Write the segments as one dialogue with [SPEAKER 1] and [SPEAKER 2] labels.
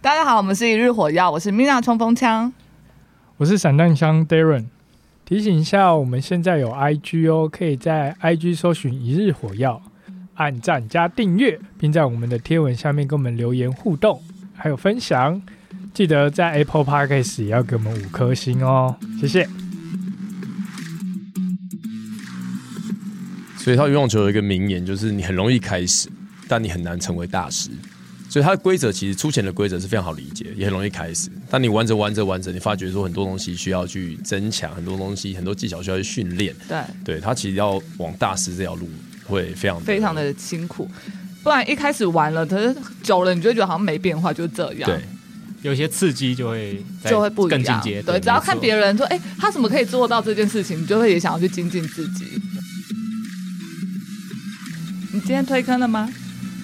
[SPEAKER 1] 大家好，我们是一日火药，我是 Mina 冲锋枪。
[SPEAKER 2] 我是散弹枪 Darren。提醒一下，我们现在有 IG 哦，可以在 IG 搜寻“一日火药”，按赞加订阅，并在我们的贴文下面跟我们留言互动，还有分享。记得在 Apple Podcast 也要给我们五颗星哦，谢谢。
[SPEAKER 3] 所以他游泳球有一个名言，就是你很容易开始，但你很难成为大师。所以它的规则其实粗浅的规则是非常好理解，也很容易开始。但你玩着玩着玩着，你发觉说很多东西需要去增强，很多东西很多技巧需要去训练。
[SPEAKER 1] 对，
[SPEAKER 3] 对，它其实要往大师这条路会非常
[SPEAKER 1] 非常的辛苦，不然一开始玩了，可是久了你就会觉得好像没变化，就是这样。
[SPEAKER 3] 对。
[SPEAKER 4] 有一些刺激就会再
[SPEAKER 1] 就会不
[SPEAKER 4] 更
[SPEAKER 1] 一
[SPEAKER 4] 进
[SPEAKER 1] 样，
[SPEAKER 4] 阶。
[SPEAKER 1] 对，只要看别
[SPEAKER 4] 人，
[SPEAKER 1] 人说，哎、他怎么可以做到这件事情，你就会也想要去精进自己。你今天推坑了吗？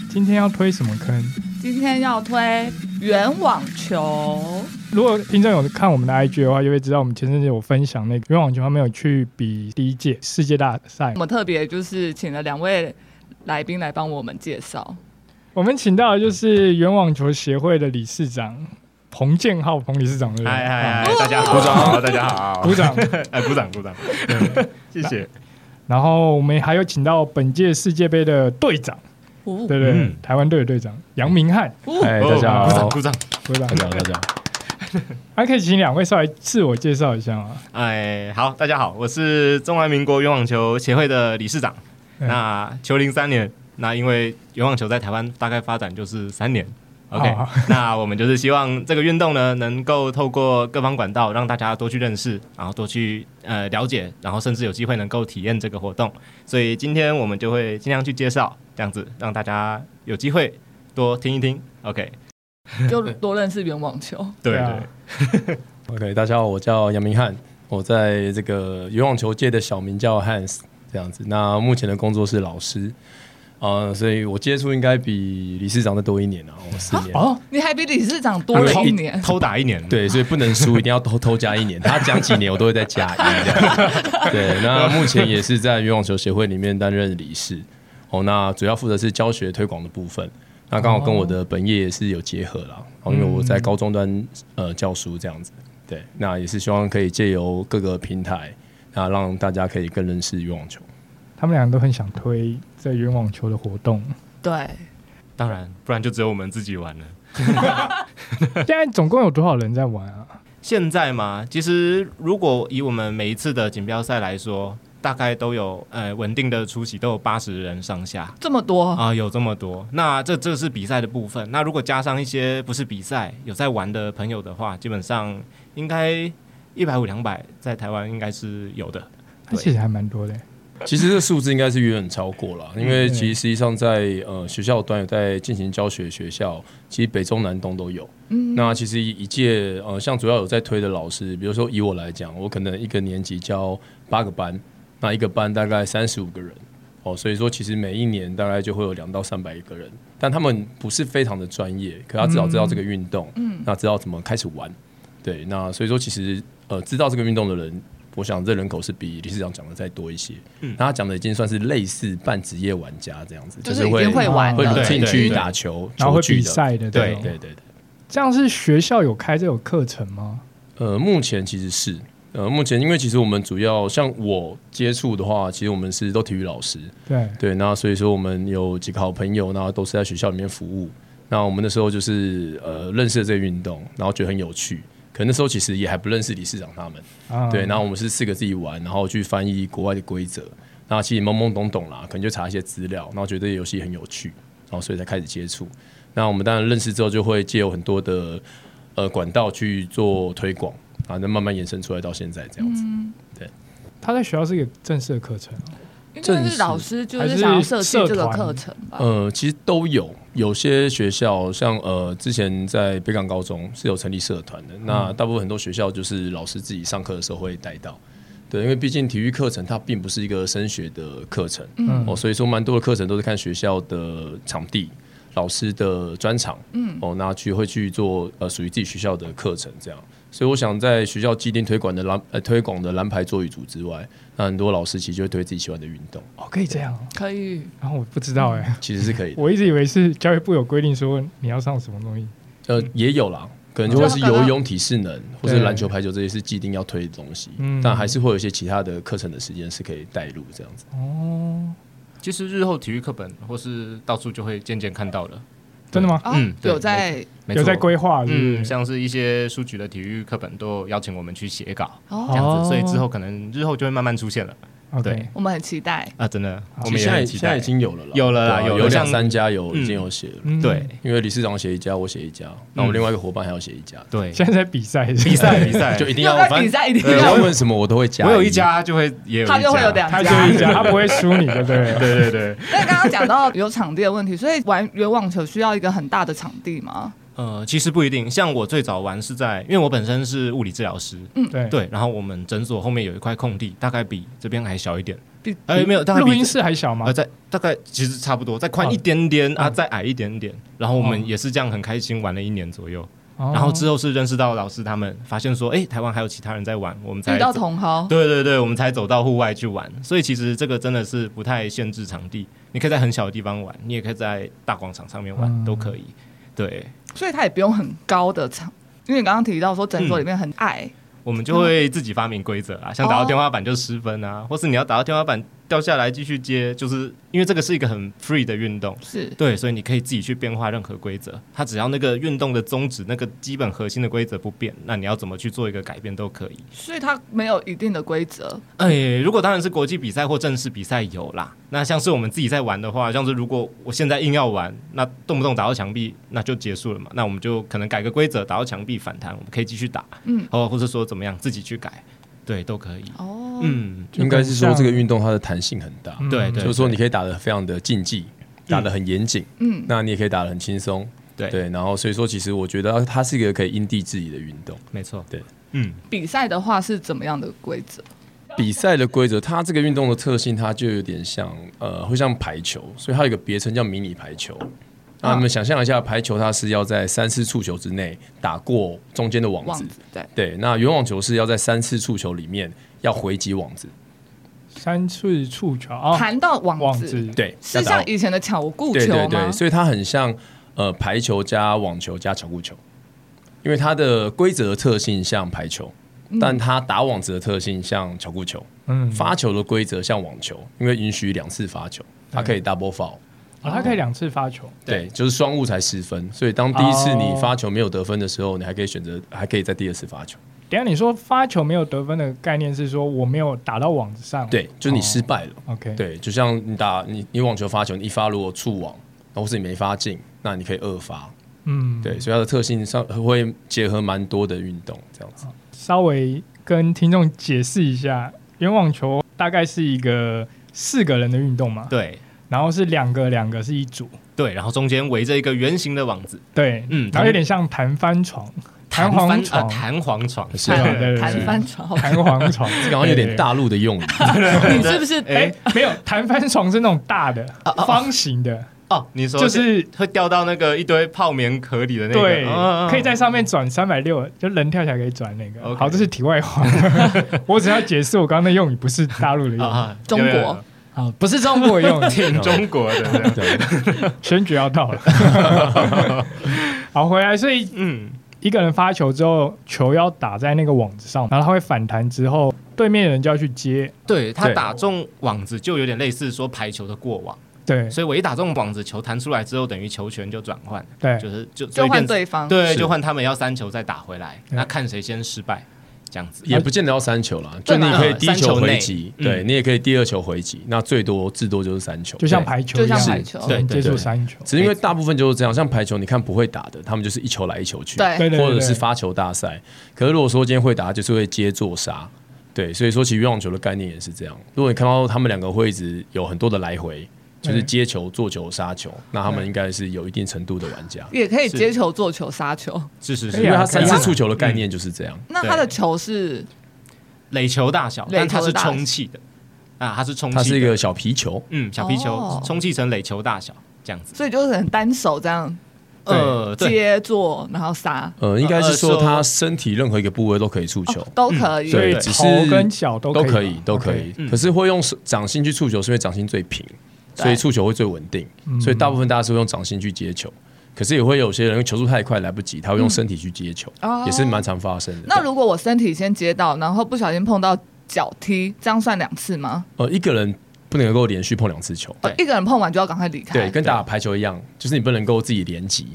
[SPEAKER 2] 今天要推什么坑？
[SPEAKER 1] 今天要推圆网球，
[SPEAKER 2] 如果听众有看我们的 IG 的话，就会知道我们前阵子有分享那个因为网球，他们有去比第一届世界大赛
[SPEAKER 1] 我。们特别就是请了两位来宾来帮我们介绍。
[SPEAKER 2] 我们请到的就是原网球协会的理事长彭建浩，彭理事长对不对？
[SPEAKER 4] 嗨
[SPEAKER 2] 啊
[SPEAKER 4] 嗨
[SPEAKER 1] 哦
[SPEAKER 4] 嗨，大家好，
[SPEAKER 5] 鼓掌，大家好，
[SPEAKER 2] 鼓，掌。
[SPEAKER 5] 哎，鼓掌，鼓掌， 谢谢。
[SPEAKER 2] 然后我们还有请到本届世界杯的队长，
[SPEAKER 1] 哦
[SPEAKER 2] 对对对
[SPEAKER 5] 嗯
[SPEAKER 2] 台湾队的队长杨明翰，
[SPEAKER 5] 哎，
[SPEAKER 3] 大家好
[SPEAKER 5] 鼓掌，鼓掌，
[SPEAKER 2] 鼓掌。
[SPEAKER 5] 大家好。
[SPEAKER 2] 还哎可以请两位稍微自我介绍一下吗？
[SPEAKER 5] 哎，好，大家好，我是中华民国圆网球协会的理事长。
[SPEAKER 2] 嗯
[SPEAKER 5] 那球龄三年，那因为圆网球在台湾大概发展就是三年。OK，
[SPEAKER 2] 好
[SPEAKER 5] 那我们就是希望这个运动呢，能够透过各方管道让大家多去认识，然后多去呃了解，然后甚至有机会能够体验这个活动。所以今天我们就会尽量去介绍，这样子让大家有机会多听一听。OK，
[SPEAKER 1] 就多认识圆网球。
[SPEAKER 5] 对
[SPEAKER 2] 对啊
[SPEAKER 5] 对。
[SPEAKER 3] OK，大家好，我叫杨明翰，我在这个游泳球界的小名叫 Hans 这样子。那目前的工作是老师，呃，所以我接触应该比理事长再多一年啊，我四年。
[SPEAKER 2] 哦，
[SPEAKER 1] 你还比理事长多
[SPEAKER 5] 哎
[SPEAKER 1] 了一年，
[SPEAKER 5] 偷打一年，
[SPEAKER 3] 对，所以不能输，一定要偷偷加一年。他讲几年，我都会再加一这样。对，那目前也是在渔网球协会里面担任理事。哦，那主要负责是教学推广的部分。那刚好跟我的本业也是有结合啦，哦、因为我在高中端呃教书这样子。对，那也是希望可以借由各个平台，那让大家可以更认识渔网球。
[SPEAKER 2] 他们两个都很想推在原网球的活动。
[SPEAKER 1] 对，
[SPEAKER 5] 当然，不然就只有我们自己玩了。
[SPEAKER 2] 现在总共有多少人在玩啊？
[SPEAKER 5] 现在嘛，其实如果以我们每一次的锦标赛来说，大概都有呃稳定的出席，都有八十人上下
[SPEAKER 1] 这么
[SPEAKER 2] 哦
[SPEAKER 1] 多，
[SPEAKER 5] 啊、有这么多。那这这是比赛的部分。那如果加上一些不是比赛有在玩的朋友的话，基本上应该一百五两百在台湾应该是有的。
[SPEAKER 2] 那其实还蛮多的。
[SPEAKER 3] 其实这数字应该是远远超过了，因为其实实际上在呃学校端有在进行教学的学校，其实北中南东都有。嗯，那其实一届呃，像主要有在推的老师，比如说以我来讲，我可能一个年级教八个班，那一个班大概三十五个人。哦，所以说其实每一年大概就会有两到三百个人，但他们不是非常的专业，可他至少知道这个运动，嗯，那知道怎么开始玩，对，那所以说其实呃知道这个运动的人，我想这人口是比理事长讲的再多一些，嗯，那他讲的已经算是类似半职业玩家这样子，
[SPEAKER 1] 就是
[SPEAKER 3] 是
[SPEAKER 1] 已经会玩
[SPEAKER 3] 会
[SPEAKER 1] 了。
[SPEAKER 3] 进
[SPEAKER 5] 对对
[SPEAKER 3] 去
[SPEAKER 5] 对
[SPEAKER 3] 打球，
[SPEAKER 2] 然后会
[SPEAKER 3] 球具
[SPEAKER 2] 比
[SPEAKER 3] 的，
[SPEAKER 2] 赛的，
[SPEAKER 3] 对
[SPEAKER 2] 吧
[SPEAKER 3] 对对对，
[SPEAKER 2] 这样是学校有开这种课程吗？
[SPEAKER 3] 呃，目前其实是。呃，目前因为其实我们主要像我接触的话，其实我们是都体育老师，
[SPEAKER 2] 对，
[SPEAKER 3] 对，那所以说我们有几个好朋友，那都是在学校里面服务。那我们那时候就是呃认识了这个运动，然后觉得很有趣。可那时候其实也还不认识理事长他们，
[SPEAKER 2] 啊
[SPEAKER 3] 对。然后我们是四个自己玩，然后去翻译国外的规则。那其实懵懵懂懂啦，可能就查一些资料，然后觉得游戏很有趣，然后所以才开始接触。那我们当然认识之后，就会借有很多的呃管道去做推广啊，那慢慢延伸出来到现在这样子。
[SPEAKER 2] 他在学校是一个正式的课程啊，
[SPEAKER 1] 应该是老师就是
[SPEAKER 2] 还是
[SPEAKER 1] 想要设计这
[SPEAKER 2] 社
[SPEAKER 1] 个
[SPEAKER 2] 团
[SPEAKER 1] 课程吧？
[SPEAKER 3] 呃，其实都有，有些学校像呃，之前在北港高中是有成立社团的，那大部分很多学校就是老师自己上课的时候会带到。对，因为毕竟体育课程它并不是一个升学的课程，
[SPEAKER 2] 嗯
[SPEAKER 3] 哦，所以说蛮多的课程都是看学校的场地、老师的专场，嗯，哦，那去会去做呃属于自己学校的课程这样。所以我想，在学校既定推广的蓝呃推广的蓝牌座椅组之外，那很多老师其实就会推自己喜欢的运动，
[SPEAKER 2] 哦，可以这样哦。
[SPEAKER 1] 可以，
[SPEAKER 2] 然后我不知道哎，
[SPEAKER 3] 其实是可以的。
[SPEAKER 2] 我一直以为是教育部有规定说你要上什么东西，
[SPEAKER 3] 呃，也有啦，可能就会是
[SPEAKER 5] 嗯
[SPEAKER 3] 游泳、体适能或
[SPEAKER 2] 嗯
[SPEAKER 3] 者
[SPEAKER 2] 对
[SPEAKER 3] 篮球、排球这些是既定要推的东西
[SPEAKER 2] 嗯，
[SPEAKER 3] 但还是会有一些其他的课程的时间是可以带入这样子。
[SPEAKER 2] 哦，
[SPEAKER 5] 其实日后体育课本或是到处就会渐渐看到了，
[SPEAKER 2] 真的吗？
[SPEAKER 1] 哦
[SPEAKER 5] 嗯对
[SPEAKER 1] 有在
[SPEAKER 5] 没
[SPEAKER 2] 有
[SPEAKER 5] 错
[SPEAKER 2] 在规划，是不是
[SPEAKER 5] 嗯，像是一些书局的体育课本都有邀请我们去写稿这
[SPEAKER 1] 哦，
[SPEAKER 5] 样子，
[SPEAKER 2] 哦
[SPEAKER 5] 所以之后可能日后就会慢慢出现了
[SPEAKER 2] OK，
[SPEAKER 5] 对
[SPEAKER 1] 我们很期待。
[SPEAKER 5] 啊，真的，我
[SPEAKER 3] 其实现
[SPEAKER 5] 们也
[SPEAKER 3] 在
[SPEAKER 5] 很期
[SPEAKER 3] 现在
[SPEAKER 5] 待
[SPEAKER 3] 已。经有了啦，
[SPEAKER 5] 有了啦
[SPEAKER 3] 对啊
[SPEAKER 5] 有了
[SPEAKER 3] 有两
[SPEAKER 5] 像
[SPEAKER 3] 三家有
[SPEAKER 5] 嗯
[SPEAKER 3] 已经有写了，
[SPEAKER 2] 嗯
[SPEAKER 5] 对，
[SPEAKER 3] 因为理事长写一家，我写一家，那我们另外一个伙伴还要写一家，
[SPEAKER 5] 对，
[SPEAKER 2] 现在在比赛，比
[SPEAKER 5] 比赛 比 赛，
[SPEAKER 3] 就一定
[SPEAKER 1] 又
[SPEAKER 3] 要
[SPEAKER 1] 在
[SPEAKER 3] 反
[SPEAKER 1] 比
[SPEAKER 3] 正
[SPEAKER 1] 赛，一定
[SPEAKER 3] 对
[SPEAKER 1] 要
[SPEAKER 3] 我问什么我都会加，
[SPEAKER 5] 我有一，家就会也有一家，
[SPEAKER 1] 他就会有两
[SPEAKER 2] 他就
[SPEAKER 1] 家
[SPEAKER 2] 是。讲，他不会输你，对不对？
[SPEAKER 5] 对对对，
[SPEAKER 1] 那刚刚讲到有场地的问题，所以玩圆网球需要一个很大的场地吗？
[SPEAKER 5] 呃，其实不一定。像我最早玩是在，因为我本身是物理治疗师，
[SPEAKER 2] 对
[SPEAKER 5] 对，然后我们诊所后面有一块空地，大概比这边还小一点，
[SPEAKER 1] 比
[SPEAKER 5] 哎，没有，大概
[SPEAKER 2] 录
[SPEAKER 5] 比
[SPEAKER 2] 音室还小吗
[SPEAKER 5] 呃，？在大概其实差不多，再宽一点点啊，再矮一点点。然后我们也是这样很开心玩了一年左右，
[SPEAKER 2] 然
[SPEAKER 5] 然后之后是认识到老师他们，发现说，哎，台湾还有其他人在玩，我们才
[SPEAKER 1] 遇到
[SPEAKER 5] 走
[SPEAKER 1] 同行，
[SPEAKER 5] 对对对，我们才走到户外去玩。所以其实这个真的是不太限制场地，你可以在很小的地方玩，你也可以在大广场上面玩，
[SPEAKER 2] 嗯
[SPEAKER 5] 都可以。对，
[SPEAKER 1] 所以他也不用很高的场，因为你刚刚提到说诊
[SPEAKER 3] 嗯
[SPEAKER 1] 所里面很矮，
[SPEAKER 5] 我们就会自己发明规则啦，像打到天花板就失分啊，或是你要打到天花板掉下来继续接，就是因为这个是一个很 free 的运动。
[SPEAKER 1] 是
[SPEAKER 5] 对，所以你可以自己去变化任何规则，它只要那个运动的宗旨、那个基本核心的规则不变，那你要怎么去做一个改变都可以。
[SPEAKER 1] 所以它没有一定的规则。
[SPEAKER 5] 哎、如果当然是国际比赛或正式比赛有啦，那像是我们自己在玩的话，像是如果我现在硬要玩，那动不动打到墙壁，那就结束了嘛。那我们就可能改个规则，打到墙壁反弹，我们可以继续打，
[SPEAKER 1] 嗯，
[SPEAKER 5] 哦，或者说怎么样自己去改，对，都可以。
[SPEAKER 1] 哦，
[SPEAKER 5] 嗯，
[SPEAKER 2] 就
[SPEAKER 3] 应该是说
[SPEAKER 2] 很像
[SPEAKER 3] 这个运动它的弹性很大，
[SPEAKER 2] 嗯
[SPEAKER 5] 对对，嗯
[SPEAKER 3] 就是说你可以打得非常的竞技，打得很严谨，
[SPEAKER 1] 嗯，
[SPEAKER 3] 那你也可以打得很轻松，
[SPEAKER 5] 对
[SPEAKER 3] 对，然后所以说其实我觉得它是一个可以因地制宜的运动。
[SPEAKER 5] 没错，
[SPEAKER 3] 对，
[SPEAKER 5] 嗯，
[SPEAKER 1] 比赛的话是怎么样的规则？
[SPEAKER 3] 比赛的规则，它这个运动的特性，它就有点像呃，会像排球，所以它有一个别称叫迷你排球。
[SPEAKER 1] 啊
[SPEAKER 3] 那你们想象一下，排球它是要在三次触球之内打过中间的网
[SPEAKER 1] 网
[SPEAKER 3] 子，
[SPEAKER 1] 子对，
[SPEAKER 3] 对。那圆网球是要在三次触球里面要回击网子，
[SPEAKER 2] 三次触球
[SPEAKER 3] 哦
[SPEAKER 2] 啊，
[SPEAKER 1] 弹到
[SPEAKER 2] 网
[SPEAKER 1] 网
[SPEAKER 2] 子
[SPEAKER 1] 子，
[SPEAKER 3] 对，
[SPEAKER 1] 是
[SPEAKER 3] 要打
[SPEAKER 1] 像以前的巧固
[SPEAKER 3] 对
[SPEAKER 1] 球
[SPEAKER 3] 对
[SPEAKER 1] 吗
[SPEAKER 3] 对，？所以它很像呃排球加网球加巧固球，因为它的规则特性像排球，
[SPEAKER 1] 嗯
[SPEAKER 3] 但它打网子的特性像巧固球，
[SPEAKER 2] 嗯，
[SPEAKER 3] 发球的规则像网球，因为允许两次发球，它可以 double foul。
[SPEAKER 2] 啊他可以两次发球，
[SPEAKER 3] 对，就是双误才失分，所以当第一次你发球没有得分的时候，
[SPEAKER 2] 哦
[SPEAKER 3] 你还可以选择，还可以在第二次发球。
[SPEAKER 2] 等一下你说发球没有得分的概念是说我没有打到网子上，
[SPEAKER 3] 对，就是你失败了。
[SPEAKER 2] ，OK，，
[SPEAKER 3] 对，就像你打你你网球发球，你一发如果触网，然后或是你没发进，那你可以二发。
[SPEAKER 2] 嗯，
[SPEAKER 3] 对，所以它的特性上会结合蛮多的运动这样子。
[SPEAKER 2] 嗯稍微跟听众解释一下，圆网球大概是一个四个人的运动嘛，
[SPEAKER 5] 对
[SPEAKER 2] 然后是两个两个是一组，
[SPEAKER 5] 对，然后中间围着一个圆形的网子，
[SPEAKER 2] 对，
[SPEAKER 5] 嗯
[SPEAKER 2] 然后有点像弹翻床，弹
[SPEAKER 5] 弹
[SPEAKER 2] 簧
[SPEAKER 5] 翻啊，
[SPEAKER 2] 床，
[SPEAKER 5] 弹簧床，
[SPEAKER 3] 是啊
[SPEAKER 2] 对对
[SPEAKER 1] 弹
[SPEAKER 2] 对
[SPEAKER 1] 弹翻 床，
[SPEAKER 2] 弹簧床，
[SPEAKER 3] 这刚刚有点大陆的用语，
[SPEAKER 1] 你是不是？
[SPEAKER 2] 哎
[SPEAKER 5] 哎，
[SPEAKER 2] 没有，弹翻床是那种大的方形的，
[SPEAKER 5] 哦，你说
[SPEAKER 2] 就是
[SPEAKER 5] 会掉到那个一堆泡棉壳里的那个，
[SPEAKER 2] 对
[SPEAKER 5] 嗯嗯，嗯
[SPEAKER 2] 可以在上面转三百六，就人跳起来可以转那个。
[SPEAKER 5] OK
[SPEAKER 2] 好，这是题外 话，我只要解释我刚刚的用语不是大陆的
[SPEAKER 5] 啊
[SPEAKER 2] 用语，
[SPEAKER 1] 中
[SPEAKER 5] 啊，有有有
[SPEAKER 1] 国
[SPEAKER 2] 好，不是中国 用语，
[SPEAKER 5] 挺中国的这样，
[SPEAKER 3] 对，
[SPEAKER 2] 选举要 到了。好，回来，所以
[SPEAKER 5] 嗯，
[SPEAKER 2] 一个人发球之后，球要打在那个网子上，然后它会反弹之后，对面的人就要去接。
[SPEAKER 5] 对他
[SPEAKER 3] 对
[SPEAKER 5] 打中网子就有点类似说排球的过网，
[SPEAKER 2] 对
[SPEAKER 5] 所以我一打中网子，球弹出来之后，等于球权就转换，
[SPEAKER 2] 对
[SPEAKER 5] 就是就
[SPEAKER 1] 就换，
[SPEAKER 5] 所以
[SPEAKER 1] 对方，
[SPEAKER 5] 变对，
[SPEAKER 3] 哎是哎
[SPEAKER 5] 就换他们要三球再打回来，
[SPEAKER 2] 对
[SPEAKER 5] 那看谁先失败，这样子。
[SPEAKER 3] 也不见得要三球 啦，就你可以第一球回击，
[SPEAKER 5] 三球内
[SPEAKER 3] 对
[SPEAKER 5] 嗯
[SPEAKER 3] 你也可以第二球回击，那最多至多就是三球，
[SPEAKER 2] 就像排球一样，
[SPEAKER 1] 就像排球
[SPEAKER 2] 只能
[SPEAKER 5] 对
[SPEAKER 2] 接
[SPEAKER 5] 对
[SPEAKER 2] 触
[SPEAKER 3] 对
[SPEAKER 2] 三球。
[SPEAKER 3] 只是因为大部分就是这样，像排球，你看不会打的，他们就是一球来一球去，
[SPEAKER 1] 对
[SPEAKER 2] 对对对
[SPEAKER 3] 或者是发球大赛。可是如果说今天会打，他就是会接做杀，对，所以说其实网球的概念也是这样。如果你看到他们两个会一直有很多的来回，就是
[SPEAKER 2] 对
[SPEAKER 3] 接球、做球、杀球，那他们应该是有一定程度的玩家，
[SPEAKER 1] 也可以
[SPEAKER 5] 是
[SPEAKER 1] 接球、做球、杀球。
[SPEAKER 5] 是是
[SPEAKER 2] 可
[SPEAKER 3] 因
[SPEAKER 2] 以
[SPEAKER 3] 为
[SPEAKER 2] 啊
[SPEAKER 5] 是，
[SPEAKER 3] 他三次触球的概念就是这样。
[SPEAKER 1] 那它的球是
[SPEAKER 5] 垒球大小，
[SPEAKER 1] 垒球
[SPEAKER 5] 但
[SPEAKER 1] 的
[SPEAKER 5] 它是
[SPEAKER 1] 大小
[SPEAKER 5] 充气的，啊，它是充气的，
[SPEAKER 3] 它是一个小皮球，
[SPEAKER 5] 嗯小皮
[SPEAKER 1] 哦
[SPEAKER 5] 球，充气成垒球大小这样子。
[SPEAKER 1] 所以就是很单手这样
[SPEAKER 5] 呃，对，
[SPEAKER 1] 接做，然后杀
[SPEAKER 3] 呃，应该是说
[SPEAKER 5] 呃呃
[SPEAKER 3] 他身体任何一个部位都可以触球
[SPEAKER 1] 哦，都可以。
[SPEAKER 2] 嗯所以
[SPEAKER 3] 对只是
[SPEAKER 2] 头跟脚都
[SPEAKER 3] 都可
[SPEAKER 2] 可
[SPEAKER 3] 以
[SPEAKER 2] 嘛，
[SPEAKER 3] 都可
[SPEAKER 2] OK
[SPEAKER 3] 以。
[SPEAKER 5] 嗯
[SPEAKER 3] 可是会用手掌心去触球，是因为掌心最平，
[SPEAKER 1] 对
[SPEAKER 3] 所以触球会最稳定
[SPEAKER 2] 嗯，
[SPEAKER 3] 所以大部分大家是会用掌心去接球。可是也会有些人因为球速太快来不及，他会用身体去接球，
[SPEAKER 1] 哦
[SPEAKER 3] 也是蛮常发生的。
[SPEAKER 1] 那如果我身体先接到，然后不小心碰到脚踢，这样算两次吗？
[SPEAKER 3] 呃，一个人不能够连续碰两次球，
[SPEAKER 1] 哦，一个人碰完就要赶快离开。
[SPEAKER 3] 对，跟打排球一样，就是你不能够自己连击，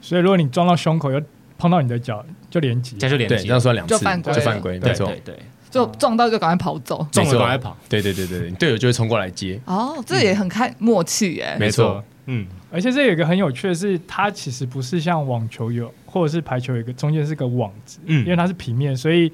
[SPEAKER 2] 所以如果你撞到胸口又碰到你的脚，就连击。
[SPEAKER 5] 这样就连
[SPEAKER 3] 对，
[SPEAKER 5] 击
[SPEAKER 3] 这样算两次
[SPEAKER 1] 就犯规了
[SPEAKER 3] 就犯规，没
[SPEAKER 5] 对
[SPEAKER 3] 错
[SPEAKER 5] 对。对，
[SPEAKER 1] 就撞到就赶快跑走。
[SPEAKER 5] 中
[SPEAKER 3] 没
[SPEAKER 5] 了
[SPEAKER 3] 错
[SPEAKER 5] 赶快跑，
[SPEAKER 3] 对对对对对，你队友就会冲过来接，
[SPEAKER 1] 哦，这也很看默契耶。
[SPEAKER 3] 没错。，
[SPEAKER 5] 嗯，
[SPEAKER 2] 而且这有一个很有趣的是，它其实不是像网球有或者是排球有一个中间是个网子，
[SPEAKER 5] 嗯
[SPEAKER 2] 因为它是平面，所以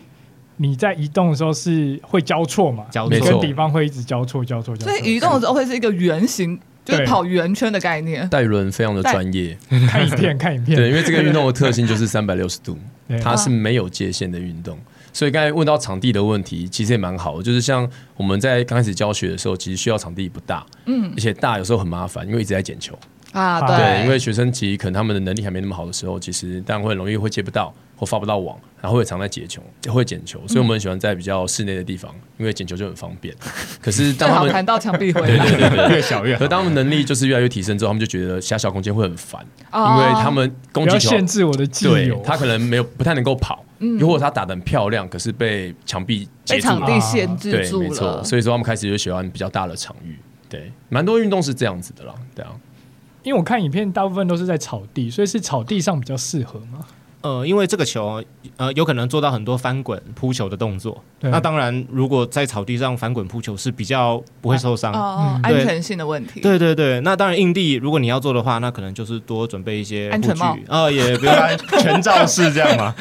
[SPEAKER 2] 你在移动的时候是会交错嘛，
[SPEAKER 5] 交
[SPEAKER 3] 没
[SPEAKER 2] 你
[SPEAKER 3] 错
[SPEAKER 2] 跟敌方会一直交错交错交错。
[SPEAKER 1] 所以移动的时候会是一个圆形，就是
[SPEAKER 2] 对
[SPEAKER 1] 跑圆圈的概念。
[SPEAKER 3] 戴伦非常的专业，
[SPEAKER 2] 看影 片看影片，
[SPEAKER 3] 对，因为这个运动的特性就是三百六十度，
[SPEAKER 2] 对
[SPEAKER 3] 它是没有界限的运动。所以刚才问到场地的问题，其实也蛮好的，就是像我们在刚开始教学的时候，其实需要场地不大，嗯，而且大有时候很麻烦，因为一直在捡球，
[SPEAKER 1] 啊，
[SPEAKER 2] 啊
[SPEAKER 3] 对，因为学生其实可能他们的能力还没那么好的时候，其实当然会容易会接不到或发不到网，然后也常在解球，会捡球，所以我们很喜欢在比较室内的地方，因为捡球就很方便。可是
[SPEAKER 1] 最
[SPEAKER 3] 当他
[SPEAKER 1] 好
[SPEAKER 3] 们
[SPEAKER 1] 弹到墙壁回
[SPEAKER 3] 对
[SPEAKER 1] 来。
[SPEAKER 3] 对对 对，
[SPEAKER 5] 越小越
[SPEAKER 3] 可
[SPEAKER 5] 好。
[SPEAKER 3] 当他们能力就是越来越提升之后，他们就觉得狭小空间会很烦，
[SPEAKER 1] 哦
[SPEAKER 3] 因为他们攻
[SPEAKER 2] 不
[SPEAKER 3] 击
[SPEAKER 2] 要
[SPEAKER 3] 球
[SPEAKER 2] 限制我的自
[SPEAKER 3] 对
[SPEAKER 2] 由。
[SPEAKER 3] 他可能没有不太能够跑，又或者他打的很漂亮，可是被墙壁截
[SPEAKER 1] 被
[SPEAKER 3] 住
[SPEAKER 1] 场
[SPEAKER 3] 了，
[SPEAKER 1] 地限制
[SPEAKER 3] 对，
[SPEAKER 1] 住
[SPEAKER 3] 没错，
[SPEAKER 1] 了。
[SPEAKER 3] 所以说他们开始就喜欢比较大的场域。对，蛮多运动是这样子的啦，对啊，
[SPEAKER 2] 因为我看影片大部分都是在草地，所以是草地上比较适合嘛。
[SPEAKER 5] 呃，因为这个球，呃，有可能做到很多翻滚扑球的动作。
[SPEAKER 2] 对
[SPEAKER 5] 那当然，如果在草地上翻滚扑球是比较不会受伤。
[SPEAKER 1] 哦，安
[SPEAKER 5] 对
[SPEAKER 1] 全性的问题。
[SPEAKER 5] 对对对，那当然硬地，如果你要做的话，那可能就是多准备一些
[SPEAKER 1] 安全帽
[SPEAKER 5] 护具，呃，也不用安全罩式这 样嘛。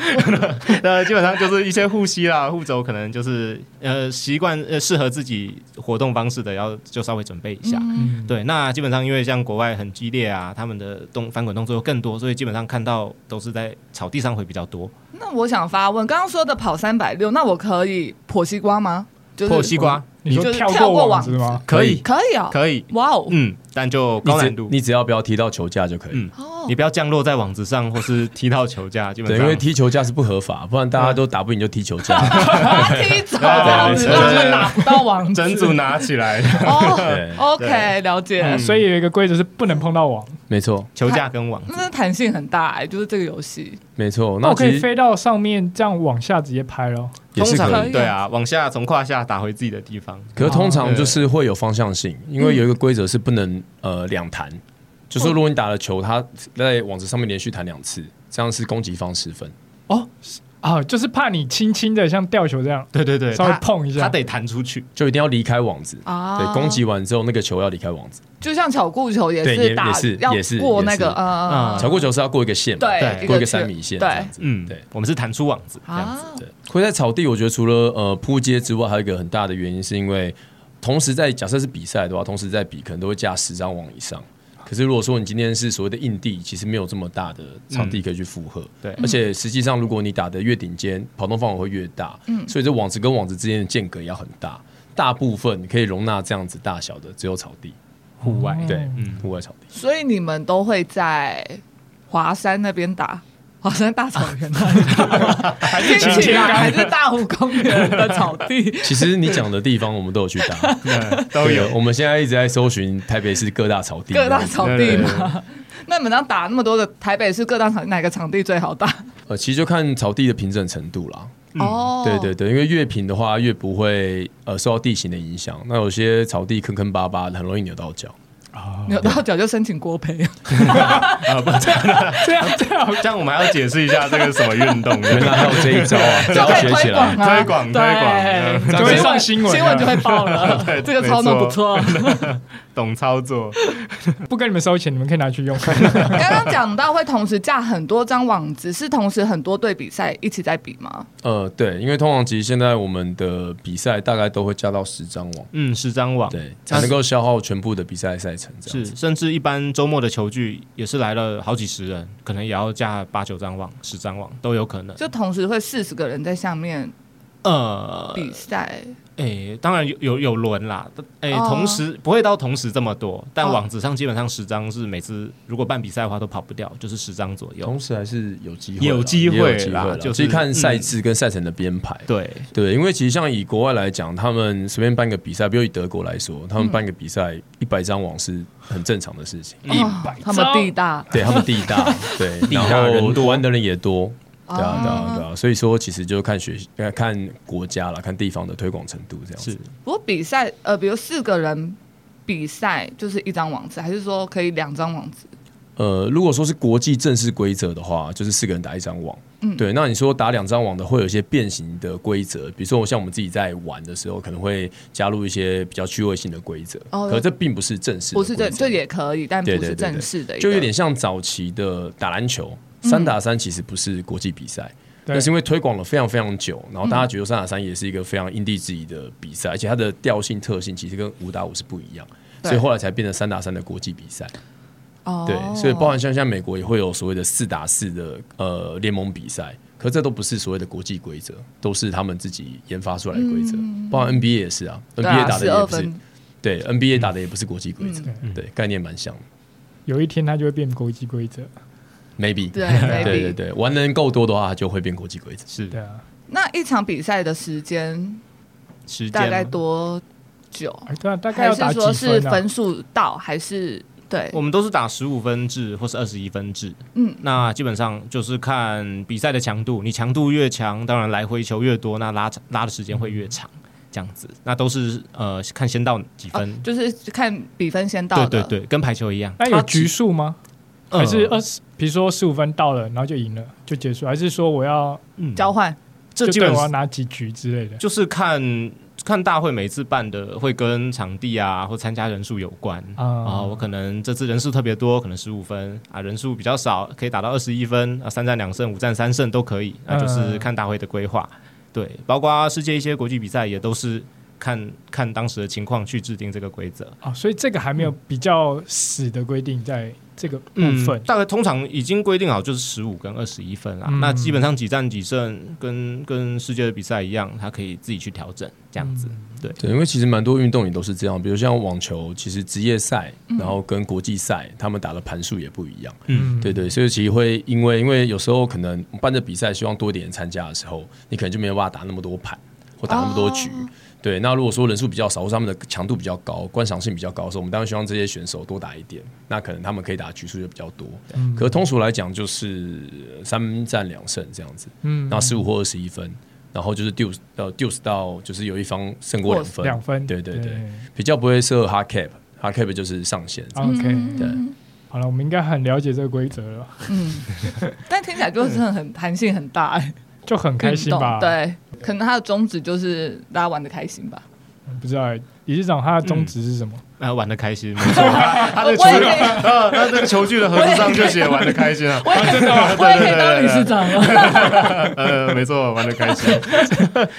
[SPEAKER 5] 那基本上就是一些护膝啦、护肘，可能就是呃习惯呃适合自己活动方式的，要就稍微准备一下。
[SPEAKER 2] 嗯，
[SPEAKER 5] 对，那基本上因为像国外很激烈啊，他们的动翻滚动作又更多，所以基本上看到都是在草地上会比较多。
[SPEAKER 1] 那我想发问，刚刚说的跑三百六，那我可以破西瓜吗？就是
[SPEAKER 5] 破西瓜
[SPEAKER 2] 你说
[SPEAKER 1] 就是
[SPEAKER 2] 跳
[SPEAKER 1] 跳过
[SPEAKER 2] 过网
[SPEAKER 1] 网
[SPEAKER 2] 子吗？
[SPEAKER 5] 可以，
[SPEAKER 1] 可以哦。
[SPEAKER 5] 可以，
[SPEAKER 1] 哇哦，
[SPEAKER 5] 嗯，但就
[SPEAKER 3] 你
[SPEAKER 5] 高难
[SPEAKER 3] 只
[SPEAKER 5] 度，
[SPEAKER 3] 你只要不要踢到球架就可以。
[SPEAKER 5] 嗯
[SPEAKER 1] 哦
[SPEAKER 5] 你不要降落在网子上或是踢到球架，基本
[SPEAKER 3] 对，
[SPEAKER 5] 上
[SPEAKER 3] 因为踢球架是不合法，不然大家都打不赢就踢球架。
[SPEAKER 1] 把它踢走，这样子
[SPEAKER 5] 对对对
[SPEAKER 1] 让他打不到网
[SPEAKER 5] 整
[SPEAKER 1] 子。
[SPEAKER 5] 组拿起 来，
[SPEAKER 1] 哦
[SPEAKER 3] 对嗯
[SPEAKER 1] ，OK，了解。
[SPEAKER 2] 所以有一个规则是不能碰到网，
[SPEAKER 3] 没错，
[SPEAKER 5] 球架跟网子。
[SPEAKER 1] 那弹性很大哎，就是这个游戏。
[SPEAKER 3] 没错。
[SPEAKER 2] 那
[SPEAKER 3] 那
[SPEAKER 2] 我哦可
[SPEAKER 3] 其
[SPEAKER 2] 以
[SPEAKER 3] 实
[SPEAKER 2] 飞到上面，这样往下直接拍咯。
[SPEAKER 3] 也
[SPEAKER 5] 通
[SPEAKER 3] 是可
[SPEAKER 5] 常
[SPEAKER 3] 以，
[SPEAKER 5] 对啊，往下从胯下打回自己的地方。
[SPEAKER 3] 可是通常就是会有方向性，因为有一个规则是不能呃两弹，就说如果你打了球，它在网子上面连续弹两次，这样是攻击方失分。
[SPEAKER 2] 哦，啊，就是怕你轻轻的像吊球这样，
[SPEAKER 5] 对对对，
[SPEAKER 2] 稍微
[SPEAKER 5] 他
[SPEAKER 2] 碰一下
[SPEAKER 5] 他得弹出去。
[SPEAKER 3] 就一定要离开网子。
[SPEAKER 1] 啊
[SPEAKER 3] 对，攻击完之后，那个球要离开网子。
[SPEAKER 1] 就像巧固球也
[SPEAKER 3] 对也
[SPEAKER 1] 是打
[SPEAKER 3] 也是
[SPEAKER 1] 要
[SPEAKER 3] 也是
[SPEAKER 1] 过那
[SPEAKER 3] 也
[SPEAKER 1] 个
[SPEAKER 3] 是
[SPEAKER 1] 呃
[SPEAKER 5] 嗯
[SPEAKER 3] 巧固球是要过一个线嘛，
[SPEAKER 1] 对
[SPEAKER 5] 对
[SPEAKER 3] 过一个
[SPEAKER 1] 圈
[SPEAKER 3] 三米线这
[SPEAKER 1] 对
[SPEAKER 3] 样子。
[SPEAKER 5] 嗯，
[SPEAKER 3] 对，
[SPEAKER 5] 我们是弹出网子这样子。
[SPEAKER 1] 啊
[SPEAKER 3] 对，会在草地，我觉得除了呃扑街之外，还有一个很大的原因是因为，同时在假设是比赛的话，同时在比可能都会架十张网以上。可是如果说你今天是所谓的硬地，其实没有这么大的场地可以去负荷。
[SPEAKER 5] 对
[SPEAKER 3] 而且实际上如果你打的越顶尖，跑动范围会越大。嗯，所以这网子跟网子之间的间隔也要很大。大部分可以容纳这样子大小的只有草地，
[SPEAKER 5] 户外
[SPEAKER 3] 对，
[SPEAKER 5] 嗯
[SPEAKER 3] 户外草地。
[SPEAKER 1] 所以你们都会在华山那边打。华山大草原啊那里打吗听起来还是大湖公园的草地
[SPEAKER 3] 其实你讲的地方我们都有去 打，
[SPEAKER 5] 都有
[SPEAKER 3] 对。我们现在一直在搜寻台北市各大草地，
[SPEAKER 1] 各大草地
[SPEAKER 5] 对对
[SPEAKER 1] 嘛。那你们这样打那么多的台北市各大场哪个场地最好打？
[SPEAKER 3] 呃，其实就看草地的平整程度啦。
[SPEAKER 1] 哦，
[SPEAKER 3] 对对对，因为越平的话，越不会呃受到地形的影响。那有些草地坑坑巴巴的，很容易扭到 脚。
[SPEAKER 1] 扭到脚就申请国赔。
[SPEAKER 2] 这样这样
[SPEAKER 5] 这样我们还要解释一下这个是什么运 动？
[SPEAKER 3] 原来还有这一招 啊，这
[SPEAKER 1] 就
[SPEAKER 3] 要
[SPEAKER 1] 可以
[SPEAKER 3] 学起
[SPEAKER 1] 推广
[SPEAKER 3] 来。
[SPEAKER 1] 啊，
[SPEAKER 5] 推广推广。
[SPEAKER 1] 对
[SPEAKER 2] 就会上
[SPEAKER 1] 新
[SPEAKER 2] 新闻
[SPEAKER 1] 新闻就会报了
[SPEAKER 5] 对
[SPEAKER 1] 这个操作不错。
[SPEAKER 5] 懂操作，
[SPEAKER 2] 不跟你们收钱，你们可以拿去用。
[SPEAKER 1] 刚刚讲到会同时架很多张网子，是同时很多队比赛一起在比吗？
[SPEAKER 3] 呃，对，因为通常其实现在我们的比赛大概都会加到十张网，
[SPEAKER 5] 嗯，十张网
[SPEAKER 3] 对，才能够消耗全部的比赛赛程。这样
[SPEAKER 5] 是，
[SPEAKER 3] 子，
[SPEAKER 5] 甚至一般周末的球具也是来了好几十人，可能也要架八九张网、十张网都有可能。
[SPEAKER 1] 就同时会四十个人在下面
[SPEAKER 5] 呃，
[SPEAKER 1] 比赛？
[SPEAKER 5] 诶、当然有有有轮啦，诶、
[SPEAKER 1] 哦
[SPEAKER 5] 同时不会到同时这么多，但
[SPEAKER 1] 哦
[SPEAKER 5] 网子上基本上十张是每次如果办比赛的话都跑不掉，就是十张左
[SPEAKER 1] 哦
[SPEAKER 5] 右。
[SPEAKER 3] 同时还是有机会啦，
[SPEAKER 5] 有机会啦
[SPEAKER 3] 也有机会啦，
[SPEAKER 5] 就是嗯
[SPEAKER 3] 就是看赛制跟赛程的编排。
[SPEAKER 5] 对，
[SPEAKER 3] 对，因为其实像以国外来讲，他们随便办个比赛，比如以德国来说，他们办个比赛一百张网是很正常的事情。
[SPEAKER 1] 哦他们地大，
[SPEAKER 3] 对他们地大，对，然
[SPEAKER 5] 大人
[SPEAKER 3] 后玩的人也多，对啊，对啊，
[SPEAKER 1] 哦
[SPEAKER 3] 对啊，所以说其实就看学呃看国家了，看地方的推广程度这样子
[SPEAKER 5] 是。
[SPEAKER 1] 不过比赛，呃，比如四个人比赛就是一张网子，还是说可以两张网子？
[SPEAKER 3] 呃，如果说是国际正式规则的话，就是四个人打一张网。
[SPEAKER 1] 嗯
[SPEAKER 3] 对。那你说打两张网的，会有一些变形的规则，比如说我像我们自己在玩的时候，可能会加入一些比较趣味性的规则。
[SPEAKER 1] 哦
[SPEAKER 3] 可这并不是正式的
[SPEAKER 1] 不
[SPEAKER 3] 规
[SPEAKER 1] 是
[SPEAKER 3] 则，
[SPEAKER 1] 正，这也可以，但不
[SPEAKER 3] 对
[SPEAKER 1] 嗯是
[SPEAKER 3] 对对
[SPEAKER 1] 正式的一个，嗯
[SPEAKER 3] 就有点像早期的打篮球，三打三其实不是国际比赛。
[SPEAKER 2] 对
[SPEAKER 3] 但是因为推广了非常非常久，然后大家觉得三打三也是一个非常因地制宜的比赛，而且它的调性特性其实跟五打五是不一样，
[SPEAKER 1] 对
[SPEAKER 3] 所以后来才变成三打三的国际比赛。
[SPEAKER 1] 哦
[SPEAKER 3] 对，所以包含像像美国也会有所谓的四打四的呃联盟比赛，可这都不是所谓的国际规则，都是他们自己研发出来的规则。包含 NBA 也是啊
[SPEAKER 1] 嗯对啊
[SPEAKER 3] ，NBA 打的也
[SPEAKER 1] 12
[SPEAKER 3] 不是
[SPEAKER 1] 分
[SPEAKER 3] 对 NBA 打的也不是国际规则
[SPEAKER 2] 嗯，
[SPEAKER 3] 对概念蛮像的
[SPEAKER 2] 有一天它就会变国际规则。
[SPEAKER 3] ，maybe
[SPEAKER 1] 对
[SPEAKER 3] 对对
[SPEAKER 1] maybe
[SPEAKER 3] 对，玩的人够多的话，它就会变国际规则。
[SPEAKER 5] 是
[SPEAKER 2] 对啊，
[SPEAKER 1] 那一场比赛的时间
[SPEAKER 5] 时间
[SPEAKER 1] 大概多久？
[SPEAKER 2] 哎对啊，大概
[SPEAKER 1] 还
[SPEAKER 2] 要打
[SPEAKER 1] 是
[SPEAKER 2] 几
[SPEAKER 1] 说是
[SPEAKER 2] 分啊？
[SPEAKER 1] 分数到还是对？
[SPEAKER 5] 我们都是打十五分制或是二十一分制，
[SPEAKER 1] 嗯，
[SPEAKER 5] 那基本上就是看比赛的强度，你强度越强，当然来回球越多，那拉拉的时间会越长，这样子，那都是呃看先到几
[SPEAKER 1] 哦
[SPEAKER 5] 分，
[SPEAKER 1] 就是看比分先到
[SPEAKER 5] 对
[SPEAKER 1] 的，
[SPEAKER 5] 对对，跟排球一样，
[SPEAKER 2] 那有局数吗？
[SPEAKER 5] 呃
[SPEAKER 2] 还是二十？比如说十五分到了，然后就赢了就结束？还是说我要
[SPEAKER 5] 嗯
[SPEAKER 1] 交换
[SPEAKER 5] 这基
[SPEAKER 2] 就对
[SPEAKER 5] 本
[SPEAKER 2] 我要
[SPEAKER 5] 上
[SPEAKER 2] 拿几局之类的？
[SPEAKER 5] 就是看看大会每次办的会跟场地啊或参加人数有关
[SPEAKER 2] 啊
[SPEAKER 5] 啊、我可能这次人数特别多，可能十五分啊，人数比较少可以打到二十一分啊，三战两胜、五战三胜都可以，那就是看大会的规划。对，包括世界一些国际比赛也都是看看当时的情况去制定这个规则。
[SPEAKER 2] 哦，所以这个还没有比较死的规定在这个部
[SPEAKER 5] 嗯
[SPEAKER 2] 分，。
[SPEAKER 5] 大概通常已经规定好就是十五跟二十一分啦、
[SPEAKER 2] 嗯
[SPEAKER 5] 那基本上几战几胜跟跟世界的比赛一样，他可以自己去调整这样子。
[SPEAKER 3] 对，因为其实蛮多运动也都是这样，比如像网球，其实职业赛，
[SPEAKER 1] 嗯
[SPEAKER 3] 然后跟国际赛，他们打的盘数也不一样。
[SPEAKER 2] 嗯，
[SPEAKER 3] 对对，所以其实会因为因为有时候可能办这比赛，希望多一点人参加的时候，你可能就没有办法打那么多盘或打那么多局。
[SPEAKER 1] 哦
[SPEAKER 3] 对，那如果说人数比较少，或是他们的强度比较高，观赏性比较高的时候，我们当然希望这些选手多打一点，那可能他们可以打的局数就比较多。可通俗来讲，就是三战两胜这样子，
[SPEAKER 2] 嗯
[SPEAKER 3] 然后十五或二十一分，然后就是 deuce 到 deuce 到就是有一方胜过两分，
[SPEAKER 2] 两分，
[SPEAKER 3] 对对对，比较不会设 hard cap，hard cap 就是上限。
[SPEAKER 2] 啊
[SPEAKER 1] 嗯
[SPEAKER 2] OK，
[SPEAKER 3] 对，
[SPEAKER 2] 好了，我们应该很了解这个规则了吧，
[SPEAKER 1] 但听起来就是很弹性很大、哎
[SPEAKER 2] 就很开心吧？
[SPEAKER 1] 运动，对，可能他的宗旨就是大家玩的开心吧。
[SPEAKER 2] 不知道欸理事长他的宗旨是什么？
[SPEAKER 5] 那呃玩的开心，没 错，他的球
[SPEAKER 1] 我也可以，
[SPEAKER 5] 呃，那这个球具的盒子上就 写玩的开心啊，
[SPEAKER 1] 我也可以，我 也可以当理事长啊了。
[SPEAKER 5] 呃，没错，玩的开心，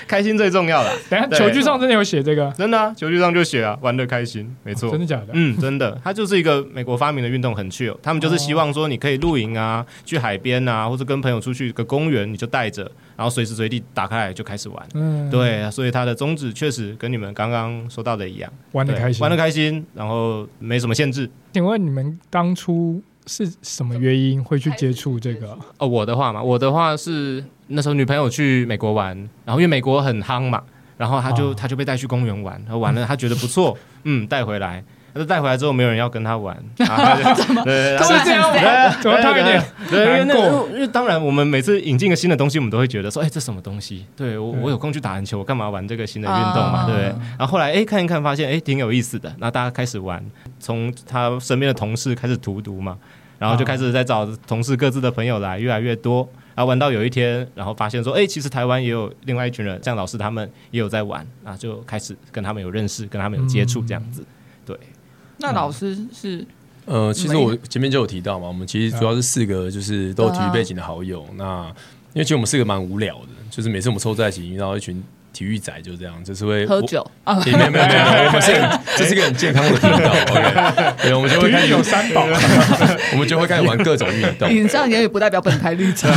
[SPEAKER 5] 开心最重要啦，
[SPEAKER 3] 嗯
[SPEAKER 2] 等一下
[SPEAKER 5] 对
[SPEAKER 2] 球具上真的有写这个，
[SPEAKER 5] 真的、啊，球具上就写啊，玩的开心，没错
[SPEAKER 2] 哦真。的假的？
[SPEAKER 5] 嗯，真的，它就是一个美国发明的运动，很 chill。他们就是希望说，你可以露营啊，去海边啊，或者跟朋友出去个公园，你就带着，然后随时随地打开来就开始玩。
[SPEAKER 2] 嗯，，
[SPEAKER 5] 对，所以它的宗旨确实跟你们刚刚说到的一样，
[SPEAKER 2] 玩的
[SPEAKER 5] 对
[SPEAKER 2] 开心，
[SPEAKER 5] 玩的开心，然后没什么限制。
[SPEAKER 2] 请问你们当初是什么原因会去接触这个？
[SPEAKER 5] 哦，我的话嘛，我的话是那时候女朋友去美国玩，然后因为美国很夯嘛，然后她就、
[SPEAKER 2] 哦
[SPEAKER 5] 她就被带去公园玩，然后玩 了她觉得不错，嗯，带回来。但是带回来之后，没有人要跟 她玩，啊、对对，
[SPEAKER 1] 突然
[SPEAKER 5] 对
[SPEAKER 1] 这样
[SPEAKER 5] 对对
[SPEAKER 2] 怎么突然有点
[SPEAKER 5] 对，因为那
[SPEAKER 2] 难过
[SPEAKER 5] 因为因为当然，我们每次引进个新的东西，我们都会觉得说，哎，这什么东西？对我，
[SPEAKER 2] 对
[SPEAKER 5] 我有空去打篮球，我干嘛玩这个新的运动嘛？
[SPEAKER 1] 啊
[SPEAKER 5] 对。然后后来，哎，看一看，发现哎挺有意思的，那大家开始玩，从他身边的同事开始荼毒嘛，然后就开始在找同事各自的朋友来，越来越多。然后玩到有一天，然后发现说，哎，其实台湾也有另外一群人，像老师他们也有在玩，啊，就开始跟他们有认识，跟他们有接触这样子。对，
[SPEAKER 1] 那老师是
[SPEAKER 3] 呃，其实
[SPEAKER 1] 嗯
[SPEAKER 3] 我前面就有提到嘛，我们其
[SPEAKER 2] 嗯
[SPEAKER 3] 实主要是四个就是
[SPEAKER 1] 啊
[SPEAKER 3] 都有体育背景的好友。那因为其实我们四个蛮无聊的，就是每次我们凑在一起，然后一群体育仔就这样，就是会
[SPEAKER 1] 喝酒啊，
[SPEAKER 3] 我。也没有没有没有，我们是 很这是一个很健康的频道，OK，对，我们就会开始
[SPEAKER 2] 有三宝，
[SPEAKER 3] 我们就会开始玩各种运动。
[SPEAKER 1] 以上言语不代表本台立 场。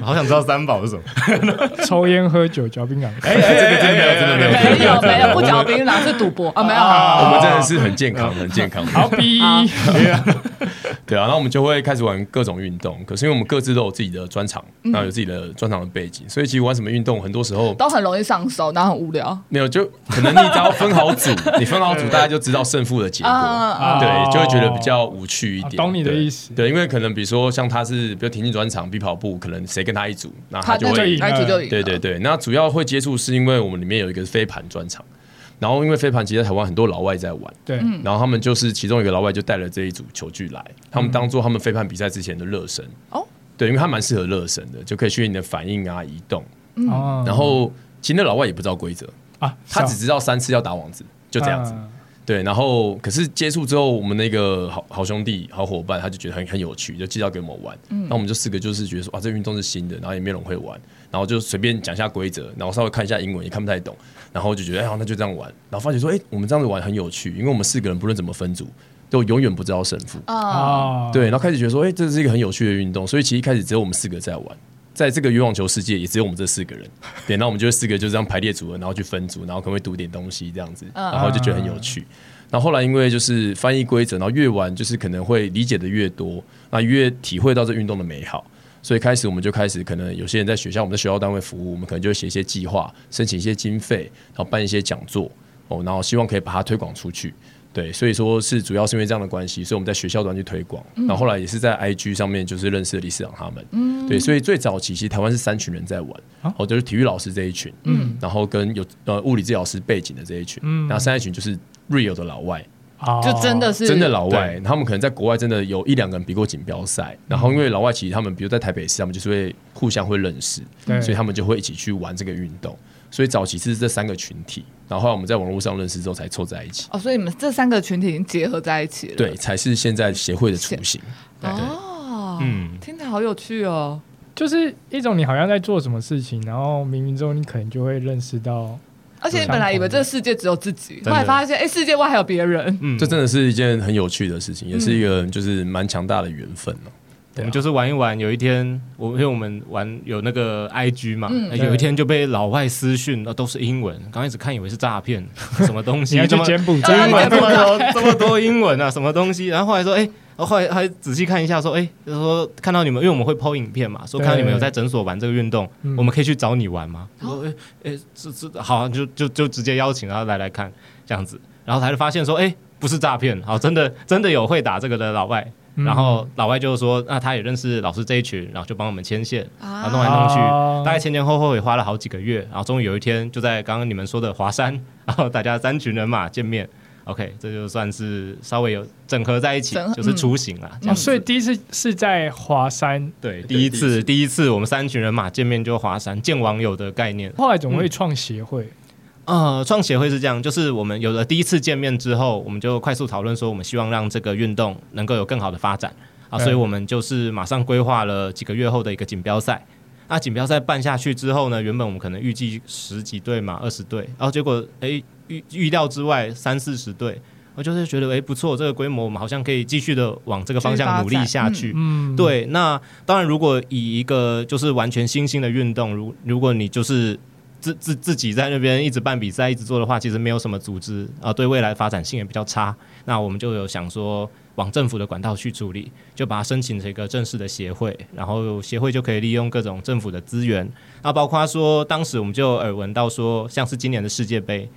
[SPEAKER 5] 好想知道三宝是什么。
[SPEAKER 2] 抽烟、喝酒、嚼槟榔。
[SPEAKER 3] 哎，这个真的没有，真的没有，
[SPEAKER 1] 没有没有，不嚼槟榔是赌博啊，没有。
[SPEAKER 3] 我们真的是很健康，很健康。
[SPEAKER 2] 好逼，
[SPEAKER 1] 好
[SPEAKER 3] 对啊，那我们就会开始玩各种运动。可是因为我们各自都有自己的专长，然后有自己的专长的背景，所以其实玩什么运动，很多时候
[SPEAKER 1] 都很容易上手，然后很无聊。
[SPEAKER 3] 没有，就可能你只要分好组，你分好组，大家就知道胜负的结果，
[SPEAKER 1] 啊
[SPEAKER 2] 嗯
[SPEAKER 3] 对，就会觉得比较无趣一点。
[SPEAKER 2] 哦懂你的
[SPEAKER 3] 对
[SPEAKER 2] 意思
[SPEAKER 3] 对，因为可能比如说像他是，比如田径专场、比跑步，可能谁跟他一组，那他就
[SPEAKER 1] 那
[SPEAKER 2] 就
[SPEAKER 3] 会
[SPEAKER 2] 赢
[SPEAKER 1] 那一组就赢了。
[SPEAKER 3] 对对对，那主要会接触是因为我们里面有一个飞盘专场，然后因为飞盘其实在台湾很多老外在玩，
[SPEAKER 2] 对，
[SPEAKER 1] 嗯
[SPEAKER 3] 然后他们就是其中一个老外就带了这一组球具来，他们当做他们飞盘比赛之前的热身。
[SPEAKER 1] 哦
[SPEAKER 3] 对，因为他蛮适合热身的，就可以训练你的反应啊、移动。
[SPEAKER 1] 嗯
[SPEAKER 2] 哦
[SPEAKER 3] 然后其实那老外也不知道规则，
[SPEAKER 2] 啊，
[SPEAKER 3] 他只知道三次要打网子，就
[SPEAKER 2] 就
[SPEAKER 3] 这样子。对，然后可是接触之后，我们那个好好兄弟、好伙伴，他就觉得很很有趣，就介绍给我们玩。那我们就四个就是觉得说，哇，这运动是新的，然后也没有人会玩，然后就随便讲一下规则，然后稍微看一下英文也看不太懂，然后就觉得哎好，那就这样玩。然后发觉说，哎，我们这样子玩很有趣，因为我们四个人不论怎么分组，都永远不知道胜负。
[SPEAKER 1] 啊，
[SPEAKER 2] 啊，
[SPEAKER 3] 对，然后开始觉得说，哎，这是一个很有趣的运动，所以其实一开始只有我们四个在玩。在这个渔网球世界，也只有我们这四个人。对，那我们就四个就这样排列组合，然后去分组，然后可能会读点东西这样子，
[SPEAKER 1] 嗯
[SPEAKER 3] 然后就觉得很有趣。然后后来因为就是翻译规则，然后越玩就是可能会理解的越多，那越体会到这运动的美好。所以开始我们就开始，可能有些人在学校，我们在学校单位服务，我们可能就会写一些计划，申请一些经费，然后办一些讲座哦，然后希望可以把它推广出去。对，所以说是主要是因为这样的关系，所以我们在学校端去推广，然后后来也是在 IG 上面就是认识了理事长他们，嗯，对，所以最早期其实台湾是三群人在玩，
[SPEAKER 2] 啊
[SPEAKER 3] 哦，就是体育老师这一群，嗯，然后跟有呃物理治疗师背景的这一群，
[SPEAKER 2] 嗯
[SPEAKER 3] 嗯，然后三一群就是 real 的老外，
[SPEAKER 2] 哦，
[SPEAKER 1] 就真的是
[SPEAKER 3] 真的老外，他们可能在国外真的有一两个人比过锦标赛，然后因为老外其实他们比如在台北市，他们就是会互相会认识，
[SPEAKER 2] 对
[SPEAKER 3] 所以他们就会一起去玩这个运动，所以早期是这三个群体，然后后来我们在网络上认识之后才凑在一起。
[SPEAKER 1] 哦，所以你们这三个群体已经结合在一起了。
[SPEAKER 3] 对，才是现在协会的雏形。对
[SPEAKER 1] 哦，
[SPEAKER 5] 嗯，
[SPEAKER 1] 听起来好有趣哦。
[SPEAKER 2] 就是一种你好像在做什么事情，然后冥冥中你可能就会认识到，
[SPEAKER 1] 而且你本来以为这个世界只有自己，后
[SPEAKER 5] 的
[SPEAKER 1] 来发现，哎，世界外还有别人。
[SPEAKER 5] 嗯，
[SPEAKER 3] 这真的是一件很有趣的事情，也是一个就是蛮强大的缘分哦。
[SPEAKER 2] 啊
[SPEAKER 5] 我们就是玩一玩，有一天我因为我们玩有那个 IG 嘛，
[SPEAKER 1] 嗯
[SPEAKER 5] 呃有一天就被老外私讯，呃都是英文，刚开始看以为是诈骗， 什么东
[SPEAKER 2] 你
[SPEAKER 5] 西，
[SPEAKER 2] 要去
[SPEAKER 5] 这么
[SPEAKER 2] 柬埔
[SPEAKER 5] 这
[SPEAKER 2] 寨
[SPEAKER 5] 么
[SPEAKER 1] 啊
[SPEAKER 2] 吗
[SPEAKER 1] 对
[SPEAKER 5] 这么多这么多英文啊，什么东西，然后后来说，哎、然后后来还仔细看一下，说，哎、就说看到你们，因为我们会 PO 影片嘛，说
[SPEAKER 2] 对
[SPEAKER 5] 看到你们有在诊所玩这个运动
[SPEAKER 2] 嗯，
[SPEAKER 5] 我们可以去找你玩吗？我
[SPEAKER 2] 哦
[SPEAKER 5] 说，哎、哎、这这好啊，就就就直接邀请他来来看这样子，然后他就发现说，哎、不是诈骗，好，真的真的有会打这个的老外，
[SPEAKER 2] 嗯
[SPEAKER 5] 然后老外就说，那他也认识老师这一群，然后就帮我们牵线，
[SPEAKER 1] 啊
[SPEAKER 5] 然后弄来弄去，
[SPEAKER 2] 哦
[SPEAKER 5] 大概前前后后也花了好几个月，然后终于有一天就在刚刚你们说的华山，然后大家三群人马见面，OK，这就算是稍微有整合在一起
[SPEAKER 1] 整合，
[SPEAKER 5] 就是雏形啊，这
[SPEAKER 2] 哦，
[SPEAKER 5] 样子
[SPEAKER 2] 所以第一次是在华山，
[SPEAKER 5] 嗯对，第一次第一次我们三群人马见面就华山见网友的概念，
[SPEAKER 2] 后来总会创协会，
[SPEAKER 5] 呃，创协会是这样，就是我们有了第一次见面之后，我们就快速讨论说，我们希望让这个运动能够有更好的发展啊，
[SPEAKER 2] 对
[SPEAKER 5] 所以我们就是马上规划了几个月后的一个锦标赛。那锦标赛办下去之后呢，原本我们可能预计十几队嘛，二十队，然后结果诶预预料之外三四十队，我就是觉得诶不错，这个规模我们好像可以继续的往这个方向努力下
[SPEAKER 1] 继续
[SPEAKER 5] 去。
[SPEAKER 2] 嗯，，
[SPEAKER 5] 对，那当然，如果以一个就是完全新兴的运动，如如果你就是自自自己在那边一直办比赛，一直做的话，其实没有什么组织啊、对未来发展性也比较差。那我们就有想说，往政府的管道去处理，就把它申请成一个正式的协会，然后协会就可以利用各种政府的资源，那包括说，当时我们就耳闻到说，像是今年的世界杯。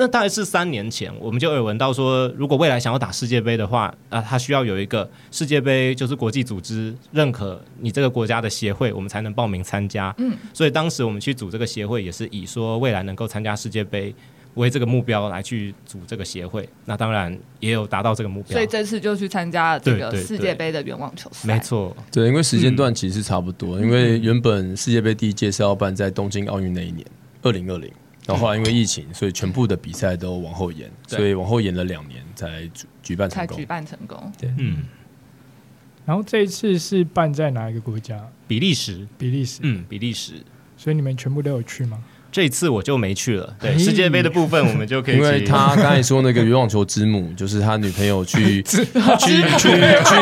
[SPEAKER 5] 那大概是三年前，我们就耳闻到说，如果未来想要打世界杯的话，啊、它需要有一个世界杯，就是国际组织认可你这个国家的协会，我们才能报名参加。嗯，所以当时我们去组这个协会，也是以说未来能够参加世界杯为这个目标来去组这个协会。那当然也有达到这个目标
[SPEAKER 1] 所以，这次就去参加了这个
[SPEAKER 5] 对对对
[SPEAKER 1] 世界杯的愿望球赛。
[SPEAKER 5] 没错，
[SPEAKER 3] 对，因为时
[SPEAKER 5] 嗯
[SPEAKER 3] 间段其实差不多，因为原本世界杯第一届是要办在东京奥运那一年，二零二零，然后后来因为疫情，所以全部的比赛都往后延，
[SPEAKER 5] 对
[SPEAKER 3] 所以往后延了两年才举举办成
[SPEAKER 1] 才
[SPEAKER 3] 功
[SPEAKER 1] 举。办成功。
[SPEAKER 5] 嗯，
[SPEAKER 2] 然后这一次是办在哪一个国家？
[SPEAKER 5] 比利时，
[SPEAKER 2] 比利时，
[SPEAKER 5] 嗯，比利时，
[SPEAKER 2] 所以你们全部都有去吗？
[SPEAKER 5] 这一次我就没去了。对，
[SPEAKER 2] 嘿
[SPEAKER 5] 世界杯的部分我们就可以一
[SPEAKER 3] 因
[SPEAKER 5] 起，
[SPEAKER 3] 为他刚才说那个羽网球之母，就是他女朋友 去去去去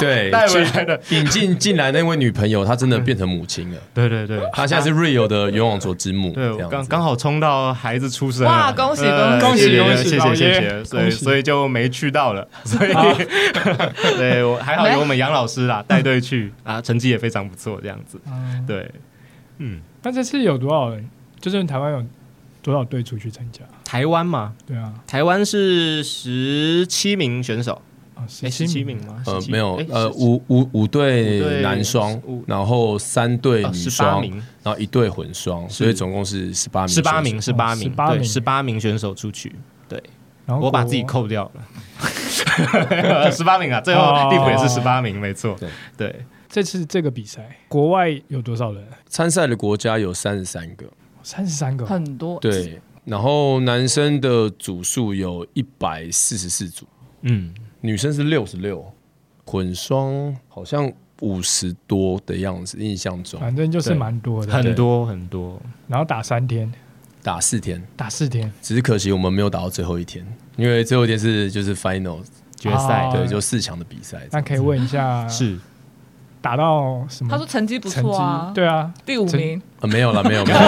[SPEAKER 3] 对
[SPEAKER 5] 带回来的，
[SPEAKER 3] 去引进进来那位女朋友，她真的变成母亲了。
[SPEAKER 5] 对对对，
[SPEAKER 3] 她现在是 Rio 的羽网球之母，
[SPEAKER 5] 啊对，
[SPEAKER 3] 这
[SPEAKER 5] 我
[SPEAKER 3] 样
[SPEAKER 5] 刚
[SPEAKER 3] 子
[SPEAKER 5] 刚好冲到孩子出生了，
[SPEAKER 1] 哇恭喜
[SPEAKER 5] 呃
[SPEAKER 1] 恭喜
[SPEAKER 5] 谢谢
[SPEAKER 2] 恭喜
[SPEAKER 5] 谢谢
[SPEAKER 2] 老爷
[SPEAKER 5] 谢谢，所以
[SPEAKER 2] 恭喜
[SPEAKER 5] 所以就没去到 了，所以对我还好有我们杨老师啦带队去 啊，成绩也非常不错，这样子，
[SPEAKER 2] 嗯，
[SPEAKER 5] 对，嗯，
[SPEAKER 2] 那这次有多少人？就是台湾有多少队出去参加？
[SPEAKER 5] 台湾嘛，
[SPEAKER 2] 对啊，
[SPEAKER 5] 台湾是十七名选手，
[SPEAKER 2] 啊，
[SPEAKER 5] 哎，
[SPEAKER 2] 十
[SPEAKER 5] 十七
[SPEAKER 2] 七
[SPEAKER 5] 名吗？
[SPEAKER 3] 呃
[SPEAKER 5] 17
[SPEAKER 3] 没有
[SPEAKER 5] 哎
[SPEAKER 3] 呃
[SPEAKER 5] 17
[SPEAKER 3] 五五五
[SPEAKER 5] 五
[SPEAKER 3] 对
[SPEAKER 5] 对
[SPEAKER 3] 男双
[SPEAKER 5] 五，
[SPEAKER 3] 然后三对
[SPEAKER 5] 哦
[SPEAKER 3] 女
[SPEAKER 5] 18
[SPEAKER 3] 双，
[SPEAKER 5] 名，
[SPEAKER 3] 然后一对混双，所以总共是十八名选手。
[SPEAKER 5] 十八名，十八名，
[SPEAKER 2] 18
[SPEAKER 5] 对，
[SPEAKER 2] 名
[SPEAKER 5] 十八名选手出去，
[SPEAKER 2] 然后
[SPEAKER 5] 我把自己
[SPEAKER 2] 国
[SPEAKER 5] 扣掉了， 十八名啊，最后地府也是十八名，没错
[SPEAKER 3] 对，
[SPEAKER 5] 对。
[SPEAKER 2] 这次这个比赛，国外有多少人？
[SPEAKER 3] 参赛的国家有三十三个，
[SPEAKER 2] 三十三个，
[SPEAKER 1] 很多，
[SPEAKER 3] 对，然后男生的组数有一百四十四组，
[SPEAKER 5] 嗯，
[SPEAKER 3] 女生是六十六，混双好像五十多的样子，印象中
[SPEAKER 2] 反正就是
[SPEAKER 5] 对
[SPEAKER 2] 蛮多的。
[SPEAKER 5] 很多很多，
[SPEAKER 2] 然后打三天，
[SPEAKER 3] 打四天，
[SPEAKER 2] 打四天，
[SPEAKER 3] 只是可惜我们没有打到最后一天，因为最后一天是就是 final，
[SPEAKER 5] 决赛、
[SPEAKER 2] 啊
[SPEAKER 3] 对，就四强的比赛。
[SPEAKER 2] 那可以问一下，
[SPEAKER 5] 是
[SPEAKER 2] 打到什么？
[SPEAKER 1] 他说成绩不
[SPEAKER 2] 成
[SPEAKER 1] 错啊
[SPEAKER 2] 绩，，对啊，
[SPEAKER 1] 第五
[SPEAKER 2] 成
[SPEAKER 1] 名，
[SPEAKER 3] 呃没有了，没有没有，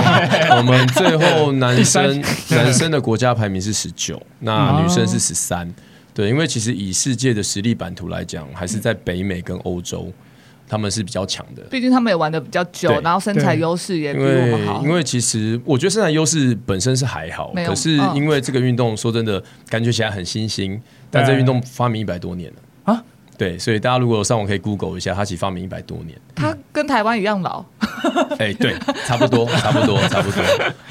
[SPEAKER 3] 我们最后男生男生的国家排名是十九，那女生是十三。对，因为其实以世界的实力版图来讲，还是在北美跟欧洲，他们是比较强的。
[SPEAKER 1] 毕竟他们也玩的比较久
[SPEAKER 3] 对，
[SPEAKER 1] 然后身材
[SPEAKER 2] 对
[SPEAKER 1] 优势也比
[SPEAKER 3] 因
[SPEAKER 1] 我
[SPEAKER 3] 为
[SPEAKER 1] 们好，
[SPEAKER 3] 因为其实我觉得身材优势本身是还好
[SPEAKER 1] 没，有嗯
[SPEAKER 3] 可是因为这个运动说真的，感觉起来很新兴，但这运动发明一百多年了
[SPEAKER 2] 啊。
[SPEAKER 3] 对，所以大家如果有上网可以 Google 一下，它其实发明一百多年。
[SPEAKER 1] 他跟台湾一样老，
[SPEAKER 3] 哎、对，差不 多，差不多，差不多。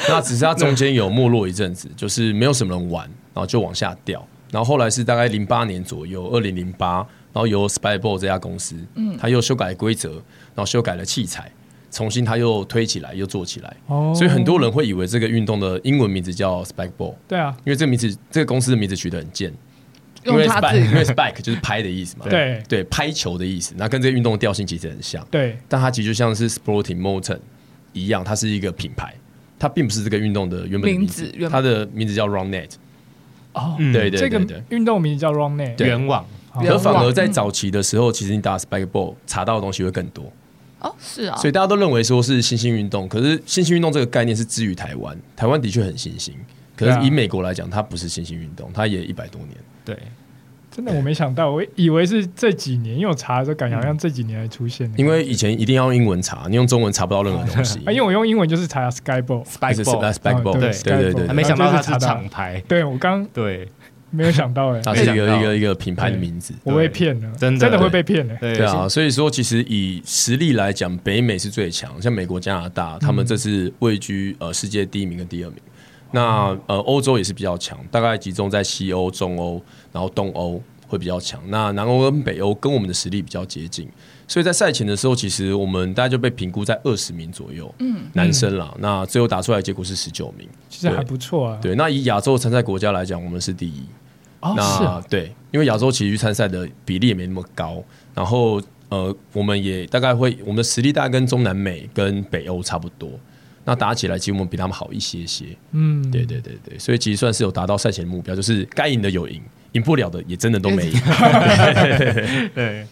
[SPEAKER 3] 那只是它中间有没落一阵子，就是没有什么人玩，然后就往下掉。然后后来是大概零八年左右，二零零八，然后由 Spyball 这家公司，嗯，他又修改规则，然后修改了器材，重新他又推起来，又做起来。
[SPEAKER 2] 哦，
[SPEAKER 3] 所以很多人会以为这个运动的英文名字叫 Spike Ball，
[SPEAKER 2] 对啊，
[SPEAKER 3] 因为这个名字这个公司的名字取得很贱，因
[SPEAKER 1] 用
[SPEAKER 3] 为
[SPEAKER 1] 他自
[SPEAKER 3] Spike 因
[SPEAKER 1] 己
[SPEAKER 3] 为 Spike 就是拍的意思嘛，
[SPEAKER 2] 对
[SPEAKER 3] 对，拍球的意思，那跟这个运动的调性其实很像，
[SPEAKER 2] 对，
[SPEAKER 3] 但它其实就像是 Sporting Motion 一样，它是一个品牌，它并不是这个运动的原本的名字
[SPEAKER 1] 名字原，
[SPEAKER 3] 它的名字叫 Round Net，
[SPEAKER 2] 哦，
[SPEAKER 5] 嗯
[SPEAKER 3] 对对
[SPEAKER 2] 这
[SPEAKER 3] 对
[SPEAKER 2] 个
[SPEAKER 3] 对对。
[SPEAKER 2] 运动名叫 Run Net，
[SPEAKER 3] 对
[SPEAKER 5] 圆网，
[SPEAKER 2] 好
[SPEAKER 3] 可
[SPEAKER 1] 圆
[SPEAKER 3] 反
[SPEAKER 1] 网
[SPEAKER 3] 而在早期的时候，其实你打 Spike Ball 查到的东西会更多，
[SPEAKER 1] 哦，是啊
[SPEAKER 3] 所，以大家都认为说是新兴运动，可是新兴运动这个概念是基于台湾，台湾的确很新兴，可
[SPEAKER 2] 对啊
[SPEAKER 3] 是以美国来讲，它不是新兴运动，它也一百多年。
[SPEAKER 5] 对，
[SPEAKER 2] 真的我没想到，我以为是这几年，因为我查的时候感觉好像这几年才出现的，
[SPEAKER 3] 因为以前一定要用英文查，你用中文查不到任何东西。
[SPEAKER 2] 啊，因为我用英文就是查 Skyball，
[SPEAKER 3] 还是
[SPEAKER 5] Spike Ball，
[SPEAKER 3] backball，
[SPEAKER 2] 对 Spikeball
[SPEAKER 3] 对对对
[SPEAKER 5] 还
[SPEAKER 3] 对，
[SPEAKER 5] 没想到它
[SPEAKER 2] 然后就是查到
[SPEAKER 5] 是厂牌，
[SPEAKER 2] 对我刚
[SPEAKER 5] 对
[SPEAKER 2] 没有想 到哎，
[SPEAKER 3] 它啊是一
[SPEAKER 5] 没
[SPEAKER 3] 个
[SPEAKER 5] 想到
[SPEAKER 3] 一个一个品牌的名字。
[SPEAKER 2] 我被骗了，
[SPEAKER 5] 真的
[SPEAKER 2] 真的会被骗哎，
[SPEAKER 5] 对
[SPEAKER 3] 对啊，，所以说其实以实力来讲，北美是最强，像美国、加拿大，他们这次位居呃世界第一名跟第二名。那呃，欧洲也是比较强，大概集中在西欧、中欧，然后东欧会比较强。那南欧跟北欧跟我们的实力比较接近，所以在赛前的时候，其实我们大概就被评估在二十名左右，嗯，男生啦。那最后打出来的结果是十九名，
[SPEAKER 2] 其实还不错啊，
[SPEAKER 3] 对，那以亚洲参赛国家来讲，我们是第一。
[SPEAKER 2] 哦是
[SPEAKER 3] 那
[SPEAKER 2] 啊，
[SPEAKER 3] 对，因为亚洲体育参赛的比例也没那么高，然后呃，我们也大概会，我们的实力大概跟中南美跟北欧差不多。那打起来，其实我们比他们好一些些。
[SPEAKER 2] 嗯，
[SPEAKER 3] 对对对对，所以其实算是有达到赛前的目标，就是该赢的有赢，赢不了的也真的都 没赢。
[SPEAKER 5] 对，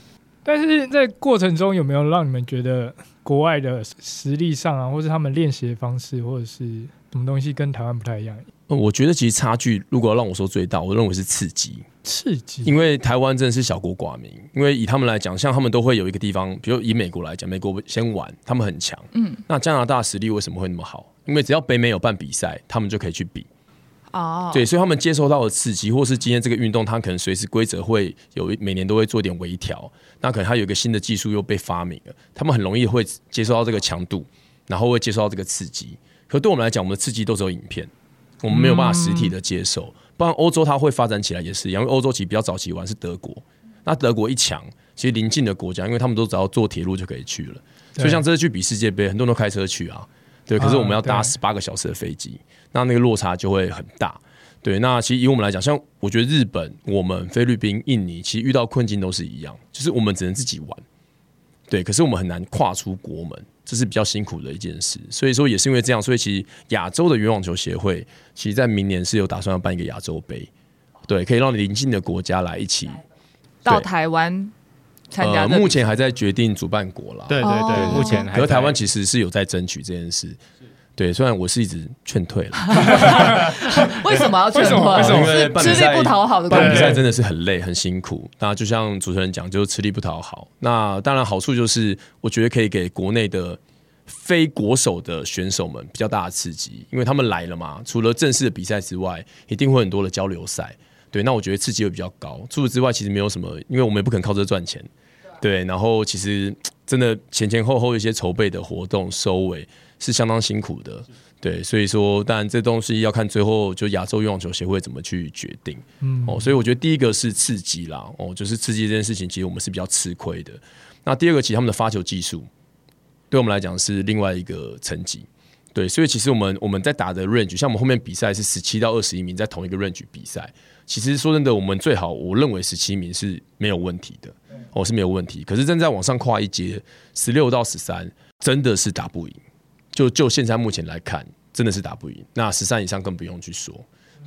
[SPEAKER 2] 但是在过程中有没有让你们觉得国外的实力上啊，或是他们练习的方式，或者是什么东西跟台湾不太一样？
[SPEAKER 3] 呃我觉得其实差距，如果要让我说最大，我认为是刺激。
[SPEAKER 2] 刺激
[SPEAKER 3] 因为台湾真的是小国寡民，因为以他们来讲，像他们都会有一个地方，比如以美国来讲，美国先玩，他们很强，嗯，那加拿大实力为什么会那么好？因为只要北美有办比赛，他们就可以去比，
[SPEAKER 1] 哦，
[SPEAKER 3] 对，所以他们接收到的刺激，或是今天这个运动，它可能随时规则会有一每年都会做一点微调，那可能它有一个新的技术又被发明了，他们很容易会接收到这个强度，然后会接收到这个刺激。可对我们来讲，我们的刺激都只有影片，我们没有办法实体的接受。不然欧洲它会发展起来也是一样，因为欧洲其实比较早期玩是德国，那德国一强，其实邻近的国家，因为他们都只要坐铁路就可以去了，所以像这次去比世界杯，很多人都开车去啊，对，可是我们要搭
[SPEAKER 2] 啊对
[SPEAKER 3] 十八个小时的飞机，那那个落差就会很大。对，那其实以我们来讲，像我觉得日本、我们、菲律宾、印尼，其实遇到困境都是一样，就是我们只能自己玩，对，可是我们很难跨出国门，这是比较辛苦的一件事。所以说也是因为这样，所以其实亚洲的圆网球协会其实在明年是有打算要办一个亚洲杯，对，可以让邻近的国家来一起。
[SPEAKER 1] 到台湾参加
[SPEAKER 3] 呃，
[SPEAKER 1] 这个
[SPEAKER 3] 目前还在决定主办国啦。
[SPEAKER 5] 对对对，
[SPEAKER 1] 哦
[SPEAKER 5] 目前还
[SPEAKER 3] 可是台湾
[SPEAKER 5] 在
[SPEAKER 3] 其实是有在争取这件事。对，虽然我是一直劝退了，
[SPEAKER 1] 为什么要劝退？
[SPEAKER 2] 为什么为什么
[SPEAKER 3] 因为
[SPEAKER 1] 是
[SPEAKER 3] 办
[SPEAKER 1] 吃
[SPEAKER 3] 比赛
[SPEAKER 1] 力不讨好的感
[SPEAKER 3] 办比
[SPEAKER 1] 觉。
[SPEAKER 3] 赛真的是很累很辛苦。那就像主持人讲，就是吃力不讨好。那当然好处就是，我觉得可以给国内的非国手的选手们比较大的刺激，因为他们来了嘛，除了正式的比赛之外，一定会很多的交流赛。对，那我觉得刺激会比较高。除此之外，其实没有什么，因为我们也不可能靠这赚钱。对，啊然后其实真的前前后后一些筹备的活动收尾是相当辛苦的。对，所以说，当然这东西要看最后就亚洲游泳球协会怎么去决定。
[SPEAKER 2] 嗯，
[SPEAKER 3] 哦，所以我觉得第一个是刺激啦，哦，就是刺激这件事情，其实我们是比较吃亏的。那第二个，其实他们的发球技术，对我们来讲是另外一个层级。对，所以其实我们我们在打的 range，像我们后面比赛是十七到二十一名，在同一个 range 比赛。其实说真的，我们最好，我认为十七名是没有问题的，哦是没有问题。可是正在往上跨一阶，十六到十三真的是打不赢。就就现在目前来看，真的是打不赢。那十三以上更不用去说。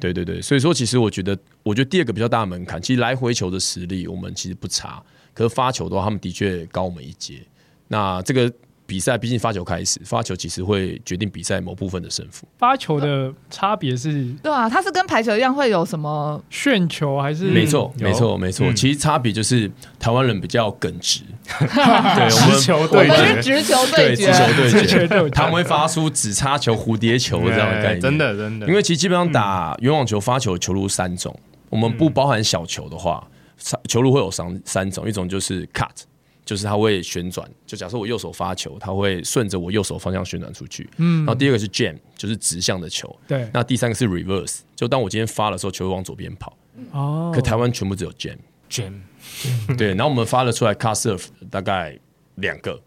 [SPEAKER 3] 对对对，所以说其实我觉得，我觉得第二个比较大的门槛，其实来回球的实力我们其实不差，可是发球的话，他们的确高我们一截。那这个比赛毕竟发球开始，发球其实会决定比赛某部分的胜负。
[SPEAKER 2] 发球的差别是
[SPEAKER 1] 对啊，它是跟排球一样会有什么？
[SPEAKER 2] 旋球还是
[SPEAKER 3] 没错，
[SPEAKER 4] 有
[SPEAKER 3] 没错，没错。其实差别就是台湾人比较耿直， 对我
[SPEAKER 4] 直
[SPEAKER 3] 们
[SPEAKER 4] 球
[SPEAKER 1] 我
[SPEAKER 4] 对
[SPEAKER 1] 们是
[SPEAKER 4] 决，
[SPEAKER 1] 直球
[SPEAKER 3] 对
[SPEAKER 1] 对
[SPEAKER 3] 直
[SPEAKER 1] 决
[SPEAKER 3] 球，对决，
[SPEAKER 2] 对
[SPEAKER 3] 他们会发出只插球、蝴蝶球这样的概
[SPEAKER 5] 哎
[SPEAKER 3] 念。
[SPEAKER 5] 真的真的，
[SPEAKER 3] 因为其实基本上打圆网球、发球、球路三种，我们不包含小球的话，三球路会有三三种，一种就是 cut，就是它会旋转，就假设我右手发球，它会顺着我右手方向旋转出去。嗯，然后第二个是 jam，就是直向的球。
[SPEAKER 2] 对
[SPEAKER 3] 那第三个是 reverse，就当我今天发的时候，球会往左边跑。
[SPEAKER 2] 哦
[SPEAKER 3] 可台湾全部只有 jam，
[SPEAKER 4] 卷
[SPEAKER 3] 对，然后我们发了出来 cut serve 大概两个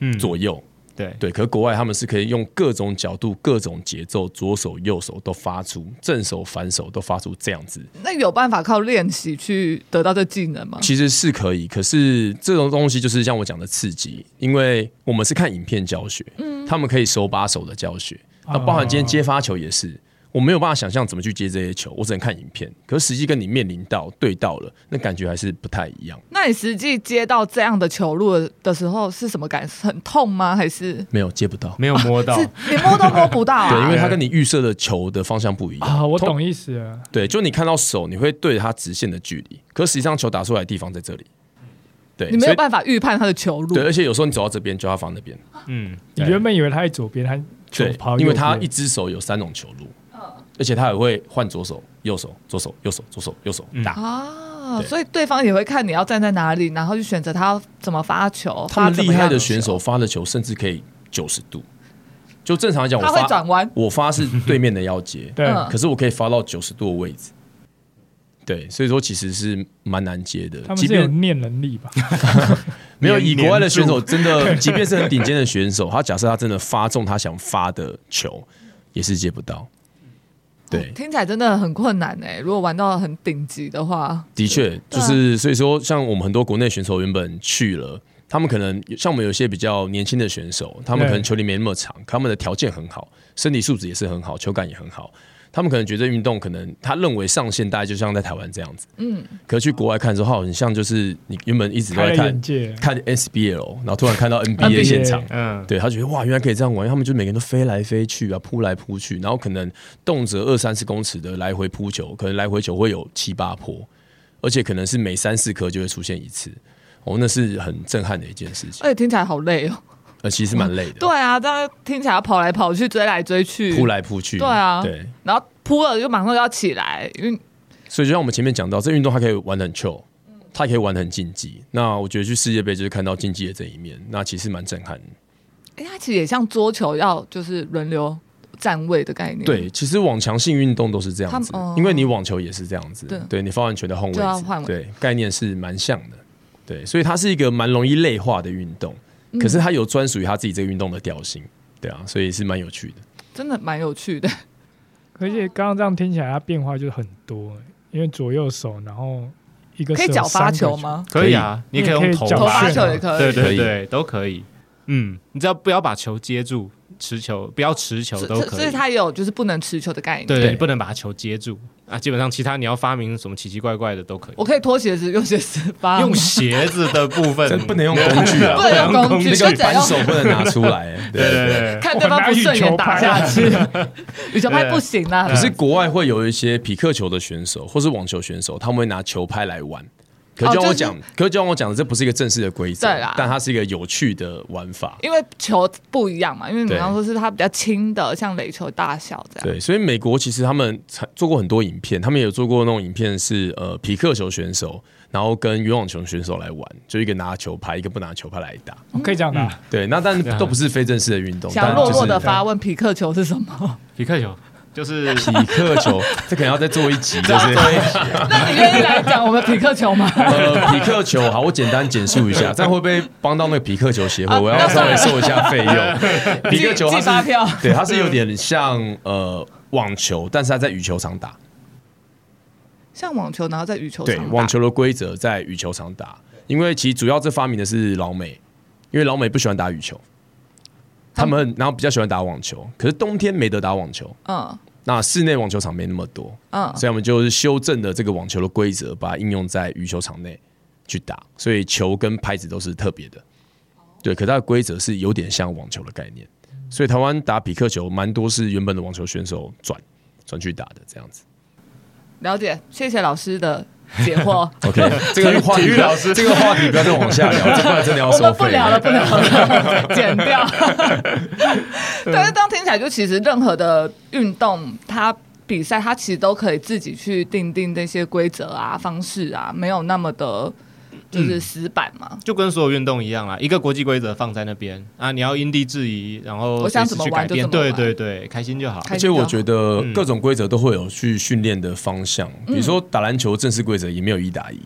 [SPEAKER 5] 嗯
[SPEAKER 3] 左右。
[SPEAKER 5] 对
[SPEAKER 3] 对，可是国外他们是可以用各种角度、各种节奏，左手、右手都发出，正手、反手都发出这样子
[SPEAKER 1] 那有办法靠练习去得到这技能吗？
[SPEAKER 3] 其实是可以，可是这种东西就是像我讲的刺激，因为我们是看影片教学，他们可以手把手的教学，那包含今天接发球也是，我没有办法想象怎么去接这些球，我只能看影片，可是实际跟你面临到对到了，那感觉还是不太一样。
[SPEAKER 1] 那你实际接到这样的球路的时候是什么感受？很痛吗？还是
[SPEAKER 3] 没有接不到，哎
[SPEAKER 5] 没有摸到
[SPEAKER 1] 是，你摸都摸不到
[SPEAKER 3] 对，因
[SPEAKER 1] 啊？
[SPEAKER 3] 为它跟你预设的球的方向不一样
[SPEAKER 2] 啊，我
[SPEAKER 3] 通
[SPEAKER 2] 懂意思了，
[SPEAKER 3] 对，就你看到手，你会对着它直线的距离，可实际上球打出来的地方在这里，对，
[SPEAKER 1] 你没
[SPEAKER 3] 所
[SPEAKER 1] 有
[SPEAKER 3] 以
[SPEAKER 1] 办法预判它的球路
[SPEAKER 3] 对，。而且有时候你走到这边就要放那边，
[SPEAKER 5] 嗯，
[SPEAKER 2] 你原本以为他在左边，他球
[SPEAKER 3] 对
[SPEAKER 2] 跑，右
[SPEAKER 3] 因为他
[SPEAKER 2] 边
[SPEAKER 3] 一只手有三种球路，而且他也会换左手、右手、左手、右手、左手、右手打。
[SPEAKER 1] 啊，
[SPEAKER 3] 对
[SPEAKER 1] 所以对方也会看你要站在哪里，然后去选择他要怎么发球。
[SPEAKER 3] 他
[SPEAKER 1] 发
[SPEAKER 3] 们
[SPEAKER 1] 怎
[SPEAKER 3] 厉
[SPEAKER 1] 么样
[SPEAKER 3] 害的选手发的球甚至可以九十度，就正常来讲，我
[SPEAKER 1] 他会转
[SPEAKER 3] 发
[SPEAKER 1] 弯，
[SPEAKER 3] 我发是对面的 要接，
[SPEAKER 2] 对
[SPEAKER 1] 嗯
[SPEAKER 3] 可是我可以发到九十度的位置。对，所以说其实是蛮难接的，
[SPEAKER 2] 他们
[SPEAKER 3] 即
[SPEAKER 2] 是有
[SPEAKER 3] 便
[SPEAKER 2] 念能力 吧？
[SPEAKER 3] 没有以国外的
[SPEAKER 5] 黏
[SPEAKER 3] 选手，真的，即便是很顶尖的选手，他假设他真的发中他想发的球，也是接不到。对，
[SPEAKER 1] 听起来真的很困难哎、如果玩到很顶级的话，
[SPEAKER 3] 的确，
[SPEAKER 1] 对
[SPEAKER 3] 就
[SPEAKER 1] 啊
[SPEAKER 3] 是所以说，像我们很多国内选手原本去了，他们可能像我们有些比较年轻的选手，他们
[SPEAKER 2] 对
[SPEAKER 3] 可能球龄没那么长，可他们的条件很好，身体素质也是很好，球感也很好。他们可能觉得运动可能他认为上限大概就像在台湾这样子，
[SPEAKER 1] 嗯，
[SPEAKER 3] 可去国外看的时候，它很像就是你原本一直都
[SPEAKER 2] 开了
[SPEAKER 3] 在
[SPEAKER 2] 眼
[SPEAKER 3] 看
[SPEAKER 2] 界，
[SPEAKER 3] 看 SBL，然后突然看到
[SPEAKER 2] NBA
[SPEAKER 3] NBA 现场，
[SPEAKER 5] 嗯，
[SPEAKER 3] 对他觉得哇，原来可以这样玩，因为他们就每个人都飞来飞去啊，扑来扑去，然后可能动辄二三十公尺的来回扑球，可能来回球会有七八坡，而且可能是每三四颗就会出现一次，哦，那是很震撼的一件事情，
[SPEAKER 1] 而且听起来好累哦、
[SPEAKER 3] 呃，其实蛮累的，
[SPEAKER 1] 对啊，这样听起来要跑来跑去，追来追去，
[SPEAKER 3] 扑来扑去，
[SPEAKER 1] 对啊
[SPEAKER 3] 对，
[SPEAKER 1] 然后扑了就马上就要起来，因为
[SPEAKER 3] 所以就像我们前面讲到，这运动它可以玩得很 chill，它也可以玩得很竞技，那我觉得去世界杯就是看到竞技的这一面，那其实蛮震撼的。
[SPEAKER 1] 哎、它其实也像桌球要就是轮流站位的概念，
[SPEAKER 3] 对，其实网强性运动都是这样子
[SPEAKER 1] 他们哦，
[SPEAKER 3] 因为你网球也是这样子
[SPEAKER 1] 对，
[SPEAKER 3] 对你发完球的换位
[SPEAKER 1] 就要换
[SPEAKER 3] 置，
[SPEAKER 1] 位
[SPEAKER 3] 对，概念是蛮像的，对，所以它是一个蛮容易类化的运动，
[SPEAKER 1] 嗯
[SPEAKER 3] 可是它有专属于它自己这个运动的调性，对啊，所以是蛮有趣的。
[SPEAKER 1] 真的蛮有趣的。
[SPEAKER 2] 而且刚刚这样听起来，它变化就很多、欸因为左右手，然后一个
[SPEAKER 1] 可以
[SPEAKER 2] 手
[SPEAKER 1] 脚发
[SPEAKER 2] 三个
[SPEAKER 1] 球？吗？
[SPEAKER 5] 可以啊，你也可以
[SPEAKER 2] 你
[SPEAKER 5] 用头
[SPEAKER 2] 也可以脚
[SPEAKER 1] 头
[SPEAKER 5] 吧
[SPEAKER 1] 发
[SPEAKER 2] 发
[SPEAKER 1] 球也可以，
[SPEAKER 5] 对
[SPEAKER 3] 可
[SPEAKER 5] 对
[SPEAKER 3] 以
[SPEAKER 5] 对，都可以，嗯，你只要不要把球接住，持球不要持球
[SPEAKER 1] 所
[SPEAKER 5] 都
[SPEAKER 1] 所
[SPEAKER 5] 可
[SPEAKER 1] 所以
[SPEAKER 5] 以。
[SPEAKER 1] 它有就是不能持球的概念。
[SPEAKER 5] 对
[SPEAKER 3] 对
[SPEAKER 5] 对，你不能把球接住啊！基本上其他你要发明什么奇奇怪怪的都可以。
[SPEAKER 1] 我可以脱鞋子用鞋 子发
[SPEAKER 5] 用鞋子的部分
[SPEAKER 3] 这不能用工具啊，
[SPEAKER 1] 不能用工具
[SPEAKER 3] 那
[SPEAKER 1] 就
[SPEAKER 3] 个
[SPEAKER 1] 只能
[SPEAKER 3] 扳
[SPEAKER 1] 用
[SPEAKER 3] 手不能拿出 来。
[SPEAKER 5] 对
[SPEAKER 3] 对
[SPEAKER 5] 对
[SPEAKER 3] 对对。
[SPEAKER 5] 对，
[SPEAKER 1] 看对方不顺眼打下 去，羽球拍不行啊啦
[SPEAKER 3] 可。是国外会有一些匹克球的选手或是网球选手，他们会拿球拍来玩。可
[SPEAKER 1] 哦
[SPEAKER 3] 是就像
[SPEAKER 1] 就
[SPEAKER 3] 我
[SPEAKER 1] 是
[SPEAKER 3] 讲，可是就像我讲的，这不是一个正式的规则
[SPEAKER 1] 对啦，
[SPEAKER 3] 但它是一个有趣的玩法。
[SPEAKER 1] 因为球不一样嘛，因为你
[SPEAKER 3] 对
[SPEAKER 1] 刚刚说是它比较轻的，像垒球大小这样。
[SPEAKER 3] 对，所以美国其实他们才做过很多影片，他们也有做过那种影片是呃匹克球选手，然后跟游泳球选手来玩，就一个拿球拍，一个不拿球拍来打。
[SPEAKER 2] 我可以这样打，
[SPEAKER 3] 对，那但都不是非正式的运动，
[SPEAKER 1] 想
[SPEAKER 3] 但
[SPEAKER 1] 弱
[SPEAKER 3] 就
[SPEAKER 1] 弱
[SPEAKER 3] 是
[SPEAKER 1] 的发问皮克球是什么？
[SPEAKER 5] 皮克球就是
[SPEAKER 3] 匹克球，这可能要再做一集， 就是
[SPEAKER 5] 啊
[SPEAKER 1] 那你愿意来讲我们皮克球 吗？
[SPEAKER 3] 呃，匹克球，好，我简单简述一下，这样会不会帮到那个匹克球协会？
[SPEAKER 1] 啊
[SPEAKER 3] 我要稍微收一下费用。匹克球
[SPEAKER 1] 寄
[SPEAKER 3] 它
[SPEAKER 1] 寄发
[SPEAKER 3] 是，
[SPEAKER 1] 票，
[SPEAKER 3] 对，它是有点像呃网球，但是它在羽球场打。
[SPEAKER 1] 像网球，然后在羽球场
[SPEAKER 3] 对，
[SPEAKER 1] 打
[SPEAKER 3] 网球的规则在羽球场打，因为其实主要这发明的是老美，因为老美不喜欢打羽球，他们然后比较喜欢打网球，可是冬天没得打网球，
[SPEAKER 1] 嗯
[SPEAKER 3] 那室内网球场没那么多，
[SPEAKER 1] 嗯，
[SPEAKER 3] 所以我们就是修正了这个网球的规则，把它应用在羽球场内去打，所以球跟拍子都是特别的。对，可它的规则是有点像网球的概念，所以台湾打匹克球蛮多是原本的网球选手转转去打的这样子。
[SPEAKER 1] 了解。谢谢老师的解惑。
[SPEAKER 3] OK，这 个话题不要这个话题不要再往下聊，这不然真的要
[SPEAKER 1] 我
[SPEAKER 3] 收
[SPEAKER 1] 们不
[SPEAKER 3] 费
[SPEAKER 1] 聊了，不聊 了，剪掉。但是这样听起来，就其实任何的运动，它比赛，它其实都可以自己去定定那些规则啊、方式啊，没有那么的，就是死板嘛。
[SPEAKER 5] 就跟所有运动一样啦，一个国际规则放在那边啊，你要因地制宜，然后
[SPEAKER 1] 我想
[SPEAKER 5] 随时
[SPEAKER 1] 怎么
[SPEAKER 5] 去
[SPEAKER 1] 玩
[SPEAKER 5] 改
[SPEAKER 1] 就
[SPEAKER 5] 变
[SPEAKER 1] 怎么玩
[SPEAKER 5] 对对对，开心就好。
[SPEAKER 1] 开
[SPEAKER 3] 而且我觉得
[SPEAKER 5] 嗯
[SPEAKER 3] 各种规则都会有去训练的方向，
[SPEAKER 1] 嗯
[SPEAKER 3] 比如说打篮球正式规则也没有一打一，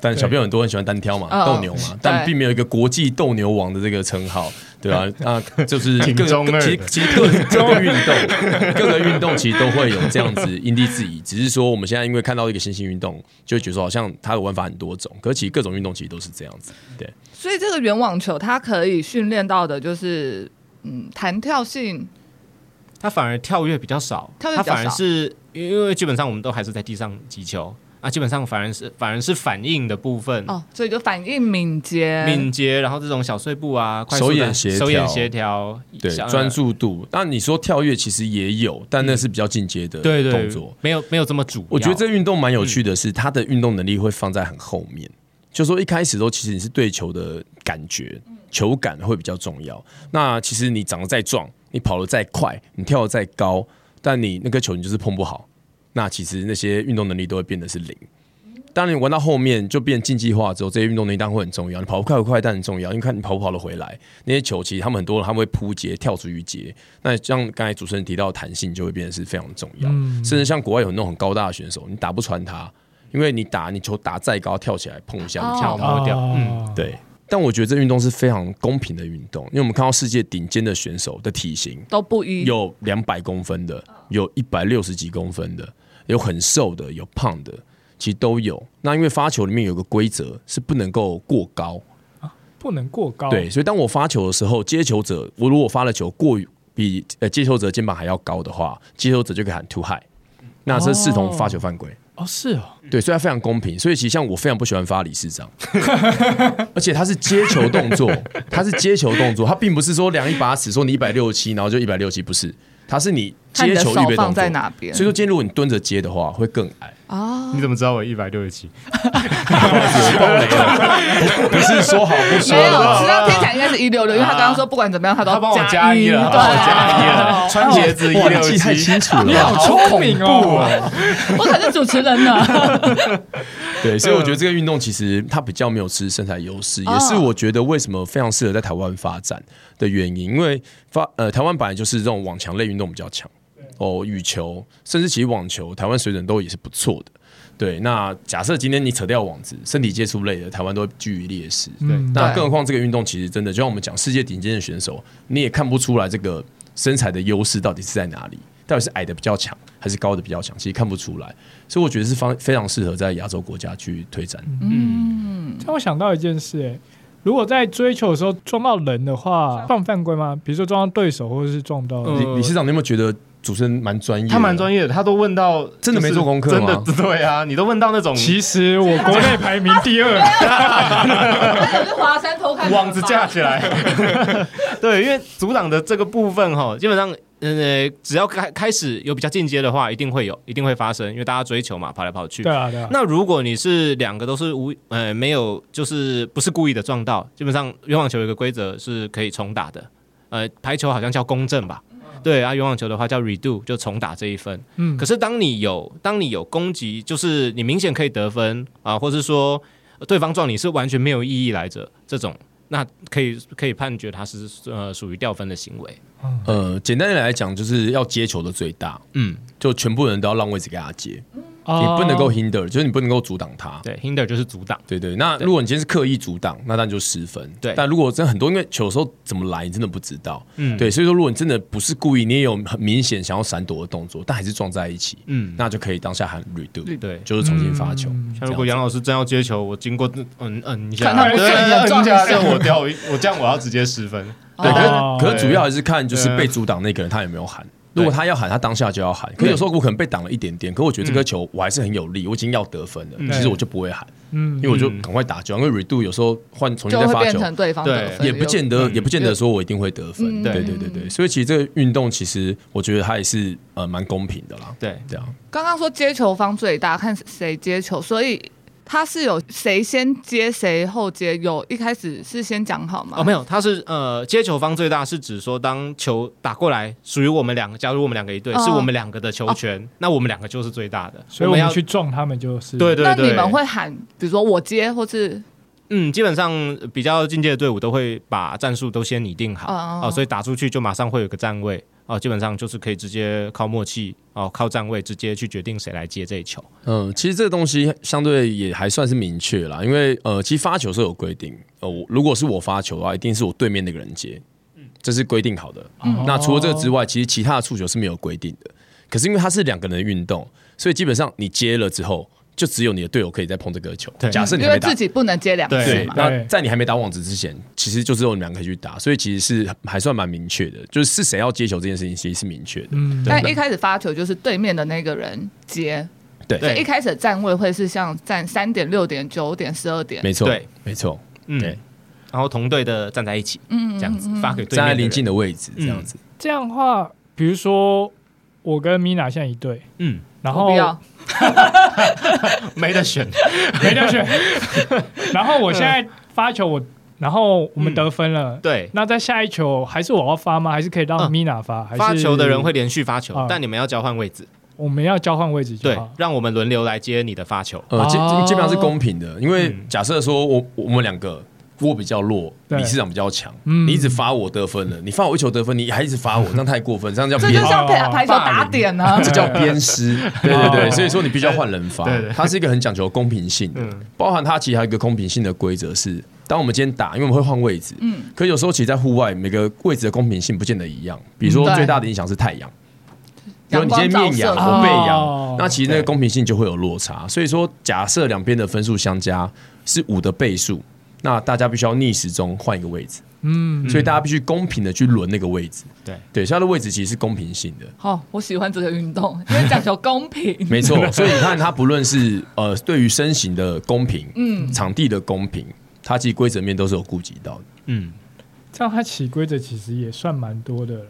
[SPEAKER 3] 但小朋友很多很喜欢单挑嘛，
[SPEAKER 1] 嗯
[SPEAKER 3] 斗牛嘛，但并没有一个国际斗牛王的这个称号，对 吧、啊？那就是各
[SPEAKER 5] 中
[SPEAKER 3] 个
[SPEAKER 5] 二
[SPEAKER 3] 其实其 实各各个运动，各个运动其实都会有这样子因地制宜，只是说我们现在因为看到一个新兴运动，就会觉得说好像它的玩法很多种，可是其实各种运动其实都是这样子，对。
[SPEAKER 1] 所以这个圆网球，它可以训练到的就是，嗯，弹跳性。
[SPEAKER 5] 他反而跳跃比较少，
[SPEAKER 1] 跳跃
[SPEAKER 5] 他
[SPEAKER 1] 比较
[SPEAKER 5] 反而
[SPEAKER 1] 少
[SPEAKER 5] 是因为基本上我们都还是在地上击球啊，基本上反而是反而是反应的部分。
[SPEAKER 3] 嗯
[SPEAKER 1] 哦，所以就反应敏捷，
[SPEAKER 5] 敏捷，然后这种小碎步啊，快
[SPEAKER 3] 手
[SPEAKER 5] 速的
[SPEAKER 3] 眼协
[SPEAKER 5] 手
[SPEAKER 3] 调
[SPEAKER 5] 眼协调，
[SPEAKER 3] 对，
[SPEAKER 5] 想嗯
[SPEAKER 3] 专，注度。那你说跳跃其实也有，但那是比较进阶的
[SPEAKER 5] 对对，
[SPEAKER 3] 动作。
[SPEAKER 5] 没有没有这么主要。
[SPEAKER 3] 我觉得这运动蛮有趣的是，它的运动能力会放在很后面。就说一开始都其实你是对球的感觉、
[SPEAKER 5] 嗯
[SPEAKER 3] 球感会比较重要。那其实你长得再壮，你跑得再快，你跳得再高，但你那个球你就是碰不好，那其实那些运动能力都会变得是零。当你玩到后面就变竞技化之后，这些运动能力当然会很重要。你跑不快不快，但很重要，因为看你跑不跑得回来。那些球其实他们很多人他们会扑截、跳出去截。那像刚才主持人提到的弹性，就会变得是非常重要。甚至像国外有那种很高大的选手，你打不穿他，因为你打你球打再高，跳起来碰一下，你
[SPEAKER 1] 哦
[SPEAKER 3] 跳
[SPEAKER 5] 好摸掉
[SPEAKER 2] 嗯，
[SPEAKER 3] 对，但我觉得这运动是非常公平的运动，因为我们看到世界顶尖的选手的体型，
[SPEAKER 1] 都不一。
[SPEAKER 3] 有两百公分的，有一百六十几公分的，有很瘦的，有胖的，其实都有。那因为发球里面有个规则是不能够过高，
[SPEAKER 2] 不能过高，
[SPEAKER 3] 对，所以当我发球的时候，接球者我如果发了球过于比呃接球者肩膀还要高的话，接球者就可以喊 too high，那这是视同发球犯规。
[SPEAKER 2] 哦，是哦，
[SPEAKER 3] 对，所以它非常公平。所以其实像我非常不喜欢发理事长， 而且他是接球动作，他是接球动作，他并不是说量一把尺，说你一百六七，然后就一百六七，不是，他是你
[SPEAKER 1] 看你
[SPEAKER 3] 接
[SPEAKER 1] 的
[SPEAKER 3] 球
[SPEAKER 1] 手
[SPEAKER 3] 预备动
[SPEAKER 1] 放
[SPEAKER 3] 作。
[SPEAKER 1] 在哪边
[SPEAKER 3] 所以说今天如果你蹲着接的话，会更矮。
[SPEAKER 1] 啊？
[SPEAKER 5] 你怎么知道我一百六 十七？
[SPEAKER 3] 我爆雷了，不是说好不说
[SPEAKER 1] 没有，
[SPEAKER 3] 的。
[SPEAKER 1] 实际上听起来应该是一六六，因为他刚刚说不管怎么样，他都
[SPEAKER 5] 他帮我
[SPEAKER 1] 加
[SPEAKER 5] 加一了，
[SPEAKER 1] 对
[SPEAKER 5] 帮我加一了，
[SPEAKER 1] 哦
[SPEAKER 5] 穿鞋子一
[SPEAKER 3] 哇，你
[SPEAKER 5] 六
[SPEAKER 3] 记太
[SPEAKER 5] 七。
[SPEAKER 3] 清楚了。
[SPEAKER 2] 聪明
[SPEAKER 3] 啊
[SPEAKER 2] 哦，
[SPEAKER 1] 我可是主持人呢。
[SPEAKER 3] 对，所以我觉得这个运动其实它比较没有吃身材优势，
[SPEAKER 1] 哦
[SPEAKER 3] 也是我觉得为什么非常适合在台湾发展的原因。因为发呃，台湾本来就是这种网强类运动比较强，哦，羽球，甚至其实网球，台湾水准都也是不错的。对，那假设今天你扯掉网子，身体接触类的，台湾都会居于劣势。
[SPEAKER 5] 对
[SPEAKER 2] 嗯
[SPEAKER 3] 那
[SPEAKER 1] 对
[SPEAKER 3] 更何况这个运动其实真的，就像我们讲世界顶尖的选手，你也看不出来这个身材的优势到底是在哪里，到底是矮的比较强还是高的比较强，其实看不出来。所以我觉得
[SPEAKER 5] 嗯
[SPEAKER 3] 是方非常适合在亚洲国家去推展。
[SPEAKER 2] 让我想到一件事、哎，如果在追求的时候撞到人的话，算犯规吗？比如说撞到对手，或者是撞到……
[SPEAKER 3] 理
[SPEAKER 4] 嗯
[SPEAKER 3] 理事长，你有没有觉得主持人蛮专业的？
[SPEAKER 5] 他蛮专业的，他都问到就是
[SPEAKER 3] 真的没做功课
[SPEAKER 5] 真
[SPEAKER 3] 吗
[SPEAKER 5] 的 对啊，你都问到那种
[SPEAKER 2] 其实我国内排名第二，
[SPEAKER 3] 嗯
[SPEAKER 1] 我是华山偷 看
[SPEAKER 5] 网子架起来。对，因为组长的这个部分哈，基本上呃，只要开开始有比较进阶的话，一定会有，一定会发生，因为大家追求嘛，跑来跑去。
[SPEAKER 2] 对啊，对啊，
[SPEAKER 5] 那如果你是两个都是无呃没有就是不是故意的撞到，基本上冤枉球有一个规则是可以重打的，呃，排球好像叫公正吧？对啊，冤枉球的话叫 redo，就重打这一分。
[SPEAKER 2] 嗯
[SPEAKER 5] 可，是当你有当你有攻击，就是你明显可以得分啊，或是说呃对方撞你是完全没有意义来着，这种那可以可以判决他是呃属于掉分的行为。
[SPEAKER 3] 呃，简单的来讲，就是要接球的最大，
[SPEAKER 5] 嗯，
[SPEAKER 3] 就全部人都要让位置给他接，
[SPEAKER 2] 你
[SPEAKER 5] 哦
[SPEAKER 3] 你不
[SPEAKER 2] 哦
[SPEAKER 3] 能够 hinder，就是你不能够阻挡他。
[SPEAKER 5] 对，hinder 就是阻挡。
[SPEAKER 3] 对对，那
[SPEAKER 5] 对
[SPEAKER 3] 如果你今天是刻意阻挡，那当然就失分。
[SPEAKER 5] 对
[SPEAKER 3] 但如果真的很多，因为球有时候怎么来，你真的不知道。
[SPEAKER 5] 嗯，
[SPEAKER 3] 对，所以说如果你真的不是故意，你也有很明显想要闪躲的动作，但还是撞在一起，
[SPEAKER 5] 嗯，
[SPEAKER 3] 那就可以当下喊 redo，
[SPEAKER 5] 对。
[SPEAKER 3] 就是重新发球。
[SPEAKER 2] 嗯
[SPEAKER 5] 像如果杨老师真要接球，我经过嗯嗯一下，
[SPEAKER 1] 看他们
[SPEAKER 5] 对
[SPEAKER 1] 瞬间撞
[SPEAKER 5] 摁一
[SPEAKER 1] 一
[SPEAKER 5] 下，
[SPEAKER 1] 下
[SPEAKER 5] 让我掉，我这样我要直接失分。
[SPEAKER 3] 对，可是
[SPEAKER 2] 哦
[SPEAKER 3] 可是主要还是看就是
[SPEAKER 5] 啊
[SPEAKER 3] 被阻挡那个人他有没有喊。如果他要喊，他当下就要喊。可是有时候我可能被挡了一点点，可我觉
[SPEAKER 5] 嗯
[SPEAKER 3] 得这颗球我还是很有力，我已经要得分了，其实我就不会喊，
[SPEAKER 2] 嗯
[SPEAKER 3] 因为我就赶快打球。因为 redo 有时候换重新
[SPEAKER 1] 就
[SPEAKER 3] 再
[SPEAKER 1] 会
[SPEAKER 3] 发
[SPEAKER 1] 变
[SPEAKER 3] 球，
[SPEAKER 1] 成对方得
[SPEAKER 5] 对
[SPEAKER 1] 分，
[SPEAKER 3] 也不见得，
[SPEAKER 5] 嗯
[SPEAKER 3] 也不见得说我一定会得分。
[SPEAKER 1] 嗯
[SPEAKER 3] 对
[SPEAKER 5] 对
[SPEAKER 3] 对对对，所以其实这个运动其实我觉得它也是呃蛮公平的啦。啊
[SPEAKER 5] 对，
[SPEAKER 3] 这样
[SPEAKER 1] 刚刚说接球方最大，看谁接球，所以他是有谁先接谁后接，有一开始是先讲好吗？
[SPEAKER 5] 哦，没有，他是呃，接球方最大是指说，当球打过来，属于我们两个，假如我们两个一队，
[SPEAKER 1] 哦
[SPEAKER 5] 是我们两个的球权，那我们两个就是最大的，
[SPEAKER 2] 所以我
[SPEAKER 5] 们
[SPEAKER 2] 们
[SPEAKER 5] 要
[SPEAKER 2] 去撞他们就是
[SPEAKER 5] 对对
[SPEAKER 1] 那
[SPEAKER 5] 对，
[SPEAKER 1] 你们会喊，比如说我接，或是
[SPEAKER 5] 嗯，基本上呃比较进阶的队伍都会把战术都先拟定好
[SPEAKER 1] 哦
[SPEAKER 5] 哦、所以打出去就马上会有个站位哦、基本上就是可以直接靠默契哦、靠站位直接去决定谁来接这一球，
[SPEAKER 3] 嗯，其实这个东西相对也还算是明确啦，因为呃，其实发球是有规定，呃，我如果是我发球的话，一定是我对面那个人接，这是规定好的。那除了这个之外，其实其他的触球是没有规定的。可是因为它是两个人的运动，所以基本上你接了之后，就只有你的队友可以再碰这个球。
[SPEAKER 5] 对
[SPEAKER 3] 假设你
[SPEAKER 1] 因
[SPEAKER 3] 还没
[SPEAKER 1] 为
[SPEAKER 3] 打
[SPEAKER 1] 自己不能接两次
[SPEAKER 3] 对
[SPEAKER 1] 嘛，？
[SPEAKER 3] 那
[SPEAKER 2] 对
[SPEAKER 3] 在你还没打网子之前，其实就只有你们两个可以去打，所以其实是还算蛮明确的，就是是谁要接球这件事情其实是明确的。
[SPEAKER 2] 嗯，
[SPEAKER 1] 但一开始发球就是对面的那个人接，
[SPEAKER 3] 对
[SPEAKER 1] 所以一开始的站位会是像站三点、六点、九点、十二点，
[SPEAKER 3] 没错，
[SPEAKER 5] 对，
[SPEAKER 3] 没错，
[SPEAKER 5] 嗯
[SPEAKER 3] 对，
[SPEAKER 5] 然后同队的站在一起，
[SPEAKER 1] 嗯
[SPEAKER 5] 这样子发给对面
[SPEAKER 3] 站
[SPEAKER 5] 的
[SPEAKER 3] 在
[SPEAKER 5] 人
[SPEAKER 3] 临近，的位置这样子。
[SPEAKER 2] 这样的话，比如说我跟米娜现在一队，
[SPEAKER 5] 嗯，
[SPEAKER 2] 然
[SPEAKER 1] 我
[SPEAKER 2] 后
[SPEAKER 1] 不要，
[SPEAKER 5] 没得选，
[SPEAKER 2] 没得 选，然后我现在发球我，然后我们得分了，
[SPEAKER 5] 嗯对。
[SPEAKER 2] 那在下一球还是我要发吗？还是可以让
[SPEAKER 5] 嗯
[SPEAKER 2] 米娜发？还是
[SPEAKER 5] 发球的人会连续发球，
[SPEAKER 2] 啊
[SPEAKER 5] 但你们要交换位置，
[SPEAKER 2] 我们要交换位置就
[SPEAKER 5] 对
[SPEAKER 2] 好，。
[SPEAKER 5] 让我们轮流来接你的发球。
[SPEAKER 3] 呃，基
[SPEAKER 2] 哦
[SPEAKER 3] 基基本上是公平的，因为
[SPEAKER 5] 嗯
[SPEAKER 3] 假设说我我们两个。我比较弱，
[SPEAKER 2] 对
[SPEAKER 3] 理事长比较强。
[SPEAKER 2] 嗯
[SPEAKER 3] 你一直罚我得分了，你罚我一球得分，你还一直罚我，那太过分，这样叫
[SPEAKER 1] 这就
[SPEAKER 3] 偏心
[SPEAKER 1] 像排
[SPEAKER 2] 哦
[SPEAKER 1] 排球打点啊呢。
[SPEAKER 3] 这叫鞭尸，对对对，所以说你必须要换人罚
[SPEAKER 5] 对对，对
[SPEAKER 3] 它是一个很讲求公平性的，包含它其实还有一个公平性的规则是，当我们今天打，因为我们会换位置，嗯，可有时候其实在户外每个位置的公平性不见得一样，比如说
[SPEAKER 1] 嗯
[SPEAKER 3] 最大的影响是太阳。比如
[SPEAKER 1] 阳
[SPEAKER 3] 你今
[SPEAKER 1] 光
[SPEAKER 3] 天
[SPEAKER 1] 照
[SPEAKER 3] 面
[SPEAKER 1] 射
[SPEAKER 3] 阳，
[SPEAKER 1] 嘛
[SPEAKER 3] 我背阳，
[SPEAKER 2] 哦
[SPEAKER 3] 那其实那个公平性就会有落差。所以说，假设两边的分数相加是五的倍数，那大家必须要逆时钟换一个位置，
[SPEAKER 2] 嗯，
[SPEAKER 3] 所以大家必须公平的去轮那个位置。
[SPEAKER 5] 对
[SPEAKER 3] 对，所以它的位置其实是公平性的。
[SPEAKER 1] 哦，我喜欢这个运动，因为讲求公平。
[SPEAKER 3] 没错， 所以你看，它不论是呃对于身形的公平，嗯，场地的公平，它其实规则面都是有顾及到的。
[SPEAKER 5] 嗯，
[SPEAKER 2] 这样它起规则其实也算蛮多的了。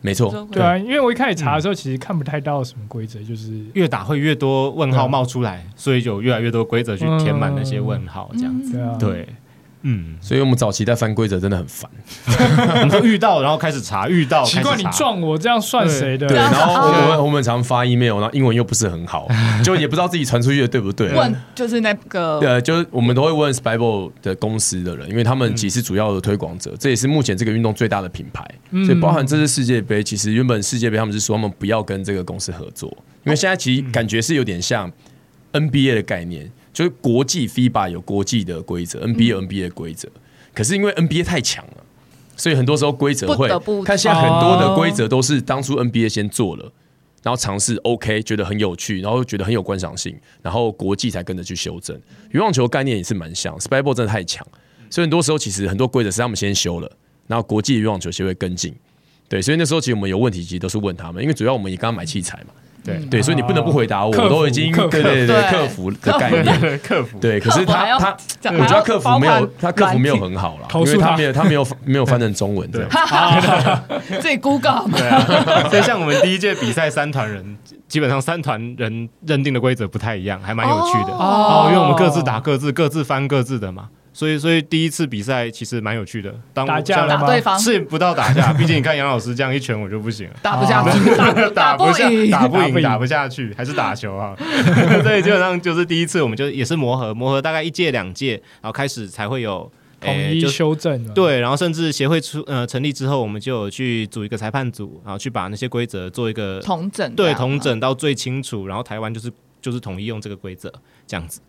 [SPEAKER 3] 没错，
[SPEAKER 2] 对啊，因为我一开始
[SPEAKER 5] 嗯
[SPEAKER 2] 查的时候，其实看不太到什么规则，就是
[SPEAKER 5] 越打会越多问号冒出来，所以就有越来越多规则去填满
[SPEAKER 2] 嗯
[SPEAKER 5] 那些问号，这样子。
[SPEAKER 2] 对啊，，
[SPEAKER 5] 对，嗯，
[SPEAKER 3] 所以我们早期在翻规则真的很烦。
[SPEAKER 5] 我们都遇到，然后开始查，遇到
[SPEAKER 2] 奇怪
[SPEAKER 5] 开始
[SPEAKER 2] 你
[SPEAKER 5] 查
[SPEAKER 2] 撞我这样算谁的？
[SPEAKER 3] 对，然后我
[SPEAKER 1] 对啊
[SPEAKER 3] 们我们常发 email，然后英文又不是很好，就也不知道自己传出去的对不对。
[SPEAKER 1] 问就是那个
[SPEAKER 3] 呃，就是我们都会问 Spibo 的公司的人，因为他们其实主要的推广者，这也是目前这个运动最大的品牌。所以包含这次世界杯，其实原本世界杯他们是说他们不要跟这个公司合作，因为现在其实感觉是有点像 NBA 的概念，就是国际 FIBA 有国际的规则，NBA 有 NBA 的规则，可是因为 NBA 太强了。所以很多时候规则
[SPEAKER 1] 不
[SPEAKER 3] 会
[SPEAKER 1] 得不
[SPEAKER 3] 看，现在很多的规则都是当初 NBA 先做了，然后尝试 OK，觉得很有趣，然后觉得很有观赏性，然后国际才跟着去修正。羽网球概念也是蛮像 s p y b a l l 真的太强，所以很多时候其实很多规则是他们先修了，然后国际羽网球协会跟进。对，所以那时候其实我们有问题，其实都是问他们，因为主要我们也刚买器材嘛。
[SPEAKER 5] 对
[SPEAKER 3] 对，所以你不能不回答我，我都已经
[SPEAKER 2] 克服
[SPEAKER 3] 对对对
[SPEAKER 1] 对
[SPEAKER 3] 克服的概 念。
[SPEAKER 5] 客服
[SPEAKER 3] 对，可是
[SPEAKER 1] 克服还
[SPEAKER 3] 他
[SPEAKER 1] 要
[SPEAKER 3] 他，
[SPEAKER 1] 讲
[SPEAKER 3] 我觉
[SPEAKER 1] 还
[SPEAKER 3] 得他
[SPEAKER 1] 要
[SPEAKER 3] 客服
[SPEAKER 1] 包
[SPEAKER 3] 没有
[SPEAKER 1] 含
[SPEAKER 3] 他客服没有很好啦，
[SPEAKER 2] 投
[SPEAKER 3] 因
[SPEAKER 2] 诉
[SPEAKER 3] 为他
[SPEAKER 2] 他
[SPEAKER 3] 没有他没有没有翻成中文这样。
[SPEAKER 1] 自己 Google
[SPEAKER 5] 对啊， 所以像我们第一届比赛三团人，基本上三团人认定的规则不太一样，还蛮有趣的
[SPEAKER 1] 哦
[SPEAKER 5] 哦，因为我们各自打各自，各自翻各自的嘛，所以所以第一次比赛其实蛮有趣的。当
[SPEAKER 2] 打架了
[SPEAKER 5] 像
[SPEAKER 1] 打
[SPEAKER 2] 吗
[SPEAKER 1] 对方
[SPEAKER 5] 是不到打架，毕竟你看杨老师这样一拳我就不行了。
[SPEAKER 1] 打不下去，打不打
[SPEAKER 5] 不
[SPEAKER 1] 不
[SPEAKER 5] 下，
[SPEAKER 1] 赢，
[SPEAKER 5] 啊打不
[SPEAKER 2] 打不
[SPEAKER 5] 赢，
[SPEAKER 2] 赢
[SPEAKER 5] 打不下去，还是打球 啊？所以基本上就是第一次，我们就也是磨合，磨合大概一届两届，然后开始才会有
[SPEAKER 2] 统
[SPEAKER 5] 诶
[SPEAKER 2] 一
[SPEAKER 5] 就是
[SPEAKER 2] 修正了。，
[SPEAKER 5] 对，然后甚至协会出呃成立之后，我们就有去组一个裁判组，然后去把那些规则做一啊个
[SPEAKER 1] 同整这
[SPEAKER 5] 对
[SPEAKER 1] 样吗
[SPEAKER 5] 统整到最清楚，然后台湾就是就是统一用这个规则这样子。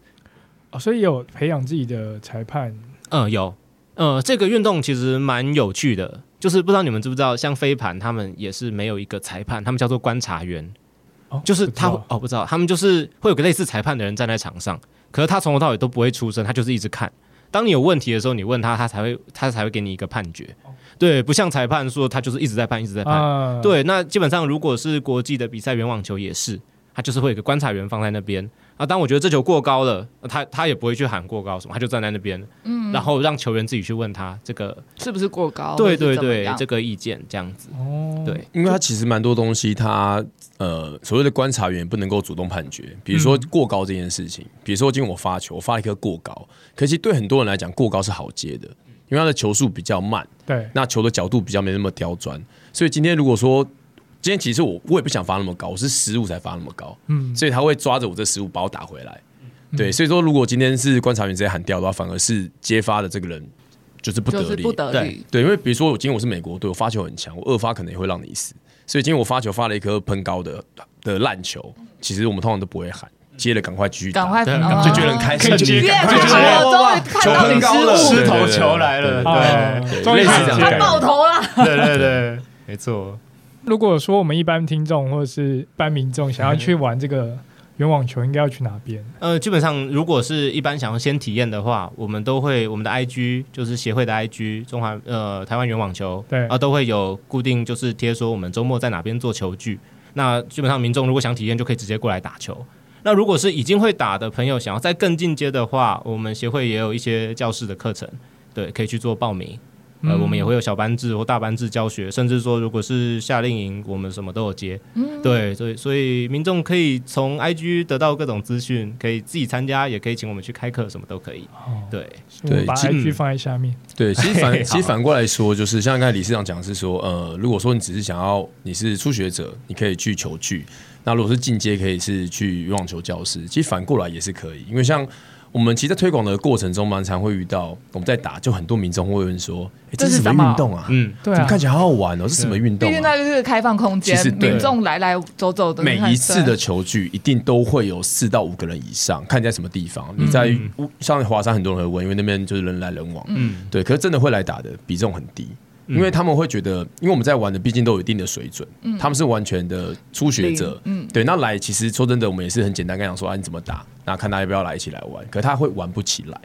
[SPEAKER 2] 哦、所以有培养自己的裁判
[SPEAKER 5] 嗯，有，呃，这个运动其实蛮有趣的，就是不知道你们知不知道，像飞盘他们也是没有一个裁判，他们叫做观察员，
[SPEAKER 2] 哦
[SPEAKER 5] 就是
[SPEAKER 2] 不知
[SPEAKER 5] 他
[SPEAKER 2] 道
[SPEAKER 5] 会哦不知道，他们就是会有个类似裁判的人站在场上，可是他从头到尾都不会出声，他就是一直看。当你有问题的时候，你问他，他才会他才会给你一个判决。
[SPEAKER 3] 哦
[SPEAKER 5] 对，不像裁判说他就是一直在判，一直在判。
[SPEAKER 2] 啊，，
[SPEAKER 5] 对，那基本上如果是国际的比赛，圆网球也是，他就是会有一个观察员放在那边。啊，当我觉得这球过高了，那他他也不会去喊过高什么，他就站在那边，嗯，然后让球员自己去问他这个，
[SPEAKER 1] 是不是过高？
[SPEAKER 5] 对对
[SPEAKER 1] 或哦是怎
[SPEAKER 5] 对
[SPEAKER 1] 么，样嗯
[SPEAKER 5] 这个意见这样子，
[SPEAKER 2] 哦，
[SPEAKER 5] 对，
[SPEAKER 3] 因为他其实蛮多东西他，呃所谓的观察员不能够主动判决，比如说过高这件事情，比如说今天我发球，我发了一颗过高，可其实对很多人来讲，过高是好接的，因为他的球速比较慢，
[SPEAKER 2] 对，
[SPEAKER 3] 那球的角度比较没那么刁钻，所以今天如果说今天其实我我也不想发那么高，我是十五才发那么高，
[SPEAKER 2] 嗯，
[SPEAKER 3] 所以他会抓着我这十五把我打回来。对，所以说如果今天是观察员直接喊掉的话，反而是揭发的这个人就是不得
[SPEAKER 1] 就是
[SPEAKER 3] 力，
[SPEAKER 1] 不得
[SPEAKER 5] 对
[SPEAKER 1] 力。
[SPEAKER 3] 对，因为比如说我今天我是美国队，我发球很强，我二发可能也会让你死，所以今天我发球发了一颗喷高的的烂球，其实我们通常都不会喊，接了赶快继续打，
[SPEAKER 1] 赶快
[SPEAKER 5] 对
[SPEAKER 1] 哦
[SPEAKER 3] 就觉得很开心，
[SPEAKER 5] 可以
[SPEAKER 3] 就
[SPEAKER 5] 接
[SPEAKER 3] 觉
[SPEAKER 1] 耶
[SPEAKER 3] 得
[SPEAKER 5] 赶快
[SPEAKER 1] 终
[SPEAKER 5] 去
[SPEAKER 1] 于我终于看到
[SPEAKER 5] 接
[SPEAKER 1] 你
[SPEAKER 3] 球很高了
[SPEAKER 1] 失
[SPEAKER 5] 狮
[SPEAKER 1] 误，
[SPEAKER 5] 头球来了，对
[SPEAKER 2] 哦
[SPEAKER 3] 对
[SPEAKER 2] 终于
[SPEAKER 3] 类似
[SPEAKER 2] 喊
[SPEAKER 3] 这样
[SPEAKER 1] 他
[SPEAKER 2] 出来
[SPEAKER 3] 的概
[SPEAKER 1] 爆
[SPEAKER 3] 念
[SPEAKER 1] 头啦！
[SPEAKER 5] 对对对，没错，
[SPEAKER 2] 如果说我们一般听众或者是一般民众想要去玩这个圆网球，应该要去哪边？
[SPEAKER 5] 呃，基本上如果是一般想要先体验的话，我们都会我们的 IG 就是协会的 IG 中华呃台湾圆网球，
[SPEAKER 2] 对
[SPEAKER 5] 啊都会有固定就是贴说我们周末在哪边做球具。那基本上民众如果想体验，就可以直接过来打球。那如果是已经会打的朋友，想要再更进阶的话，我们协会也有一些教室的课程，对，可以去做报名。呃，
[SPEAKER 2] 嗯
[SPEAKER 5] 我们也会有小班制或大班制教学，甚至说如果是夏令营，我们什么都有接。对，所以所以民众可以从 IG 得到各种资讯，可以自己参加，也可以请我们去开课，什么都可以。
[SPEAKER 2] 哦，
[SPEAKER 5] 对，
[SPEAKER 2] 所以我
[SPEAKER 3] 对
[SPEAKER 2] 把
[SPEAKER 3] 基
[SPEAKER 2] IG 放在下面，
[SPEAKER 3] 对，其
[SPEAKER 1] 啊
[SPEAKER 3] 实
[SPEAKER 5] 嘿
[SPEAKER 3] 反
[SPEAKER 5] 好
[SPEAKER 3] 其实反过来说，就是像刚才理事长讲的是说，呃，如果说你只是想要你是初学者，你可以去球具；那如果是进阶，可以是去网球教室。其实反过来也是可以，因为像我们其实，在推广的过程中，蛮常会遇到我们在打，就很多民众会问说：“哎、
[SPEAKER 1] 这
[SPEAKER 3] 这
[SPEAKER 1] 是
[SPEAKER 3] 是什
[SPEAKER 1] 什
[SPEAKER 3] 么
[SPEAKER 1] 么
[SPEAKER 3] 运动啊？
[SPEAKER 5] 嗯，
[SPEAKER 2] 对啊
[SPEAKER 3] 怎么，看起来好好玩哦？这是什么运动
[SPEAKER 1] 毕、竟
[SPEAKER 3] 啊
[SPEAKER 1] 那就是个开放空间
[SPEAKER 3] 其实，对
[SPEAKER 1] 民众来来走走？”的，
[SPEAKER 3] 每
[SPEAKER 1] 很
[SPEAKER 3] 一次的
[SPEAKER 1] 深
[SPEAKER 3] 球具一定都会有四到五个人以上，看你在什么地方。
[SPEAKER 1] 嗯
[SPEAKER 3] 你在像华山，很多人会问，因为那边就是人来人往。
[SPEAKER 5] 嗯，
[SPEAKER 3] 对，可是真的会来打的比重很低，
[SPEAKER 1] 嗯
[SPEAKER 3] 因为他们会觉得，因为我们在玩的毕竟都有一定的水准，他们是完全的初学者，
[SPEAKER 1] 零嗯
[SPEAKER 3] 对，那来其实说真的，我们也是很简单跟他讲说啊你怎么打，那看他要不要来一起来玩，可他会玩不起来，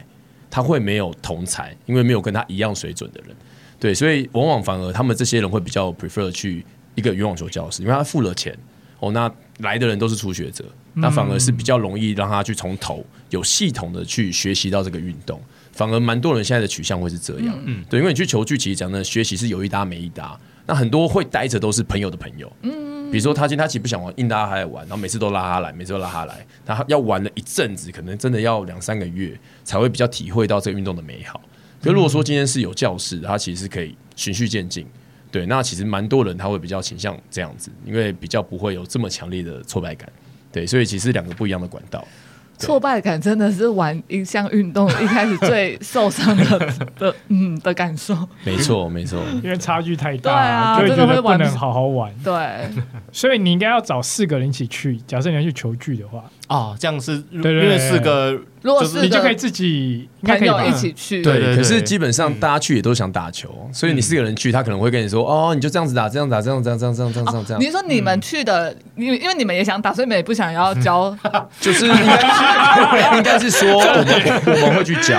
[SPEAKER 3] 他会没有同才，因为没有跟他一样水准的人，对，所以往往反而他们这些人会比较 prefer 去一个羽网球教室，因为他付了钱，哦，那来的人都是初学者，那反而是比较容易让他去从头有系统的去学习到这个运动。反而蛮多人现在的取向会是这样，嗯，对，因为你去球具，其实讲真的学习是有一搭没一搭。那很多会待着都是朋友的朋友，嗯，比如说他今天他其实不想玩，硬拉他来玩，然后每次都拉他来，每次都拉他来，他要玩了一阵子，可能真的要两三个月才会比较体会到这个运动的美好。可如果说今天是有教室，它其实是可以循序渐进。对，那其实蛮多人他会比较倾向这样子，因为比较不会有这么强烈的挫败感。对，所以其实两个不一样的管道。
[SPEAKER 1] 挫败感真的是玩一项运动一开始最受伤的的嗯的感受。
[SPEAKER 3] 没错，没错。
[SPEAKER 2] 因为差距太大，
[SPEAKER 1] 对啊
[SPEAKER 2] 就会觉
[SPEAKER 1] 真的
[SPEAKER 2] 得
[SPEAKER 1] 会
[SPEAKER 2] 不
[SPEAKER 1] 玩
[SPEAKER 2] 能好好玩。
[SPEAKER 1] 对，
[SPEAKER 2] 所以你应该要找四个人一起去。假设你要去球具的话，
[SPEAKER 5] 哦，这样是因
[SPEAKER 2] 对对
[SPEAKER 5] 为四个
[SPEAKER 1] 如果
[SPEAKER 5] 就是
[SPEAKER 2] 你就可以
[SPEAKER 1] 个
[SPEAKER 2] 自己应
[SPEAKER 1] 朋
[SPEAKER 2] 该可以
[SPEAKER 1] 友
[SPEAKER 2] 吧
[SPEAKER 1] 一起去，
[SPEAKER 5] 对
[SPEAKER 3] 可是基本上大家去也都想打球，所以你四个人去，他可能会跟你说：“哦，你就这样子打，这样打，这样这样这样这样这样这样这
[SPEAKER 1] 你
[SPEAKER 3] 样。
[SPEAKER 1] 是说你们去的，因为因为你们也想打，所以你们也不想要交，”
[SPEAKER 3] 就是应该是应该是说我们我们会去教，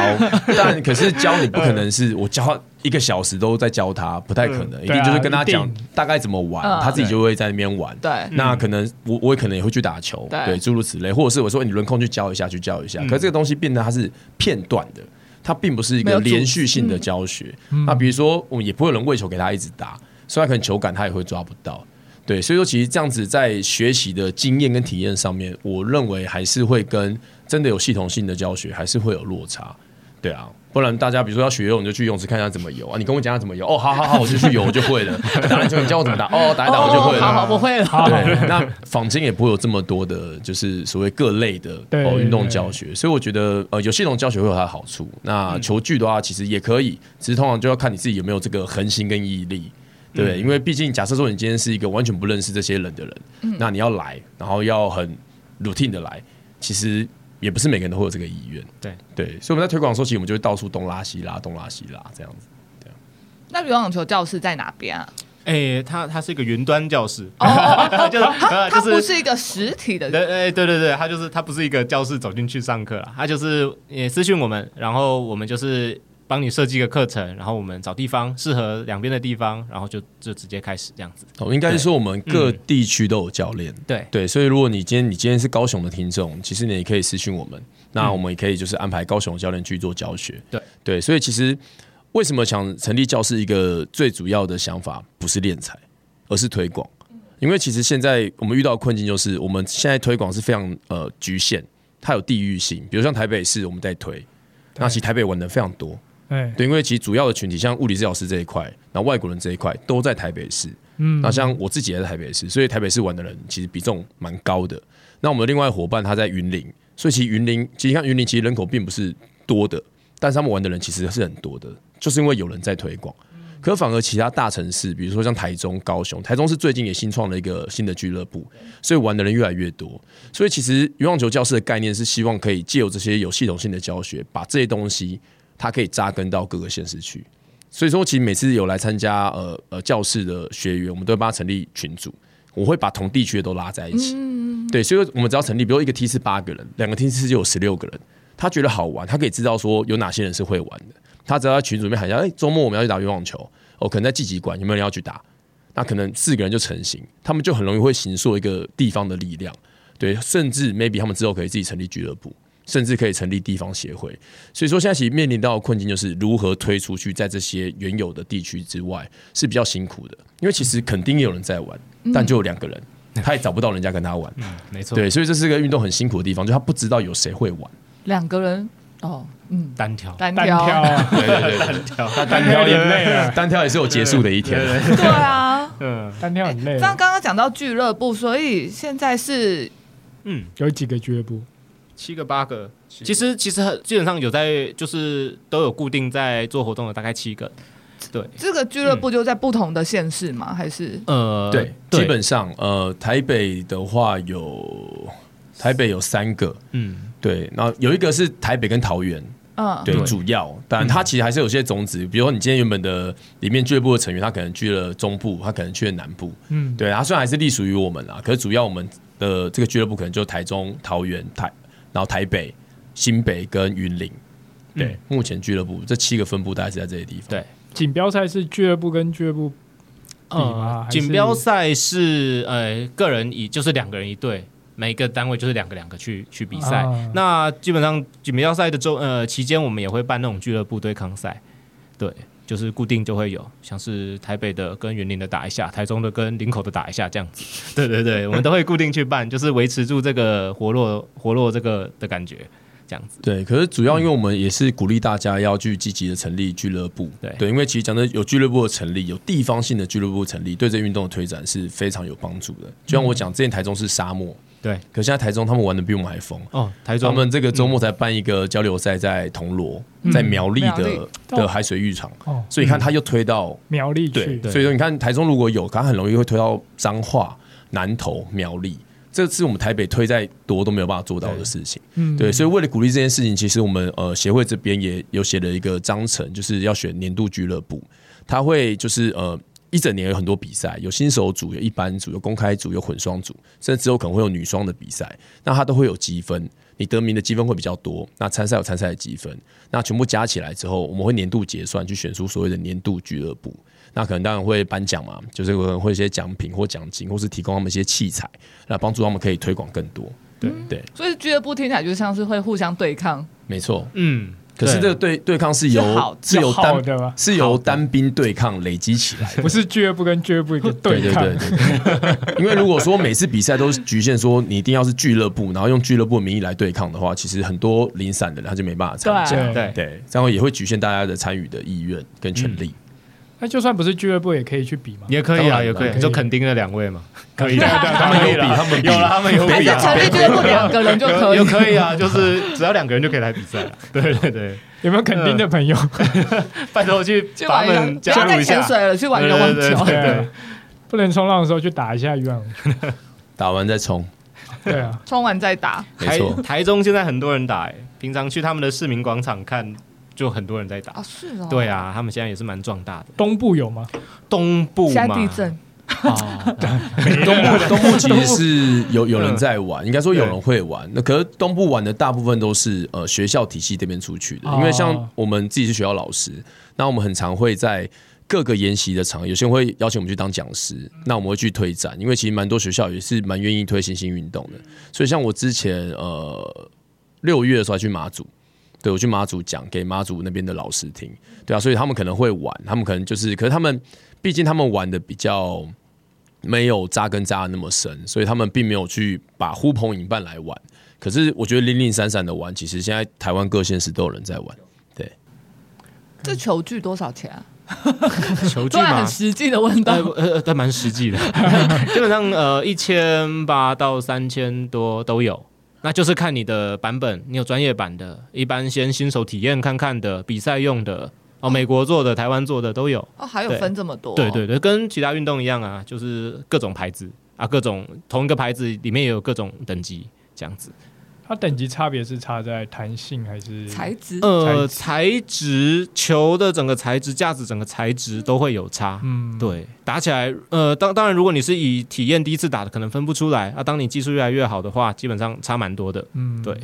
[SPEAKER 3] 但可是教你不可能是我教他一个小时都在教他，不太可能，一
[SPEAKER 2] 对
[SPEAKER 3] 定
[SPEAKER 2] 啊
[SPEAKER 3] 就是跟他
[SPEAKER 2] 一
[SPEAKER 3] 讲
[SPEAKER 2] 定
[SPEAKER 3] 大概怎么玩
[SPEAKER 1] 嗯，
[SPEAKER 3] 他自己就会在那边玩。
[SPEAKER 1] 对
[SPEAKER 3] 那可能我我也可能也会去打球，
[SPEAKER 1] 对
[SPEAKER 3] 对，诸如此类，或者是我说你轮空去教一下，去教一
[SPEAKER 2] 嗯
[SPEAKER 3] 下。可是这个东西变得它是片段的，它并不是一
[SPEAKER 1] 没有嗯
[SPEAKER 3] 个
[SPEAKER 1] 组织
[SPEAKER 3] 连续性的教学。那比如说，我们也不会有人喂球给他一直打，所以他可能球感他也会抓不到。对，所以说其实这样子在学习的经验跟体验上面，我认为还是会跟真的有系统性的教学还是会有落差。对啊，不然大家比如说要学游泳，你就去泳池看一下怎么游啊。你跟我讲一下怎么游，哦，好好好，我就去游，我就会了。 打篮球你教我怎么打，哦，打一打我就
[SPEAKER 1] 哦
[SPEAKER 3] 会了。
[SPEAKER 1] 好好，我会了。
[SPEAKER 3] 对， 那坊间也不会有这么多的，就是所谓各类的
[SPEAKER 2] 对
[SPEAKER 3] 哦运动
[SPEAKER 2] 对
[SPEAKER 3] 教学，所以我觉得呃有系统教学会有它的好处。那球具的话，其实也可以，只是通常就要看你自己有没有这个恒心跟毅力。对不对，因为毕竟假设说你今天是一个完全不认识这些人的人，那你要来，然后要很 routine 的来，其实也不是每个人都会有这个意愿。
[SPEAKER 5] 对
[SPEAKER 3] 对，所以我们在推广的时候，其实我们就会到处东拉西拉，东拉西拉这样子。
[SPEAKER 1] 那游泳球教室在哪边啊？
[SPEAKER 5] 哎，它它是一个云端教室， 就是呃
[SPEAKER 1] 它不
[SPEAKER 5] 就是。
[SPEAKER 1] 是一个实体的，
[SPEAKER 5] 对，哎，对对对，它就是它不是一个教室走进去上课啦，它就是也私讯我们，然后我们就是帮你设计一个课程，然后我们找地方适合两边的地方，然后就就直接开始这样子。
[SPEAKER 3] 哦，应该是
[SPEAKER 5] 对
[SPEAKER 3] 说我们各地区都有教练，
[SPEAKER 5] 对，
[SPEAKER 3] 对，所以如果你今天你今天是高雄的听众，其实你也可以私讯我们，那我们也可以就是安排高雄的教练去做教学。
[SPEAKER 5] 嗯对
[SPEAKER 3] 对，所以其实为什么想成立教室，一个最主要的想法不是练才，而是推广。因为其实现在我们遇到的困境就是，我们现在推广是非常呃局限，它有地域性。比如像台北市，我们在推，那其实台北玩的非常多，
[SPEAKER 2] 哎，
[SPEAKER 5] 嗯
[SPEAKER 3] 对，因为其实主要的群体，像物理治疗师这一块，然后外国人这一块都在台北市。
[SPEAKER 2] 嗯
[SPEAKER 3] 嗯，那像我自己也在台北市，所以台北市玩的人其实比重蛮高的。那我们另外伙伴他在云林，所以其实云林，其实像云林其实人口并不是多的，但是他们玩的人其实是很多的，就是因为有人在推广。可反而其他大城市，比如说像台中、高雄，台中是最近也新创了一个新的俱乐部，所以玩的人越来越多。所以其实游泳球教室的概念是希望可以借由这些有系统性的教学，把这些东西它可以扎根到各个县市去。所以说，其实每次有来参加呃呃教室的学员，我们都会帮他成立群组，我会把同地区的都拉在一起。对，所以说我们只要成立，比如一个梯次八个人，两个梯次就有十六个人。他觉得好玩，他可以知道说有哪些人是会玩的。他只要在群组里面喊一下，哎、周末我们要去打游泳球，哦，可能在季集馆有没有人要去打？那可能四个人就成型，他们就很容易会形塑一个地方的力量。对，甚至 maybe 他们之后可以自己成立俱乐部，甚至可以成立地方协会。所以说，现在其实面临到的困境就是如何推出去，在这些原有的地区之外是比较辛苦的，因为其实肯定也有人在玩，但就有两个人，他也找不到人家跟他玩。
[SPEAKER 5] 嗯没错，
[SPEAKER 3] 对，所以这是个运动很辛苦的地方，就他不知道有谁会玩。
[SPEAKER 1] 两个人哦，嗯，
[SPEAKER 5] 单挑，
[SPEAKER 1] 单
[SPEAKER 2] 单挑
[SPEAKER 1] 挑，
[SPEAKER 2] 啊，
[SPEAKER 3] 对对对，
[SPEAKER 5] 挑，
[SPEAKER 3] 他单挑 也
[SPEAKER 2] 有点累啊了
[SPEAKER 3] 单挑也是有结束的一天。
[SPEAKER 1] 对啊。
[SPEAKER 5] 嗯，
[SPEAKER 2] 单挑很累
[SPEAKER 1] 像，刚刚讲到俱乐部，所以现在是
[SPEAKER 2] 有几个俱乐部？
[SPEAKER 5] 嗯七个八个，其实其实很基本上有在就是都有固定在做活动的，大概七个。对，
[SPEAKER 1] 这个俱乐部就在不同的县市吗？还是
[SPEAKER 5] 呃
[SPEAKER 3] 对，基本上呃，台北的话有台北有三个，
[SPEAKER 5] 嗯，
[SPEAKER 3] 对，然后有一个是台北跟桃园，
[SPEAKER 1] 嗯，
[SPEAKER 3] 对，嗯
[SPEAKER 5] 对
[SPEAKER 3] 主要，但它其实还是有些种子，比如说你今天原本的里面俱乐部的成员，他可能去了中部，他可能去了南部，
[SPEAKER 2] 嗯，
[SPEAKER 3] 对，他啊虽然还是隶属于我们啦，可是主要我们的这个俱乐部可能就台中、桃园、台，然后台北、新北跟云林，对，
[SPEAKER 5] 嗯
[SPEAKER 3] 目前俱乐部这七个分部大概是在这些地方，
[SPEAKER 5] 对
[SPEAKER 2] 锦标赛是俱乐部跟俱乐部比吗
[SPEAKER 5] 呃
[SPEAKER 2] 还，是
[SPEAKER 5] 锦标赛是呃个人一，就是两个人一队，每个单位就是两个两个去去比赛。
[SPEAKER 2] 啊
[SPEAKER 5] 那基本上锦标赛的周呃期间，我们也会办那种俱乐部对抗赛，对，就是固定就会有，像是台北的跟云林的打一下，台中的跟林口的打一下这样子。 对对对，我们都会固定去办，就是维持住这个活络活络这个的感觉，这样子。
[SPEAKER 3] 对，可是主要因为我们也是鼓励大家要去积极的成立俱乐部，
[SPEAKER 5] 对
[SPEAKER 3] 因为其实讲真的有俱乐部的成立，有地方性的俱乐部成立，对这运动的推展是非常有帮助的。就像我讲，之前台中是沙漠，
[SPEAKER 5] 嗯对，
[SPEAKER 3] 可现在台中他们玩的比我们还疯。
[SPEAKER 5] 哦，台
[SPEAKER 3] 他
[SPEAKER 5] 中嗯
[SPEAKER 3] 们这个周末才办一个交流赛，在铜锣，在苗栗
[SPEAKER 1] 苗栗
[SPEAKER 3] 的的海水浴场，
[SPEAKER 2] 哦，
[SPEAKER 3] 所以你看他又推到
[SPEAKER 2] 苗栗
[SPEAKER 3] 对
[SPEAKER 2] 去，
[SPEAKER 5] 对
[SPEAKER 3] 所以说你看台中如果有，它很容易会推到彰化、南投、苗栗这是我们台北推再多都没有办法做到的事情。
[SPEAKER 2] 嗯，
[SPEAKER 3] 对，所以为了鼓励这件事情，其实我们呃协会这边也有写了一个章程，就是要选年度俱乐部，他会就是呃一整年有很多比赛，有新手组、有一般组、有公开组、有混双组，甚至之后可能会有女双的比赛，那它都会有积分，你得名的积分会比较多，那参赛有参赛的积分，那全部加起来之后，我们会年度结算去选出所谓的年度俱乐部。那可能当然会颁奖嘛，就是可能会一些奖品或奖金，或是提供他们一些器材，那帮助他们可以推广更多。对对，
[SPEAKER 1] 所以俱乐部听起来就像是会互相对抗，
[SPEAKER 3] 没错。
[SPEAKER 4] 嗯，
[SPEAKER 3] 可是这个对对抗是
[SPEAKER 1] 是
[SPEAKER 3] 由
[SPEAKER 1] 好
[SPEAKER 3] 是由
[SPEAKER 2] 好
[SPEAKER 3] 单
[SPEAKER 2] 的吗
[SPEAKER 3] 是由单兵对抗累积起来的。
[SPEAKER 2] 哦不是俱乐部跟俱乐部的
[SPEAKER 3] 对
[SPEAKER 2] 抗，
[SPEAKER 3] 对对对因为如果说每次比赛都是局限说你一定要是俱乐部，然后用俱乐部的名义来对抗的话，其实很多零散的人他就没办法参加。
[SPEAKER 1] 对
[SPEAKER 4] 对，
[SPEAKER 3] 对，这样也会局限大家的参与的意愿跟权利。
[SPEAKER 2] 嗯那哎就算不是俱乐部也可以去比嘛。
[SPEAKER 5] 也可以
[SPEAKER 3] 当
[SPEAKER 5] 啊，
[SPEAKER 3] 然
[SPEAKER 5] 也可
[SPEAKER 3] 可
[SPEAKER 5] 以，
[SPEAKER 2] 以
[SPEAKER 5] 就肯定那两位嘛， 可以
[SPEAKER 2] 对
[SPEAKER 5] 啊，
[SPEAKER 2] 啊对啊
[SPEAKER 5] 他们有比，他们有了，他们有
[SPEAKER 1] 还
[SPEAKER 5] 比
[SPEAKER 1] 是
[SPEAKER 5] 啊，
[SPEAKER 1] 成立俱乐部两个人就可
[SPEAKER 5] 有有
[SPEAKER 1] 以？
[SPEAKER 5] 可以啊， 就是只要两个人就可以来比 赛了。对对对，
[SPEAKER 2] 有没有肯定的朋友？
[SPEAKER 5] 拜托去
[SPEAKER 1] 去
[SPEAKER 5] 把
[SPEAKER 1] 玩
[SPEAKER 5] 他
[SPEAKER 1] 一下，
[SPEAKER 5] 们
[SPEAKER 1] 不
[SPEAKER 5] 加
[SPEAKER 1] 要
[SPEAKER 5] 入
[SPEAKER 1] 再
[SPEAKER 5] 一
[SPEAKER 1] 潜
[SPEAKER 5] 下。
[SPEAKER 1] 水了，去玩
[SPEAKER 5] 对
[SPEAKER 1] 游
[SPEAKER 5] 对对
[SPEAKER 1] 泳球。
[SPEAKER 5] 对对，啊
[SPEAKER 2] 不能冲浪的时候去打一下 渔网球。
[SPEAKER 3] 打完再冲，
[SPEAKER 2] 对啊，
[SPEAKER 1] 冲完再打，
[SPEAKER 3] 没
[SPEAKER 5] 台
[SPEAKER 3] 错。
[SPEAKER 5] 台中现在很多人打、欸，平常去他们的市民广场看，就很多人在打。
[SPEAKER 1] 啊，是哦，
[SPEAKER 5] 对，啊，他们现在也是蛮壮大的。
[SPEAKER 2] 东部有吗？
[SPEAKER 5] 东部
[SPEAKER 1] 现在
[SPEAKER 5] 嘛，
[SPEAKER 1] 地震，
[SPEAKER 5] 哦
[SPEAKER 3] 东部东部其实是有有人在玩，应该说有人会玩。那可是东部玩的大部分都是呃学校体系这边出去的，因为像
[SPEAKER 2] 哦
[SPEAKER 3] 我们自己是学校老师，那我们很常会在。各个研习的场合，有些人会邀请我们去当讲师，那我们会去推展，因为其实蛮多学校也是蛮愿意推新兴运动的。所以像我之前呃六月的时候还去马祖，对我去马祖讲给马祖那边的老师听，对啊，所以他们可能会玩，他们可能就是，可是他们毕竟他们玩的比较没有扎根扎的那么深，所以他们并没有去把呼朋引伴来玩。可是我觉得零零散散的玩，其实现在台湾各县市都有人在玩。
[SPEAKER 1] 这球具多少钱啊？
[SPEAKER 5] 球具
[SPEAKER 1] 突然
[SPEAKER 5] 嘛
[SPEAKER 1] 很，实际的问到
[SPEAKER 5] 呃，呃，但蛮实际的， 基本上呃一千八到三千多都有，那就是看你的版本，你有专业版的，一般先新手体验看看的，比赛用的，哦，美国做的、台湾做的都有。
[SPEAKER 1] 哦，还有
[SPEAKER 5] 对
[SPEAKER 1] 分这么多，
[SPEAKER 5] 对对对，跟其他运动一样啊，就是各种牌子啊，各种同一个牌子里面也有各种等级这样子。
[SPEAKER 2] 它等级差别是差在弹性还是
[SPEAKER 1] 材质
[SPEAKER 5] 呃，材质球的整个材质、架子整个材质都会有差。
[SPEAKER 2] 嗯，
[SPEAKER 5] 对，打起来，呃，当当然，如果你是以体验第一次打的，可能分不出来啊。当你技术越来越好的话，基本上差蛮多的。
[SPEAKER 2] 嗯
[SPEAKER 5] 对，。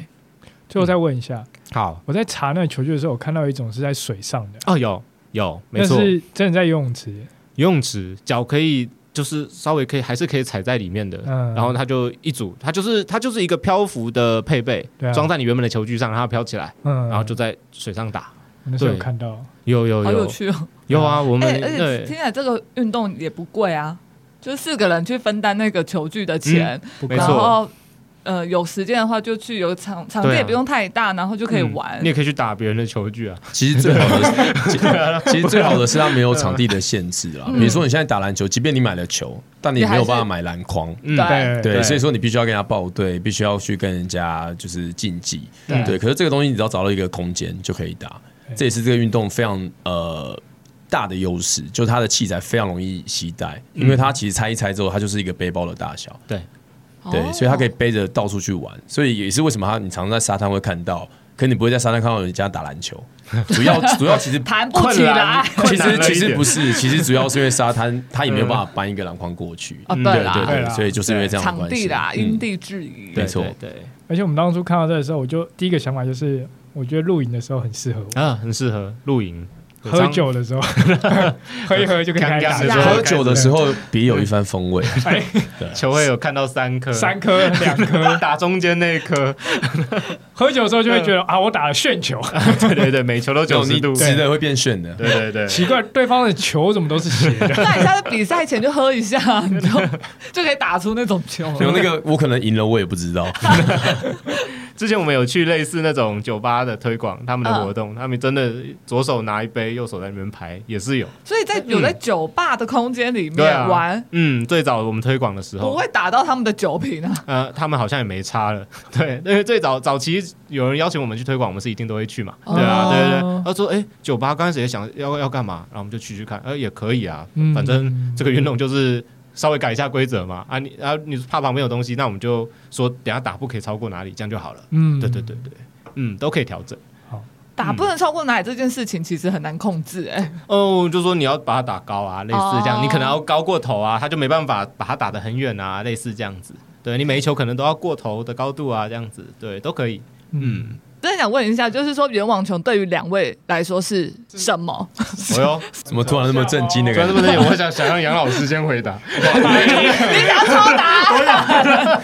[SPEAKER 2] 最后再问一下，
[SPEAKER 5] 好，
[SPEAKER 2] 我在查那个球具的时候，我看到一种是在水上的，
[SPEAKER 5] 哦，有有，没
[SPEAKER 2] 那
[SPEAKER 5] 错，游
[SPEAKER 2] 是真的在游泳池。
[SPEAKER 5] 泳池脚可以就是稍微可以还是可以踩在里面的，
[SPEAKER 2] 嗯
[SPEAKER 5] 然后它就一组，它就是它就是一个漂浮的配备，
[SPEAKER 2] 对啊
[SPEAKER 5] 装在你原本的球具上，让它飘起来，
[SPEAKER 2] 嗯，
[SPEAKER 5] 然后就在水上打。
[SPEAKER 2] 我那时候有
[SPEAKER 5] 对
[SPEAKER 2] 看到，
[SPEAKER 5] 有有
[SPEAKER 1] 好有
[SPEAKER 5] 有
[SPEAKER 1] 趣哦。
[SPEAKER 5] 有啊，我们
[SPEAKER 1] 哎，而且听
[SPEAKER 5] 对
[SPEAKER 1] 起来这个运动也不贵啊，就是四个人去分担那个球具的钱，
[SPEAKER 2] 不
[SPEAKER 5] 没
[SPEAKER 1] 然
[SPEAKER 5] 错
[SPEAKER 1] 后呃有时间的话就去有场场地
[SPEAKER 5] 对啊
[SPEAKER 1] 也不用太大，然后就可以玩
[SPEAKER 5] 嗯你。也可以去打别人的球具啊。
[SPEAKER 3] 其实最好的是，其其实最好的是它没有场地的限制啦。比如说你现在打篮球，即便你买了球，但你没有办法买篮筐。
[SPEAKER 5] 嗯，
[SPEAKER 1] 对
[SPEAKER 3] 对，
[SPEAKER 5] 对
[SPEAKER 3] 所以说你必须要跟人家报队，必须要去跟人家就是竞技。
[SPEAKER 2] 对
[SPEAKER 3] 对，可是这个东西你只要找到一个空间就可以打，
[SPEAKER 2] 对
[SPEAKER 3] 这也是这个运动非常呃大的优势，就是它的器材非常容易携带，因为它其实拆一拆之后，它就是一个背包的大小，
[SPEAKER 1] 哦
[SPEAKER 3] 对，所以它可以背着到处去玩，所以也是为什么它你常常在沙滩会看到，可你不会在沙滩看到人家打篮球，主要主要其实。
[SPEAKER 1] 弹不起
[SPEAKER 5] 困难
[SPEAKER 1] 来。
[SPEAKER 3] 其
[SPEAKER 5] 困难
[SPEAKER 3] 实
[SPEAKER 5] 了一
[SPEAKER 3] 其实
[SPEAKER 5] 点
[SPEAKER 3] 不是，其实主要是因为沙滩它也没有办法搬一个篮筐过去，
[SPEAKER 1] 啊，
[SPEAKER 5] 对
[SPEAKER 1] 啦，
[SPEAKER 3] 对
[SPEAKER 2] 对
[SPEAKER 3] 对
[SPEAKER 2] 啦
[SPEAKER 3] 所以就是因为这样的
[SPEAKER 1] 场
[SPEAKER 3] 关
[SPEAKER 1] 地
[SPEAKER 3] 系
[SPEAKER 1] 啦，
[SPEAKER 3] 嗯
[SPEAKER 1] 因地制宜。
[SPEAKER 3] 对
[SPEAKER 5] 对
[SPEAKER 3] 没错
[SPEAKER 5] 对，对
[SPEAKER 2] 而且我们当初看到这的时候，我就第一个想法就是，我觉得露营的时候很适合我，
[SPEAKER 5] 啊，很适合露营，
[SPEAKER 2] 喝酒的时候喝一喝就可以开始打
[SPEAKER 1] 干干的时候
[SPEAKER 3] 喝酒的时候别有一番风味啊。
[SPEAKER 5] 球会有看到三颗，
[SPEAKER 2] 三颗两颗，
[SPEAKER 5] 打中间那一颗，
[SPEAKER 2] 喝酒的时候就会觉得啊，我打了炫球，
[SPEAKER 5] 对对对，每球都九
[SPEAKER 3] 有
[SPEAKER 5] 十
[SPEAKER 3] 你
[SPEAKER 5] 度，
[SPEAKER 3] 直的会变炫的，
[SPEAKER 5] 对对对，
[SPEAKER 2] 奇怪，对方的球怎么都是斜的？
[SPEAKER 1] 那你下次比赛前就喝一下，你就就可以打出那种球。
[SPEAKER 3] 有那个我可能赢了，我也不知道。
[SPEAKER 5] 之前我们有去类似那种酒吧的推广他们的活动，他们真的左手拿一杯，右手在那边拍，也是有。
[SPEAKER 1] 所以在有在酒吧的空间里
[SPEAKER 5] 对
[SPEAKER 1] 面
[SPEAKER 5] 啊，
[SPEAKER 1] 玩，
[SPEAKER 5] 嗯，最早我们推广的时
[SPEAKER 1] 不
[SPEAKER 5] 候，
[SPEAKER 1] 会打到他们的酒瓶啊。
[SPEAKER 5] 呃，他们好像也没差了。 对，因为最早早期有人邀请我们去推广，我们是一定都会去嘛。对啊，
[SPEAKER 1] 哦
[SPEAKER 5] 对对对。他说，哎，酒吧刚开始也想要要干嘛，然后我们就去去看，呃，也可以啊，
[SPEAKER 2] 嗯
[SPEAKER 5] 反正这个运动就是稍微改一下规则嘛。啊你，啊你怕旁边有东西，那我们就说等下打不可以超过哪里，这样就好了。
[SPEAKER 2] 嗯
[SPEAKER 5] 对对对对，嗯，都可以调整。
[SPEAKER 1] 打不能超过哪里这件事情其实很难控制哎、
[SPEAKER 5] 哦，就说你要把它打高啊，类似这
[SPEAKER 1] 哦
[SPEAKER 5] 样，你可能要高过头啊，他就没办法把它打得很远啊，类似这样子。对你每一球可能都要过头的高度啊，这样子，对，都可以。嗯，
[SPEAKER 1] 真的想问一下，就是说圆网球对于两位来说是什么？
[SPEAKER 5] 我哟，
[SPEAKER 3] 怎么突然那么震惊的
[SPEAKER 5] 突然
[SPEAKER 3] 感
[SPEAKER 5] 这
[SPEAKER 3] 觉？
[SPEAKER 5] 么累，我想想让杨老师先回答。
[SPEAKER 1] 你想要超答？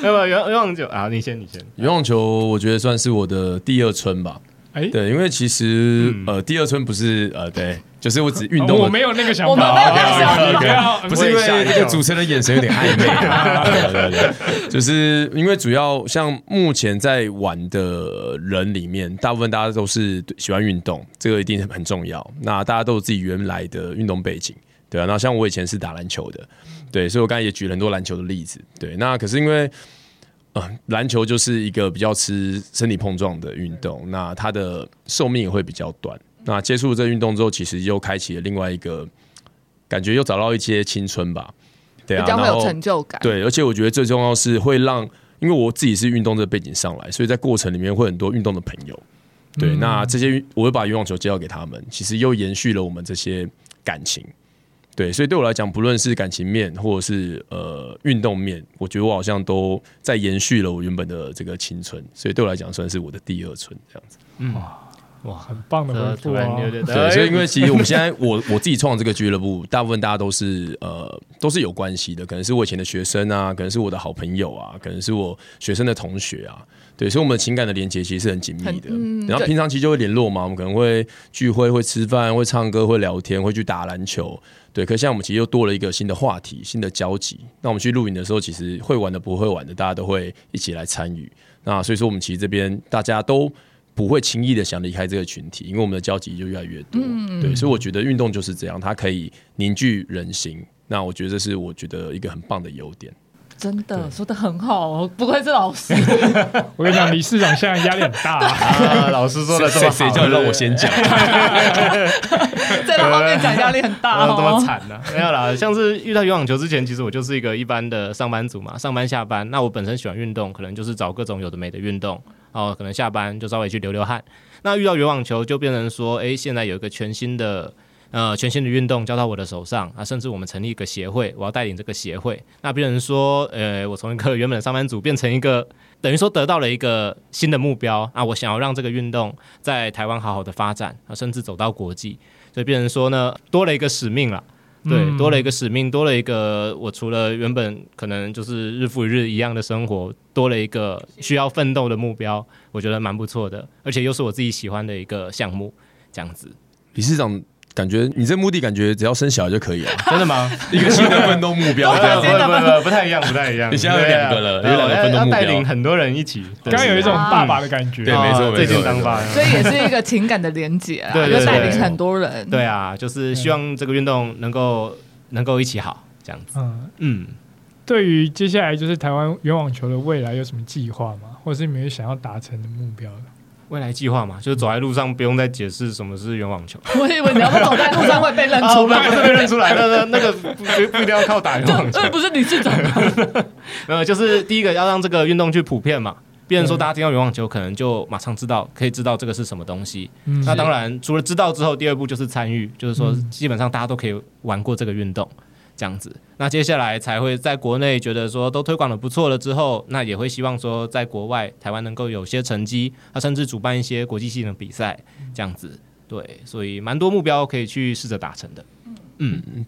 [SPEAKER 5] 那么袁袁望九啊，你先，你先。
[SPEAKER 3] 羽毛球我觉得算是我的第二春吧。
[SPEAKER 2] 哎，
[SPEAKER 3] 对，因为其实、呃，第二春不是呃，对，就是我只运动
[SPEAKER 2] 哦
[SPEAKER 3] 的。
[SPEAKER 2] 我没有那个想法，
[SPEAKER 1] 我们没有那个想法
[SPEAKER 2] 你不要，
[SPEAKER 3] 不是因为那个主持人的眼神有点暧昧、啊，对对对，就是因为主要像目前在玩的人里面，大部分大家都是喜欢运动，这个一定很重要。那大家都有自己原来的运动背景，对啊。那像我以前是打篮球的，对，所以我刚才也举了很多篮球的例子，对。那可是因为呃，篮球就是一个比较吃身体碰撞的运动，那它的寿命也会比较短。那接触这个运动之后，其实又开启了另外一个感觉，又找到一些青春吧。对啊，
[SPEAKER 1] 比较会
[SPEAKER 3] 然
[SPEAKER 1] 有
[SPEAKER 3] 后
[SPEAKER 1] 成就感。
[SPEAKER 3] 对，而且我觉得最重要是会让，因为我自己是运动这个背景上来，所以在过程里面会很多运动的朋友。对，那这些我会把羽毛球介绍给他们，其实又延续了我们这些感情。对，所以对我来讲，不论是感情面或者是呃运动面，我觉得我好像都在延续了我原本的这个青春，所以对我来讲算是我的第二春这样子。
[SPEAKER 5] 哇，
[SPEAKER 2] 很棒的回
[SPEAKER 5] 这
[SPEAKER 2] 复
[SPEAKER 5] 突
[SPEAKER 2] 啊
[SPEAKER 5] 然有点
[SPEAKER 3] 对，所以因为其实我们现在 我我自己创的这个俱乐部，大部分大家都是呃都是有关系的，可能是我以前的学生啊，可能是我的好朋友啊，可能是我学生的同学啊，对，所以我们情感的连接其实是很紧密的。
[SPEAKER 1] 很嗯
[SPEAKER 3] 然后
[SPEAKER 1] 对
[SPEAKER 3] 平常其实就会联络嘛，我们可能会聚会、会吃饭、会唱歌、会聊天、会去打篮球，对。可是像我们其实又多了一个新的话题、新的交集。那我们去露营的时候，其实会玩的、不会玩的，大家都会一起来参与。那所以说，我们其实这边大家都不会轻易的想离开这个群体，因为我们的交集就越来越多。
[SPEAKER 1] 嗯
[SPEAKER 3] 对，所以我觉得运动就是这样，它可以凝聚人心。那我觉得这是我觉得一个很棒的优点。
[SPEAKER 1] 真的说的很好哦，不愧是老 师。
[SPEAKER 2] 我跟你讲，理事长现在压力很大啊，
[SPEAKER 5] 啊，老师说的这么
[SPEAKER 3] 谁
[SPEAKER 5] 好，
[SPEAKER 3] 谁叫你让我先讲？
[SPEAKER 1] 在他后面讲压力很大
[SPEAKER 5] 啊，
[SPEAKER 1] 哦，
[SPEAKER 5] 这么惨呢、没有啦，像是遇到羽网球之前，其实我就是一个一般的上班族嘛，上班下班。那我本身喜欢运动，可能就是找各种有的没的运动，哦，可能下班就稍微去流流汗。那遇到羽网球，就变成说，诶，现在有一个全新的。呃，全新的运动交到我的手上啊，甚至我们成立一个协会，我要带领这个协会。那变成说，呃，我从一个原本的上班族变成一个，等于说得到了一个新的目标啊，我想要让这个运动在台湾好好的发展啊，甚至走到国际。所以变成说呢，多了一个使命啦。对，
[SPEAKER 2] 嗯
[SPEAKER 5] 多了一个使命，多了一个我除了原本可能就是日复一日一样的生活，多了一个需要奋斗的目标，我觉得蛮不错的，而且又是我自己喜欢的一个项目，这样 子，
[SPEAKER 3] 理事长，感觉你这目的感觉只要生小孩就可 以了，
[SPEAKER 5] 真的吗？
[SPEAKER 3] 一个新的奋斗目 标这
[SPEAKER 5] 不
[SPEAKER 3] 样。
[SPEAKER 5] 不不，不太一样，不太一 样。
[SPEAKER 3] 你现在有
[SPEAKER 5] 对啊
[SPEAKER 3] 两个了
[SPEAKER 5] 对
[SPEAKER 3] 有两个奋斗
[SPEAKER 5] 要
[SPEAKER 3] 目标
[SPEAKER 5] 带领很多人一起，对
[SPEAKER 2] 刚刚有一种爸爸的感觉
[SPEAKER 3] 对，没错
[SPEAKER 5] 啊
[SPEAKER 3] 没错
[SPEAKER 5] 最近当爸，
[SPEAKER 1] 所以也是一个情感的连结啊，
[SPEAKER 5] 对对
[SPEAKER 1] 就
[SPEAKER 5] 对
[SPEAKER 1] 带领很多人。
[SPEAKER 5] 对啊，就是希望这个运动能够能够一起好，这样子，
[SPEAKER 2] 嗯，
[SPEAKER 5] 嗯。
[SPEAKER 2] 对于接下来就是台湾圆网球的未来有什么计划吗？或者是你们想要达成的目标？
[SPEAKER 5] 未来计划嘛，就是走在路上不用再解释什么是圆网球，
[SPEAKER 1] 我以为你要是走在路上会被认
[SPEAKER 5] 啊，
[SPEAKER 1] 出
[SPEAKER 5] 我们
[SPEAKER 1] 来
[SPEAKER 5] 不，是被认出来，那那那个不不一定要靠打
[SPEAKER 1] 这
[SPEAKER 5] 网球，
[SPEAKER 1] 这不是理事长吗，
[SPEAKER 5] 没有，就是第一个要让这个运动去普遍嘛。别人说大家听到羽网球，可能就马上知道，可以知道这个是什么东西。
[SPEAKER 2] 嗯
[SPEAKER 5] 那当然，除了知道之后，第二步就是参与，就是说基本上大家都可以玩过这个运动，这样子。那接下来才会在国内觉得说都推广的不错了之后，那也会希望说在国外台湾能够有些成绩，啊，甚至主办一些国际性的比赛，这样子。对，所以蛮多目标可以去试着达成的。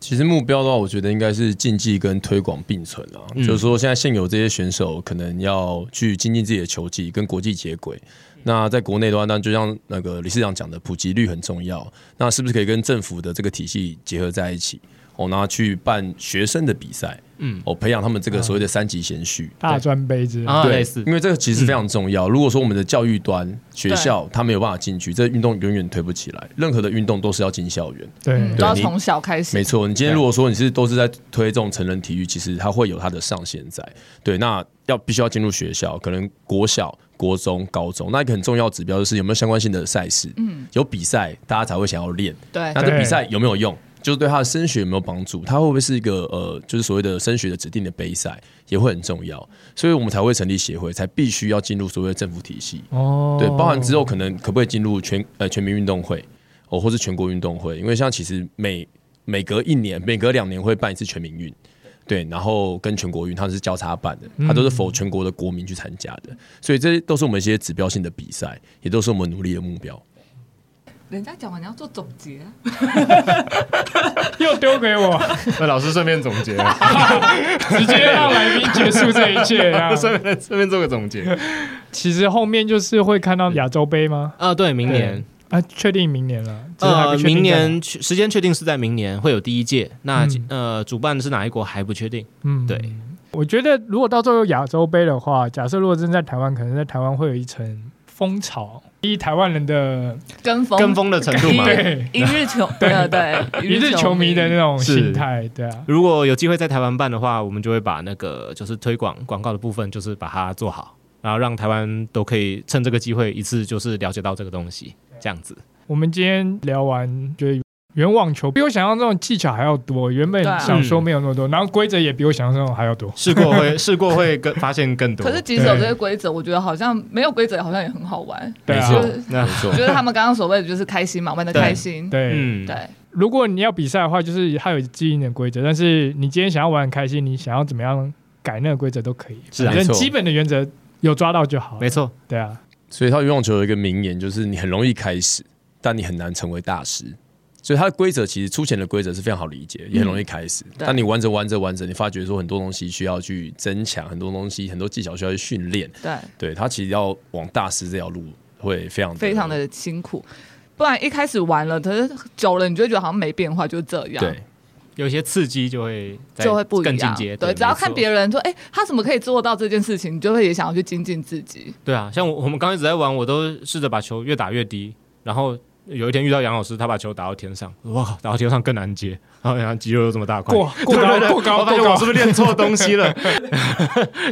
[SPEAKER 3] 其实目标的话，我觉得应该是竞技跟推广并存啊。
[SPEAKER 5] 嗯
[SPEAKER 3] 就是说，现在现有这些选手可能要去精进自己的球技，跟国际接轨。那在国内的话，那就像那个理事长讲的，普及率很重要。那是不是可以跟政府的这个体系结合在一起？哦，那去办学生的比赛，
[SPEAKER 5] 嗯，
[SPEAKER 3] 哦，培养他们这个所谓的三级贤序。
[SPEAKER 2] 大专杯之类的
[SPEAKER 5] 啊，
[SPEAKER 3] 对，
[SPEAKER 5] 类似嗯
[SPEAKER 3] 因为这个其实非常重要。如果说我们的教育端学校它没有办法进去，这运动永远推不起来。任何的运动都是要进校园。
[SPEAKER 1] 嗯
[SPEAKER 2] 对
[SPEAKER 1] 都，要
[SPEAKER 3] 你
[SPEAKER 1] 从小开始
[SPEAKER 3] 没。错，你今
[SPEAKER 5] 啊
[SPEAKER 3] 天如果说你是都是在推这种成人体育，其实它会有它的上限在。对，那要必须要进入学校，可能国小、国中、高中，那一个很重要的指标就是有没有相关性的赛事，嗯，有比赛大家才会想要练。
[SPEAKER 1] 对
[SPEAKER 3] 那这比赛有没有用？就是对他的升学有没有帮助，他会不会是一个呃，就是所谓的升学的指定的杯赛，也会很重要。所以我们才会成立协会，才必须要进入所谓的政府体系。
[SPEAKER 2] 哦，
[SPEAKER 3] 对，包含之后可能可不可以进入全呃全民运动会哦，或是全国运动会？因为像其实每每隔一年、每隔两年会办一次全民运，对，然后跟全国运它是交叉办的，
[SPEAKER 2] 嗯
[SPEAKER 3] 它都是否全国的国民去参加的，所以这些都是我们一些指标性的比赛，也都是我们努力的目标。
[SPEAKER 1] 人家讲完你要做总结、啊，
[SPEAKER 2] 又丢给我，
[SPEAKER 5] 那老师顺便总结，啊
[SPEAKER 2] 直接让来宾结束这一切。这 样
[SPEAKER 5] 顺便顺便做个总结。
[SPEAKER 2] 其实后面就是会看到亚洲杯吗？
[SPEAKER 4] 啊，对，明年
[SPEAKER 2] 啊，确定明年了，只是还不
[SPEAKER 4] 呃，
[SPEAKER 2] 确定
[SPEAKER 4] 明
[SPEAKER 2] 在哪
[SPEAKER 4] 年确时间确定是在明年会有第一届，那
[SPEAKER 2] 嗯
[SPEAKER 4] 呃，主办是哪一国还不确定。
[SPEAKER 2] 嗯
[SPEAKER 4] 对。
[SPEAKER 2] 我觉得，如果到最后亚洲杯的话，假设如果真在台湾，可能在台湾会有一层风潮，以台湾人的
[SPEAKER 1] 跟风
[SPEAKER 5] 跟风的程度嘛
[SPEAKER 2] 对
[SPEAKER 1] 一日球对啊对
[SPEAKER 2] 一日球迷的那种心态，对啊，
[SPEAKER 4] 如果有机会在台湾办的话，我们就会把那个就是推广广告的部分，就是把它做好，然后让台湾都可以趁这个机会一次就是了解到这个东西，这样子。
[SPEAKER 2] 我们今天聊完，觉得圆网球比我想象中的技巧还要多。原本
[SPEAKER 1] 对啊
[SPEAKER 2] 想说没有那么多，然后规则也比我想象中还要多。
[SPEAKER 5] 试 过会试过会更发现更多
[SPEAKER 1] 可。是即使有这些规则，我觉得好像没有规则，好像也很好玩。
[SPEAKER 2] 对
[SPEAKER 3] 没
[SPEAKER 2] 啊，
[SPEAKER 3] 错，
[SPEAKER 1] 就是
[SPEAKER 5] 那
[SPEAKER 3] 没错
[SPEAKER 1] 我觉。得他们刚刚所谓的就是开心嘛，玩的开心。
[SPEAKER 2] 对，
[SPEAKER 4] 嗯，
[SPEAKER 1] 对，
[SPEAKER 2] 如果你要比赛的话，就是它有既定的规则，但是你今天想要玩很开心，你想要怎么样改那个规则都可以，
[SPEAKER 4] 是啊
[SPEAKER 2] 反
[SPEAKER 3] 没
[SPEAKER 2] 正
[SPEAKER 3] 错
[SPEAKER 2] 基本的原则有抓到就好了。
[SPEAKER 4] 没错，
[SPEAKER 2] 对啊，
[SPEAKER 3] 所以他游泳球有一个名言，就是你很容易开始，但你很难成为大师。所以它的规则其实粗浅的规则是非常好理解，也很容易开始。
[SPEAKER 1] 嗯对
[SPEAKER 3] 但你玩着玩着玩着，你发觉说很多东西需要去增强，很多东西很多技巧需要去训练。
[SPEAKER 1] 对，
[SPEAKER 3] 对他其实要往大师这条路会非常
[SPEAKER 1] 非常的辛苦。不然一开始玩了，可是久了你就会觉得好像没变化，就这样，
[SPEAKER 3] 对，
[SPEAKER 4] 有一些刺激就会再
[SPEAKER 1] 就会不一
[SPEAKER 4] 更进
[SPEAKER 1] 样。
[SPEAKER 4] 阶。
[SPEAKER 1] 对，只要
[SPEAKER 4] 没错
[SPEAKER 1] 看别人说，哎、他怎么可以做到这件事情，你就会也想要去精进自己。
[SPEAKER 4] 对啊，像我 我们刚开始在玩，我都试着把球越打越低，然后有一天遇到杨老师，他把球打到天上，哇，打到天上更难接，然后然后肌肉又这么大块，
[SPEAKER 2] 过过高
[SPEAKER 5] 对对对
[SPEAKER 2] 过高
[SPEAKER 5] 我发
[SPEAKER 2] 过
[SPEAKER 5] 现
[SPEAKER 2] 高
[SPEAKER 5] 我是不是练错东 西了？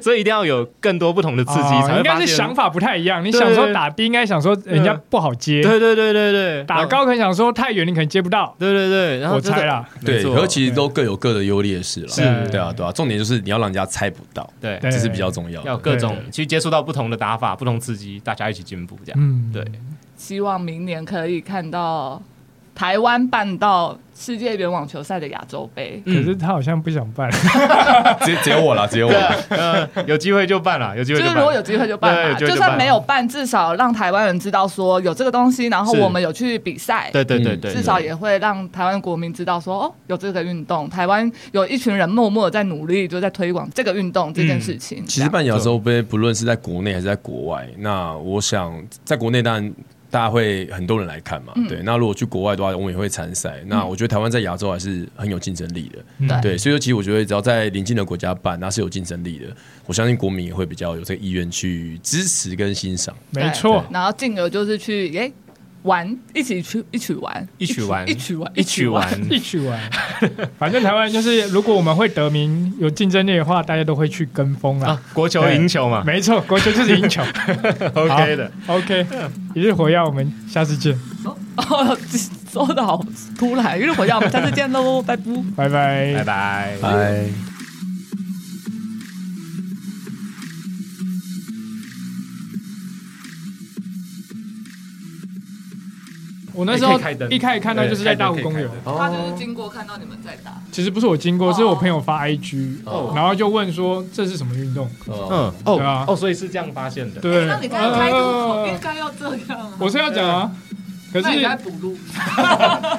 [SPEAKER 5] 所以一定要有更多不同的刺激，
[SPEAKER 2] 啊
[SPEAKER 5] 才会
[SPEAKER 2] 应该
[SPEAKER 5] 发
[SPEAKER 2] 是
[SPEAKER 5] 现
[SPEAKER 2] 想法不太一样。你
[SPEAKER 5] 对
[SPEAKER 2] 想说打低，应该想说人家不好接；
[SPEAKER 5] 对对对对对，
[SPEAKER 2] 打高可能想说太远，你可能接不到。
[SPEAKER 4] 对对对，然后
[SPEAKER 2] 我
[SPEAKER 4] 真的
[SPEAKER 2] 猜啦，
[SPEAKER 3] 对，
[SPEAKER 4] 没错
[SPEAKER 3] 可是其实都各有各的优劣势了。
[SPEAKER 4] 是
[SPEAKER 3] 对啊，对啊。重点就是你要让人家猜不到，
[SPEAKER 4] 对
[SPEAKER 2] 对
[SPEAKER 3] 这是比较重要
[SPEAKER 4] 要
[SPEAKER 3] 的。
[SPEAKER 4] 各
[SPEAKER 2] 对
[SPEAKER 4] 种去接触到不同的打法、不同刺激，大家一起进步这样。
[SPEAKER 2] 嗯，
[SPEAKER 4] 对，
[SPEAKER 3] 哦
[SPEAKER 1] 希望明年可以看到台湾办到世界原网球赛的亚洲杯。
[SPEAKER 2] 可
[SPEAKER 5] 嗯
[SPEAKER 2] 是他好像不想办，
[SPEAKER 3] 只只有我了，只有我
[SPEAKER 5] 对
[SPEAKER 3] 啦。
[SPEAKER 5] 啊，呃，有机会就办了，有机
[SPEAKER 1] 就
[SPEAKER 5] 会
[SPEAKER 1] 是
[SPEAKER 5] 办。
[SPEAKER 1] 如果有机会就办
[SPEAKER 5] 对有
[SPEAKER 1] 嘛，
[SPEAKER 5] 机会
[SPEAKER 1] 就
[SPEAKER 5] 就
[SPEAKER 1] 算
[SPEAKER 5] 办
[SPEAKER 1] 没有办，至少让台湾人知道说有这个东西，然后
[SPEAKER 5] 是
[SPEAKER 1] 我们有去比赛，
[SPEAKER 5] 对对对
[SPEAKER 3] 嗯
[SPEAKER 5] 对，
[SPEAKER 1] 至少也会让台湾国民知道说哦有这个运动，台湾有一群人默默地在努力，就在推广这个运动这件事情。
[SPEAKER 3] 其实办亚洲杯，不论是在国内还是在国外，那我想在国内当然。大家会很多人来看嘛，对。那如果去国外的话，我们也会参赛。那我觉得台湾在亚洲还是很有竞争力的，
[SPEAKER 2] 嗯
[SPEAKER 1] 对
[SPEAKER 3] 对。所以说，其实我觉得只要在邻近的国家办，那是有竞争力的。我相信国民也会比较有这个意愿去支持跟欣赏。
[SPEAKER 1] 这样
[SPEAKER 2] 没错
[SPEAKER 1] 对。然后进而就是去诶玩，一起去一起玩，
[SPEAKER 4] 一起玩
[SPEAKER 1] 一起玩，
[SPEAKER 4] 一起玩，
[SPEAKER 2] 一起玩。
[SPEAKER 5] 嗯
[SPEAKER 2] 反正台湾就是，如果我们会得名、有竞争力的话，大家都会去跟风啦。
[SPEAKER 5] 啊，国球
[SPEAKER 2] 对
[SPEAKER 5] 赢球嘛
[SPEAKER 2] 没错，国球就是赢 球。
[SPEAKER 5] ，OK 的。
[SPEAKER 2] OK，一
[SPEAKER 5] 嗯
[SPEAKER 2] 日火药，我们下次见，
[SPEAKER 1] 哦，说的好突然，一日火药，我们下次见喽，拜拜。
[SPEAKER 2] 拜拜，
[SPEAKER 5] 拜拜。
[SPEAKER 3] 拜。
[SPEAKER 2] 我那时候
[SPEAKER 5] 哎可以开灯
[SPEAKER 2] 一开始看到就是在大湖公园
[SPEAKER 5] 对可以，哦
[SPEAKER 1] 他就是经过看到你们在打，
[SPEAKER 2] 其实不是我经过，
[SPEAKER 1] 哦
[SPEAKER 2] 是我朋友发 IG，
[SPEAKER 3] 哦
[SPEAKER 2] 然后就问说这是什么运动？
[SPEAKER 5] 嗯，
[SPEAKER 2] 对啊
[SPEAKER 5] 哦哦，所以是这样发现的。
[SPEAKER 2] 对，
[SPEAKER 1] 哎那你刚刚开头
[SPEAKER 2] 呃
[SPEAKER 1] 应该要这样啊，
[SPEAKER 2] 我是要讲啊，可
[SPEAKER 1] 那你
[SPEAKER 2] 是
[SPEAKER 1] 在补录。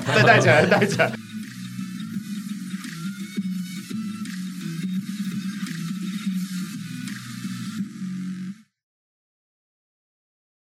[SPEAKER 5] 再戴起来，戴起来。